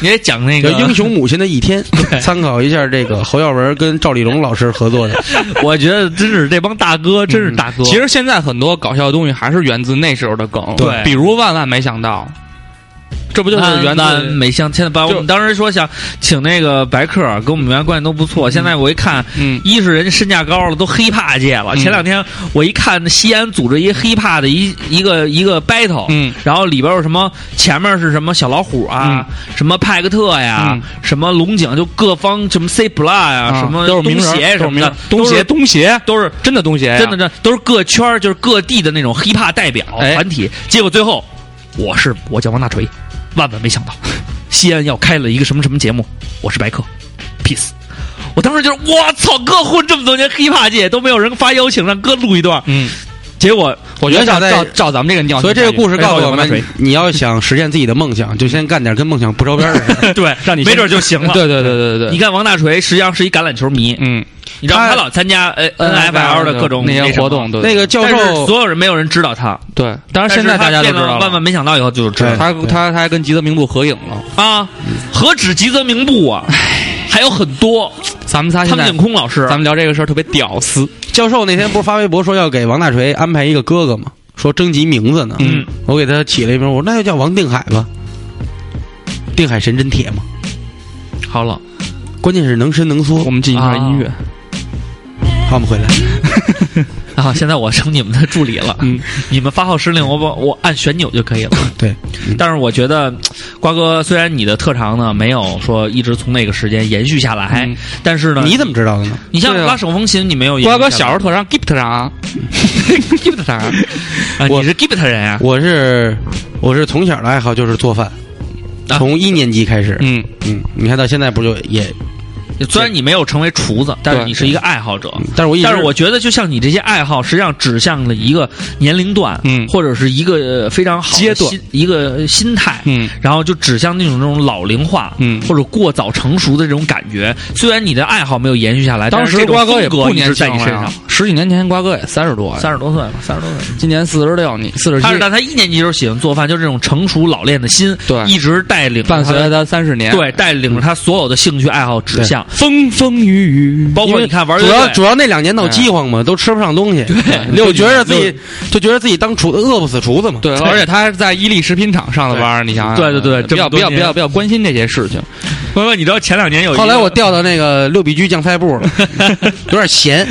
[SPEAKER 5] 你也讲那
[SPEAKER 3] 叫
[SPEAKER 5] 个
[SPEAKER 3] 《英，雄母亲的一天》，参考一下这个侯耀文跟赵丽蓉老师合作的。
[SPEAKER 5] 我觉得真是这帮大哥，真是大哥。
[SPEAKER 6] 嗯其实现在很多搞笑的东西还是源自那时候的梗，
[SPEAKER 5] 对
[SPEAKER 6] 比如万万没想到，这不就是源
[SPEAKER 5] 原来
[SPEAKER 6] 自
[SPEAKER 5] 没相，现在把我
[SPEAKER 6] 就
[SPEAKER 5] 们当时说想请那个白客，跟我们原来关系都不错。现在我一看，
[SPEAKER 6] 嗯
[SPEAKER 5] 一是人家身价高了，都黑怕界了。
[SPEAKER 6] 嗯
[SPEAKER 5] 前两天我一看西安组织一黑怕的一一个一个 battle，
[SPEAKER 6] 嗯
[SPEAKER 5] 然后里边有什么前面是什么小老虎啊，什么派克特呀，
[SPEAKER 6] 嗯
[SPEAKER 5] 什么龙井，就各方什么 C bla 呀，
[SPEAKER 6] 啊
[SPEAKER 5] 什么
[SPEAKER 6] 都是名
[SPEAKER 5] 东
[SPEAKER 6] 人
[SPEAKER 5] 协什么的，
[SPEAKER 6] 都是名
[SPEAKER 5] 都是
[SPEAKER 6] 人东协东协
[SPEAKER 5] 都是
[SPEAKER 6] 真的东西，
[SPEAKER 5] 真的，这都是各圈儿就是各地的那种 hiphop 代表
[SPEAKER 6] 啊哎
[SPEAKER 5] 团体。结果最后，我是我叫王大锤，万万没想到， 西安要开了一个什么什么节目，我是白客，peace。我当时就是我操，哥混这么多年 hiphop 界都没有人发邀请让哥录一段，
[SPEAKER 6] 嗯，
[SPEAKER 5] 结果
[SPEAKER 6] 我觉得
[SPEAKER 3] 想
[SPEAKER 6] 照
[SPEAKER 3] 在
[SPEAKER 6] 照照咱们这个尿性下去，
[SPEAKER 3] 所以这个故事告诉我
[SPEAKER 6] 哎
[SPEAKER 3] 们，，你要想实现自己的梦 想，就先干点跟梦想不着边儿的事 儿。
[SPEAKER 5] 对，
[SPEAKER 6] 让你
[SPEAKER 5] 没
[SPEAKER 6] 先
[SPEAKER 5] 准就行了。
[SPEAKER 6] 对对对对对对，
[SPEAKER 5] 你看王大锤实际上是一橄榄球迷，
[SPEAKER 6] 嗯
[SPEAKER 5] 你知道他老参加呃
[SPEAKER 6] 哎
[SPEAKER 5] NFL 的各种
[SPEAKER 6] 那些
[SPEAKER 5] 什么
[SPEAKER 6] 活动，，对
[SPEAKER 3] 那个教
[SPEAKER 5] 但是
[SPEAKER 3] 授，
[SPEAKER 5] 所有人没有人知道他。
[SPEAKER 6] 对，当然现
[SPEAKER 5] 但
[SPEAKER 6] 在
[SPEAKER 5] 是他
[SPEAKER 6] 大家都
[SPEAKER 5] 见
[SPEAKER 6] 知
[SPEAKER 5] 到
[SPEAKER 6] 道
[SPEAKER 5] 万万
[SPEAKER 6] 了，
[SPEAKER 5] 没想到以后就知道
[SPEAKER 3] 对
[SPEAKER 5] 了。
[SPEAKER 6] 他他他还跟吉泽明步合影了，
[SPEAKER 5] 啊，何止吉泽明步啊，还有很多
[SPEAKER 6] 咱们仨啊现
[SPEAKER 5] 苍
[SPEAKER 6] 在
[SPEAKER 5] 井。空老师
[SPEAKER 6] 咱。们聊这个事儿特别屌丝，
[SPEAKER 3] 教授那天不是发微博说要给王大锤安排一个哥哥吗？说征集名字呢。
[SPEAKER 5] 嗯，
[SPEAKER 3] 我给他起了一名，我说那就叫王定海吧。定海神针铁嘛，
[SPEAKER 6] 好了，
[SPEAKER 3] 关键是能伸能缩
[SPEAKER 6] 哦
[SPEAKER 3] 啊
[SPEAKER 6] 我。们进一下音乐。
[SPEAKER 3] 好，我们回来。
[SPEAKER 5] 啊，现在我成你们的助理了，
[SPEAKER 6] 嗯
[SPEAKER 5] 你们发号施令，我把我按旋钮就可以了。
[SPEAKER 3] 对，
[SPEAKER 5] 但是我觉得瓜哥虽然你的特长呢没有说一直从那个时间延续下来，
[SPEAKER 6] 嗯
[SPEAKER 5] 但是呢，
[SPEAKER 3] 你怎么知道的呢？
[SPEAKER 5] 你像
[SPEAKER 6] 对啊
[SPEAKER 5] 拉手风琴，你没有延续
[SPEAKER 6] 瓜
[SPEAKER 5] 下来
[SPEAKER 6] 哥小时候特长 gift 长，gift 长，
[SPEAKER 5] 啊，
[SPEAKER 3] 我
[SPEAKER 5] 你是 gift 人啊？
[SPEAKER 3] 我是我是从小的爱好就是做饭，
[SPEAKER 5] 啊
[SPEAKER 3] 从一年级开始，
[SPEAKER 6] 嗯，
[SPEAKER 3] 嗯，你看到现在不就也，
[SPEAKER 5] 虽然你没有成为厨子，但是
[SPEAKER 6] 对嗯
[SPEAKER 5] 你是一个爱好者。
[SPEAKER 3] 但是我一直
[SPEAKER 5] 但是我觉得，就像你这些爱好，实际上指向了一个年龄段，
[SPEAKER 6] 嗯
[SPEAKER 5] 或者是一个呃非常好的
[SPEAKER 6] 阶段
[SPEAKER 5] 心一个心态，
[SPEAKER 6] 嗯，
[SPEAKER 5] 然后就指向那种那种老龄化，
[SPEAKER 6] 嗯
[SPEAKER 5] 或者过早成熟的这种感觉。虽然你的爱好没有延续下来，
[SPEAKER 6] 当时瓜哥也不年轻
[SPEAKER 5] 在你身
[SPEAKER 6] 了
[SPEAKER 5] 上
[SPEAKER 6] 呀，十几年前瓜哥也三十多呀，
[SPEAKER 5] 三十多岁吧，三十多岁。
[SPEAKER 6] 今年四十六，你四十七
[SPEAKER 5] 他，是但他一年级就喜欢做饭，就这种成熟老练的心，
[SPEAKER 6] 对
[SPEAKER 5] 一直带领着
[SPEAKER 6] 伴随
[SPEAKER 5] 他
[SPEAKER 6] 了他三十年，
[SPEAKER 5] 对，带领着他所有的兴趣爱好指向，
[SPEAKER 6] 风风雨雨，
[SPEAKER 5] 包
[SPEAKER 3] 因
[SPEAKER 5] 括
[SPEAKER 3] 为
[SPEAKER 5] 你看玩乐
[SPEAKER 3] 主要
[SPEAKER 5] 队
[SPEAKER 3] 主要那两年
[SPEAKER 6] 哎
[SPEAKER 3] 闹饥荒嘛，都吃不上东西， 就觉得自 己就觉得自己当厨饿不死厨子嘛，
[SPEAKER 6] 对，而且他是在伊利食品厂上的班儿，你想想，啊
[SPEAKER 5] 对对对
[SPEAKER 6] 比
[SPEAKER 5] 这
[SPEAKER 6] 较
[SPEAKER 5] 么
[SPEAKER 6] 比
[SPEAKER 5] 多
[SPEAKER 6] 较比较
[SPEAKER 5] 年
[SPEAKER 6] 比较关心这些事情，
[SPEAKER 5] 关关，你知道前两年有一个
[SPEAKER 3] 哎后来我调到那个六必居酱菜 部了，有点咸，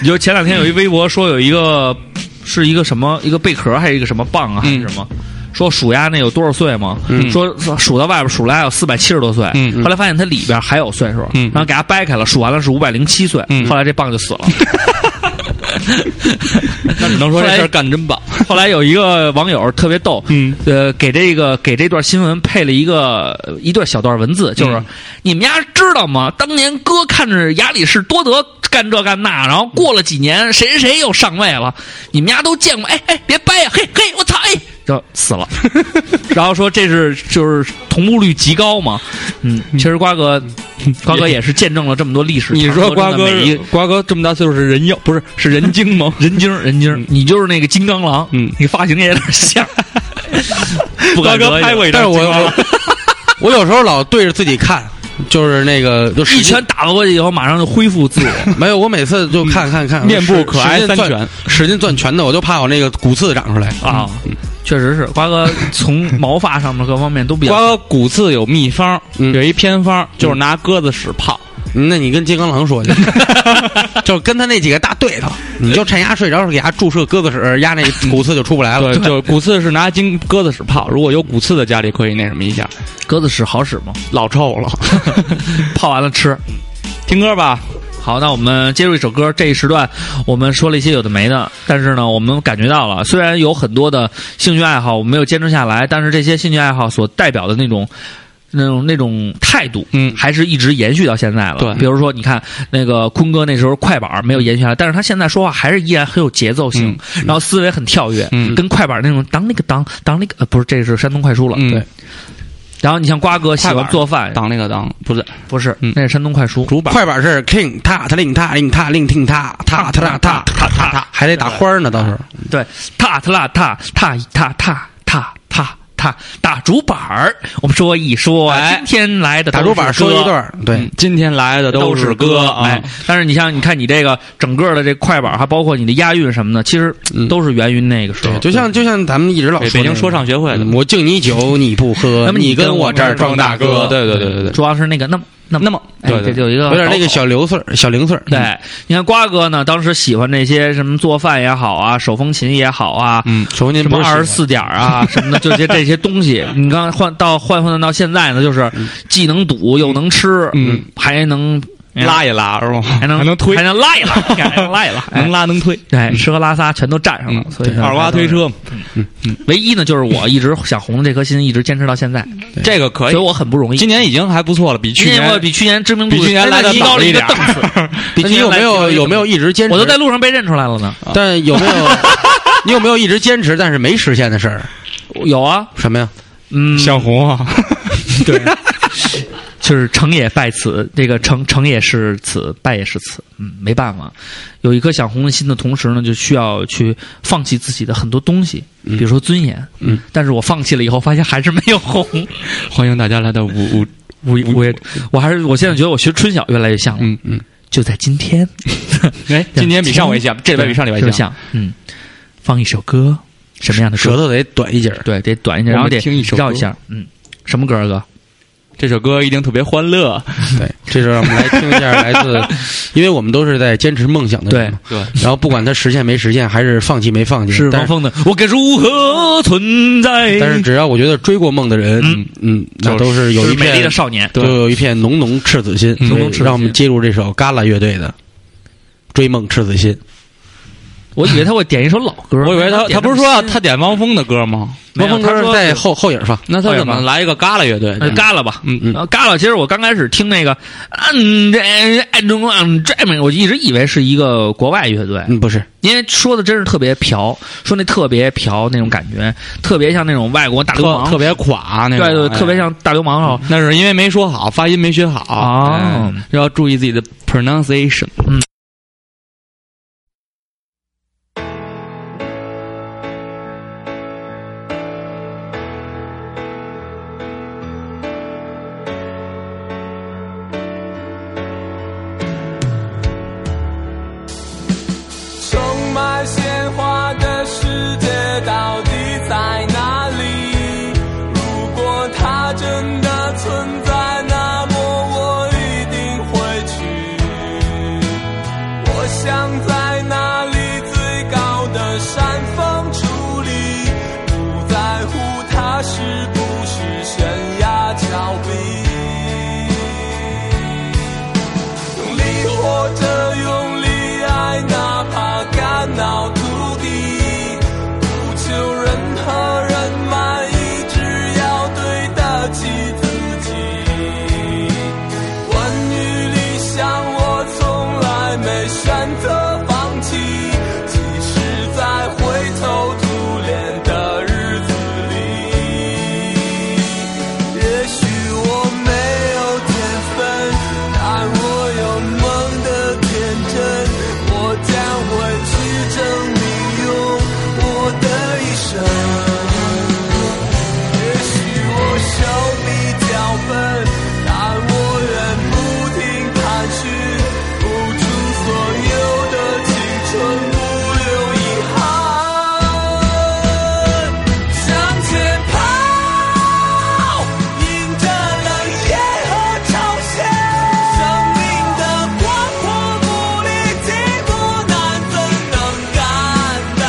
[SPEAKER 5] 你就前两天有一微博说有一个是一个什么一个贝壳还是一个什么棒啊还
[SPEAKER 6] 嗯
[SPEAKER 5] 是什么。说鼠鸭那有多少岁吗？说说数到外边数来有四百七十多岁，
[SPEAKER 6] 嗯嗯
[SPEAKER 5] 后来发现它里边还有岁数，
[SPEAKER 6] 嗯
[SPEAKER 5] 然后给它掰开了，数完了是五百零七岁，
[SPEAKER 6] 嗯
[SPEAKER 5] 后来这棒就死了。
[SPEAKER 6] 那只能说这事儿干得真棒，
[SPEAKER 5] 后来有一个网友特别逗，
[SPEAKER 6] 嗯，
[SPEAKER 5] 呃，给这个给这段新闻配了一个呃一段小段文字，就是、
[SPEAKER 6] 嗯
[SPEAKER 5] 你们家知道吗？当年哥看着亚里士多德干这干那，然后过了几年，谁谁谁又上位了，你们家都见过？哎哎，别掰呀、嘿嘿，我操，哎，就死了。然后说这是就是同步率极高嘛，嗯，其实瓜哥，瓜哥也是见证了这么多历史
[SPEAKER 6] 你
[SPEAKER 5] 长河
[SPEAKER 6] 说
[SPEAKER 5] 中的
[SPEAKER 6] 瓜哥
[SPEAKER 5] 每一？
[SPEAKER 6] 是，瓜哥这么大岁数是人妖，不是是人精吗
[SPEAKER 5] 人精儿人精儿，你就是那个金刚狼，
[SPEAKER 6] 嗯
[SPEAKER 5] 你发型也有点像。不
[SPEAKER 6] 瓜
[SPEAKER 5] 敢
[SPEAKER 6] 哥
[SPEAKER 5] 得
[SPEAKER 6] 拍
[SPEAKER 5] 有
[SPEAKER 6] 过一
[SPEAKER 3] 但
[SPEAKER 6] 张
[SPEAKER 3] 是我
[SPEAKER 6] 金 瓜
[SPEAKER 3] 我
[SPEAKER 6] 了，
[SPEAKER 3] 我有时候老对着自己看，就是那个就使
[SPEAKER 5] 一
[SPEAKER 3] 劲
[SPEAKER 5] 拳打过去以后，马上就恢复自我。
[SPEAKER 3] 没有，我每次就看看看，
[SPEAKER 6] 嗯面部
[SPEAKER 3] 使
[SPEAKER 6] 可爱
[SPEAKER 3] 使劲攥
[SPEAKER 6] 三拳
[SPEAKER 3] 使劲攥拳头，我就怕我那个骨刺长出来。
[SPEAKER 5] 啊，确实是瓜哥从毛发上面各方面都比
[SPEAKER 6] 瓜
[SPEAKER 5] 较。
[SPEAKER 6] 哥骨刺有秘方，
[SPEAKER 3] 嗯
[SPEAKER 6] 有一偏方，就是拿鸽子屎泡。
[SPEAKER 3] 那你跟金刚狼 说去，就跟他那几个大对头，你就趁丫睡着给丫注射鸽子屎，丫那骨刺就出不
[SPEAKER 5] 啊
[SPEAKER 3] 来了
[SPEAKER 6] 对，。就是骨刺是拿金鸽子屎泡。如果有骨刺的家里可以那什么一下，
[SPEAKER 5] 鸽子屎好使吗？
[SPEAKER 6] 老臭了。
[SPEAKER 5] 泡完了吃。
[SPEAKER 6] 听歌吧，
[SPEAKER 5] 好，那我们接入一首歌。这一时段我们说了一些有的没的，但是呢，我们感觉到了，虽然有很多的兴趣爱好我们没有坚持下来，但是这些兴趣爱好所代表的那种。那种那种态度，
[SPEAKER 6] 嗯
[SPEAKER 5] 还是一直延续到现在了。
[SPEAKER 6] 对
[SPEAKER 5] 比如说，你看那个坤哥那时候快板儿没有延续下来，但是他现在说话还是依然很有节奏性，然后思维很跳跃，
[SPEAKER 6] 嗯
[SPEAKER 5] 跟快板儿那种当那个当当那个呃不是，这是山东快书了。
[SPEAKER 6] 嗯
[SPEAKER 5] 对。然后你像瓜哥喜
[SPEAKER 6] 快板
[SPEAKER 5] 欢
[SPEAKER 6] 儿
[SPEAKER 5] 做饭，
[SPEAKER 6] 当那个当不是
[SPEAKER 5] 不是，
[SPEAKER 6] 嗯
[SPEAKER 5] 那是山东快书。
[SPEAKER 6] 主板，
[SPEAKER 3] 快板是 king 踏他令踏令踏令听踏踏踏踏踏踏踏踏，还得打花儿呢，到时候。
[SPEAKER 5] 对，踏踏啦踏踏一踏踏踏踏踏打竹板儿，我们说一说，
[SPEAKER 6] 哎
[SPEAKER 5] 今天来的
[SPEAKER 3] 打竹板儿说
[SPEAKER 5] 都是歌
[SPEAKER 3] 一段。儿，对
[SPEAKER 6] 嗯，今天来的
[SPEAKER 5] 都
[SPEAKER 6] 是
[SPEAKER 5] 歌，
[SPEAKER 6] 哎
[SPEAKER 5] 哎，，但是你像你看你这个整个的这快板儿，还包括你的押韵什么的，其实
[SPEAKER 3] 嗯
[SPEAKER 5] 都是源于那个时候
[SPEAKER 3] 对，。就像就像咱们一直老
[SPEAKER 6] 北
[SPEAKER 3] 说
[SPEAKER 6] 北京
[SPEAKER 3] 那个
[SPEAKER 6] 说唱学会的
[SPEAKER 3] 嗯，我敬你酒你不喝，
[SPEAKER 5] 那么
[SPEAKER 3] 你
[SPEAKER 5] 你
[SPEAKER 3] 跟
[SPEAKER 5] 跟
[SPEAKER 3] 我
[SPEAKER 5] 我
[SPEAKER 3] 这儿
[SPEAKER 5] 这儿
[SPEAKER 3] 装大哥，
[SPEAKER 6] 对对对对对，
[SPEAKER 5] 主要是那个那么那么
[SPEAKER 6] 那么
[SPEAKER 5] 哎
[SPEAKER 6] 对对
[SPEAKER 5] 这有一个
[SPEAKER 3] 有点那
[SPEAKER 5] 倒
[SPEAKER 3] 个小零碎儿小零碎儿。嗯
[SPEAKER 5] 对，你看瓜哥呢，当时喜欢那些什么做饭也好啊，手风琴也好啊，
[SPEAKER 6] 嗯，
[SPEAKER 3] 首先您
[SPEAKER 5] 什
[SPEAKER 3] 不
[SPEAKER 5] 么
[SPEAKER 3] 是
[SPEAKER 5] 二
[SPEAKER 3] 喜
[SPEAKER 5] 十四点儿 啊什么的，就这这些东西，你刚换到换换到现在呢，就是既能赌又能吃，
[SPEAKER 6] 嗯，
[SPEAKER 5] 还能
[SPEAKER 6] 拉一拉是吗？
[SPEAKER 5] 还能
[SPEAKER 6] 还能推
[SPEAKER 5] 还，能拉一拉，还能拉一拉，
[SPEAKER 6] 能
[SPEAKER 5] 拉。
[SPEAKER 6] 拉能推，
[SPEAKER 5] 哎，吃喝拉撒全都占上了，
[SPEAKER 6] 嗯
[SPEAKER 5] 所以
[SPEAKER 6] 二瓜推。车，
[SPEAKER 5] 唯一呢，就是我一直想红的这颗心，一直坚持到现在，
[SPEAKER 6] 这个可
[SPEAKER 5] 所
[SPEAKER 6] 以
[SPEAKER 5] 以。我很不容易。
[SPEAKER 6] 哎今年已经还不错了，比去
[SPEAKER 5] 今年我
[SPEAKER 6] 年
[SPEAKER 5] 比去年知名度
[SPEAKER 6] 比去年
[SPEAKER 5] 真
[SPEAKER 6] 来
[SPEAKER 5] 的
[SPEAKER 6] 的
[SPEAKER 5] 提高了
[SPEAKER 6] 一
[SPEAKER 5] 一个
[SPEAKER 6] 点
[SPEAKER 5] 档次。比
[SPEAKER 3] 那
[SPEAKER 5] 去
[SPEAKER 3] 你
[SPEAKER 5] 年
[SPEAKER 3] 有
[SPEAKER 5] 来
[SPEAKER 3] 没有
[SPEAKER 5] 提高了一个
[SPEAKER 3] 有没有一直坚持？
[SPEAKER 5] 我都在路上被认出来了呢。
[SPEAKER 3] 但有没有你有没有一直坚持但是没实现的事儿？
[SPEAKER 5] 有啊，
[SPEAKER 3] 什么呀？
[SPEAKER 5] 嗯，
[SPEAKER 6] 小红啊，
[SPEAKER 5] 对，就是成也败此，这个成成也是此，败也是此。嗯，没办法，有一颗想红的心的同时呢，就需要去放弃自己的很多东西，比如说尊严。
[SPEAKER 3] 嗯，
[SPEAKER 5] 但是我放弃了以后，发现还是没有红。
[SPEAKER 6] 欢迎大家来到五五
[SPEAKER 5] 我我也我还是我现在觉得我学春晓越来越像了。
[SPEAKER 6] 嗯
[SPEAKER 3] 嗯，
[SPEAKER 5] 就在今天，
[SPEAKER 6] 哎，今年比上回像，这
[SPEAKER 5] 对
[SPEAKER 6] 礼拜比上礼拜
[SPEAKER 5] 就是像。嗯，放一首歌，什么样的
[SPEAKER 3] 舌
[SPEAKER 5] 歌？
[SPEAKER 3] 头得短一截儿。
[SPEAKER 5] 对，得短一点，
[SPEAKER 6] 我
[SPEAKER 5] 然
[SPEAKER 6] 们
[SPEAKER 5] 后得
[SPEAKER 6] 听一首歌
[SPEAKER 5] 绕一下。嗯，什么歌啊哥？
[SPEAKER 6] 这首歌一定特别欢乐。
[SPEAKER 3] 对，这是让我们来听一下来自，因为我们都是在坚持梦想的人嘛，
[SPEAKER 6] 对
[SPEAKER 3] 然后不管他实现没实现，还是放弃没放弃，
[SPEAKER 5] 是哎
[SPEAKER 3] 但
[SPEAKER 5] 王峰的《我该如何存在》，
[SPEAKER 3] 但是只要我觉得追过梦的人，嗯嗯，那都是有一
[SPEAKER 5] 美丽
[SPEAKER 3] 片
[SPEAKER 5] 的少年，
[SPEAKER 3] 都有一片浓浓赤子心，
[SPEAKER 5] 浓浓
[SPEAKER 3] 所以
[SPEAKER 5] 赤子心
[SPEAKER 3] 让我们接入这首嘎啦乐队的《追梦赤子心》。
[SPEAKER 5] 我以为他会点一首老歌，
[SPEAKER 6] 我以为他
[SPEAKER 5] 点
[SPEAKER 6] 他不是说要他点汪峰的歌吗？
[SPEAKER 5] 没
[SPEAKER 3] 汪峰
[SPEAKER 5] 有他
[SPEAKER 3] 哥
[SPEAKER 5] 说
[SPEAKER 3] 在后后影放，
[SPEAKER 6] 那他怎
[SPEAKER 5] 哎呀
[SPEAKER 6] 么
[SPEAKER 5] 妈
[SPEAKER 6] 来一个嘎啦乐队？
[SPEAKER 5] 那就呃嘎了吧，
[SPEAKER 6] 嗯
[SPEAKER 5] 然后嘎了，其实我刚开始听那个，嗯，这爱中国，嗯，这我就一直以为是一个国外乐队，
[SPEAKER 3] 嗯，不是，
[SPEAKER 5] 因为说的真是特别嫖，说那特别嫖那种感觉，特别像那种外国大流
[SPEAKER 6] 特
[SPEAKER 5] 氓
[SPEAKER 6] 特，别垮那
[SPEAKER 5] 对对，
[SPEAKER 6] 种，哎
[SPEAKER 5] 特别像大流氓哦。
[SPEAKER 6] 那是因为没说好，发音没学好
[SPEAKER 5] 哦
[SPEAKER 6] 哎要注意自己的 pronunciation。
[SPEAKER 8] 充满鲜花的世界到底在哪里？如果它真的存在，那么我一定会去。我想在那里最高的山峰矗立，不在乎它是不是悬崖峭壁。用力活着，用力爱，哪怕肝脑涂地，不求任何人满意，只要对得起自己。关于理想，我从来没选择放弃，即使在灰头土脸的日子里。也许我没有天分，但我有梦的天真。我将会去证明用我的一生。也许我手比较笨，但我愿不停探寻，付出所有的青春，不留遗憾。向前跑，迎着冷夜和嘲笑，生命的广阔不力，寂寞难怎能感到？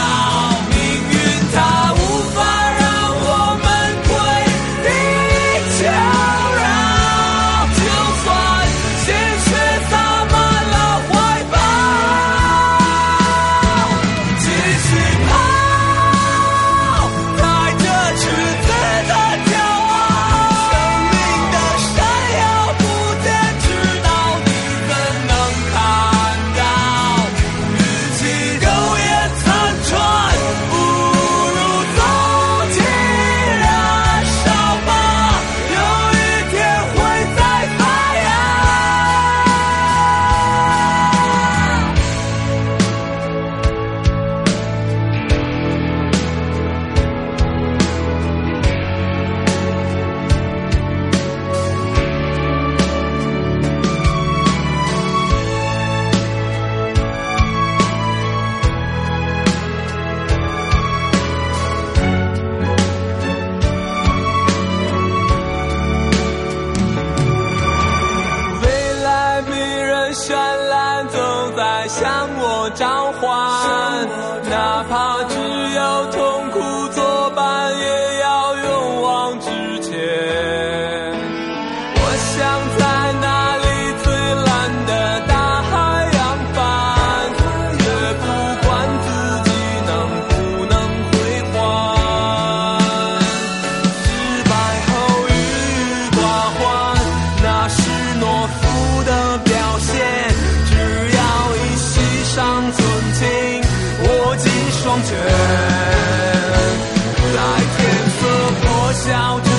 [SPEAKER 8] 命运它无法让我们跪地求饶，就算鲜血洒满了怀抱，继续跑，带着赤子的骄傲，生命的闪耀不坚持到底怎能看到？与其苟延残喘，不如纵情燃烧吧，有一天会再发芽。未来迷人绚烂，总在向我召唤，哪怕只有痛苦作伴，也要勇往直前。我想在那里最蓝的大海扬帆，也不管自己能不能归还。失败后郁郁寡欢，那是懦夫的表现。只要一息尚存，请握紧双拳。在天色破晓之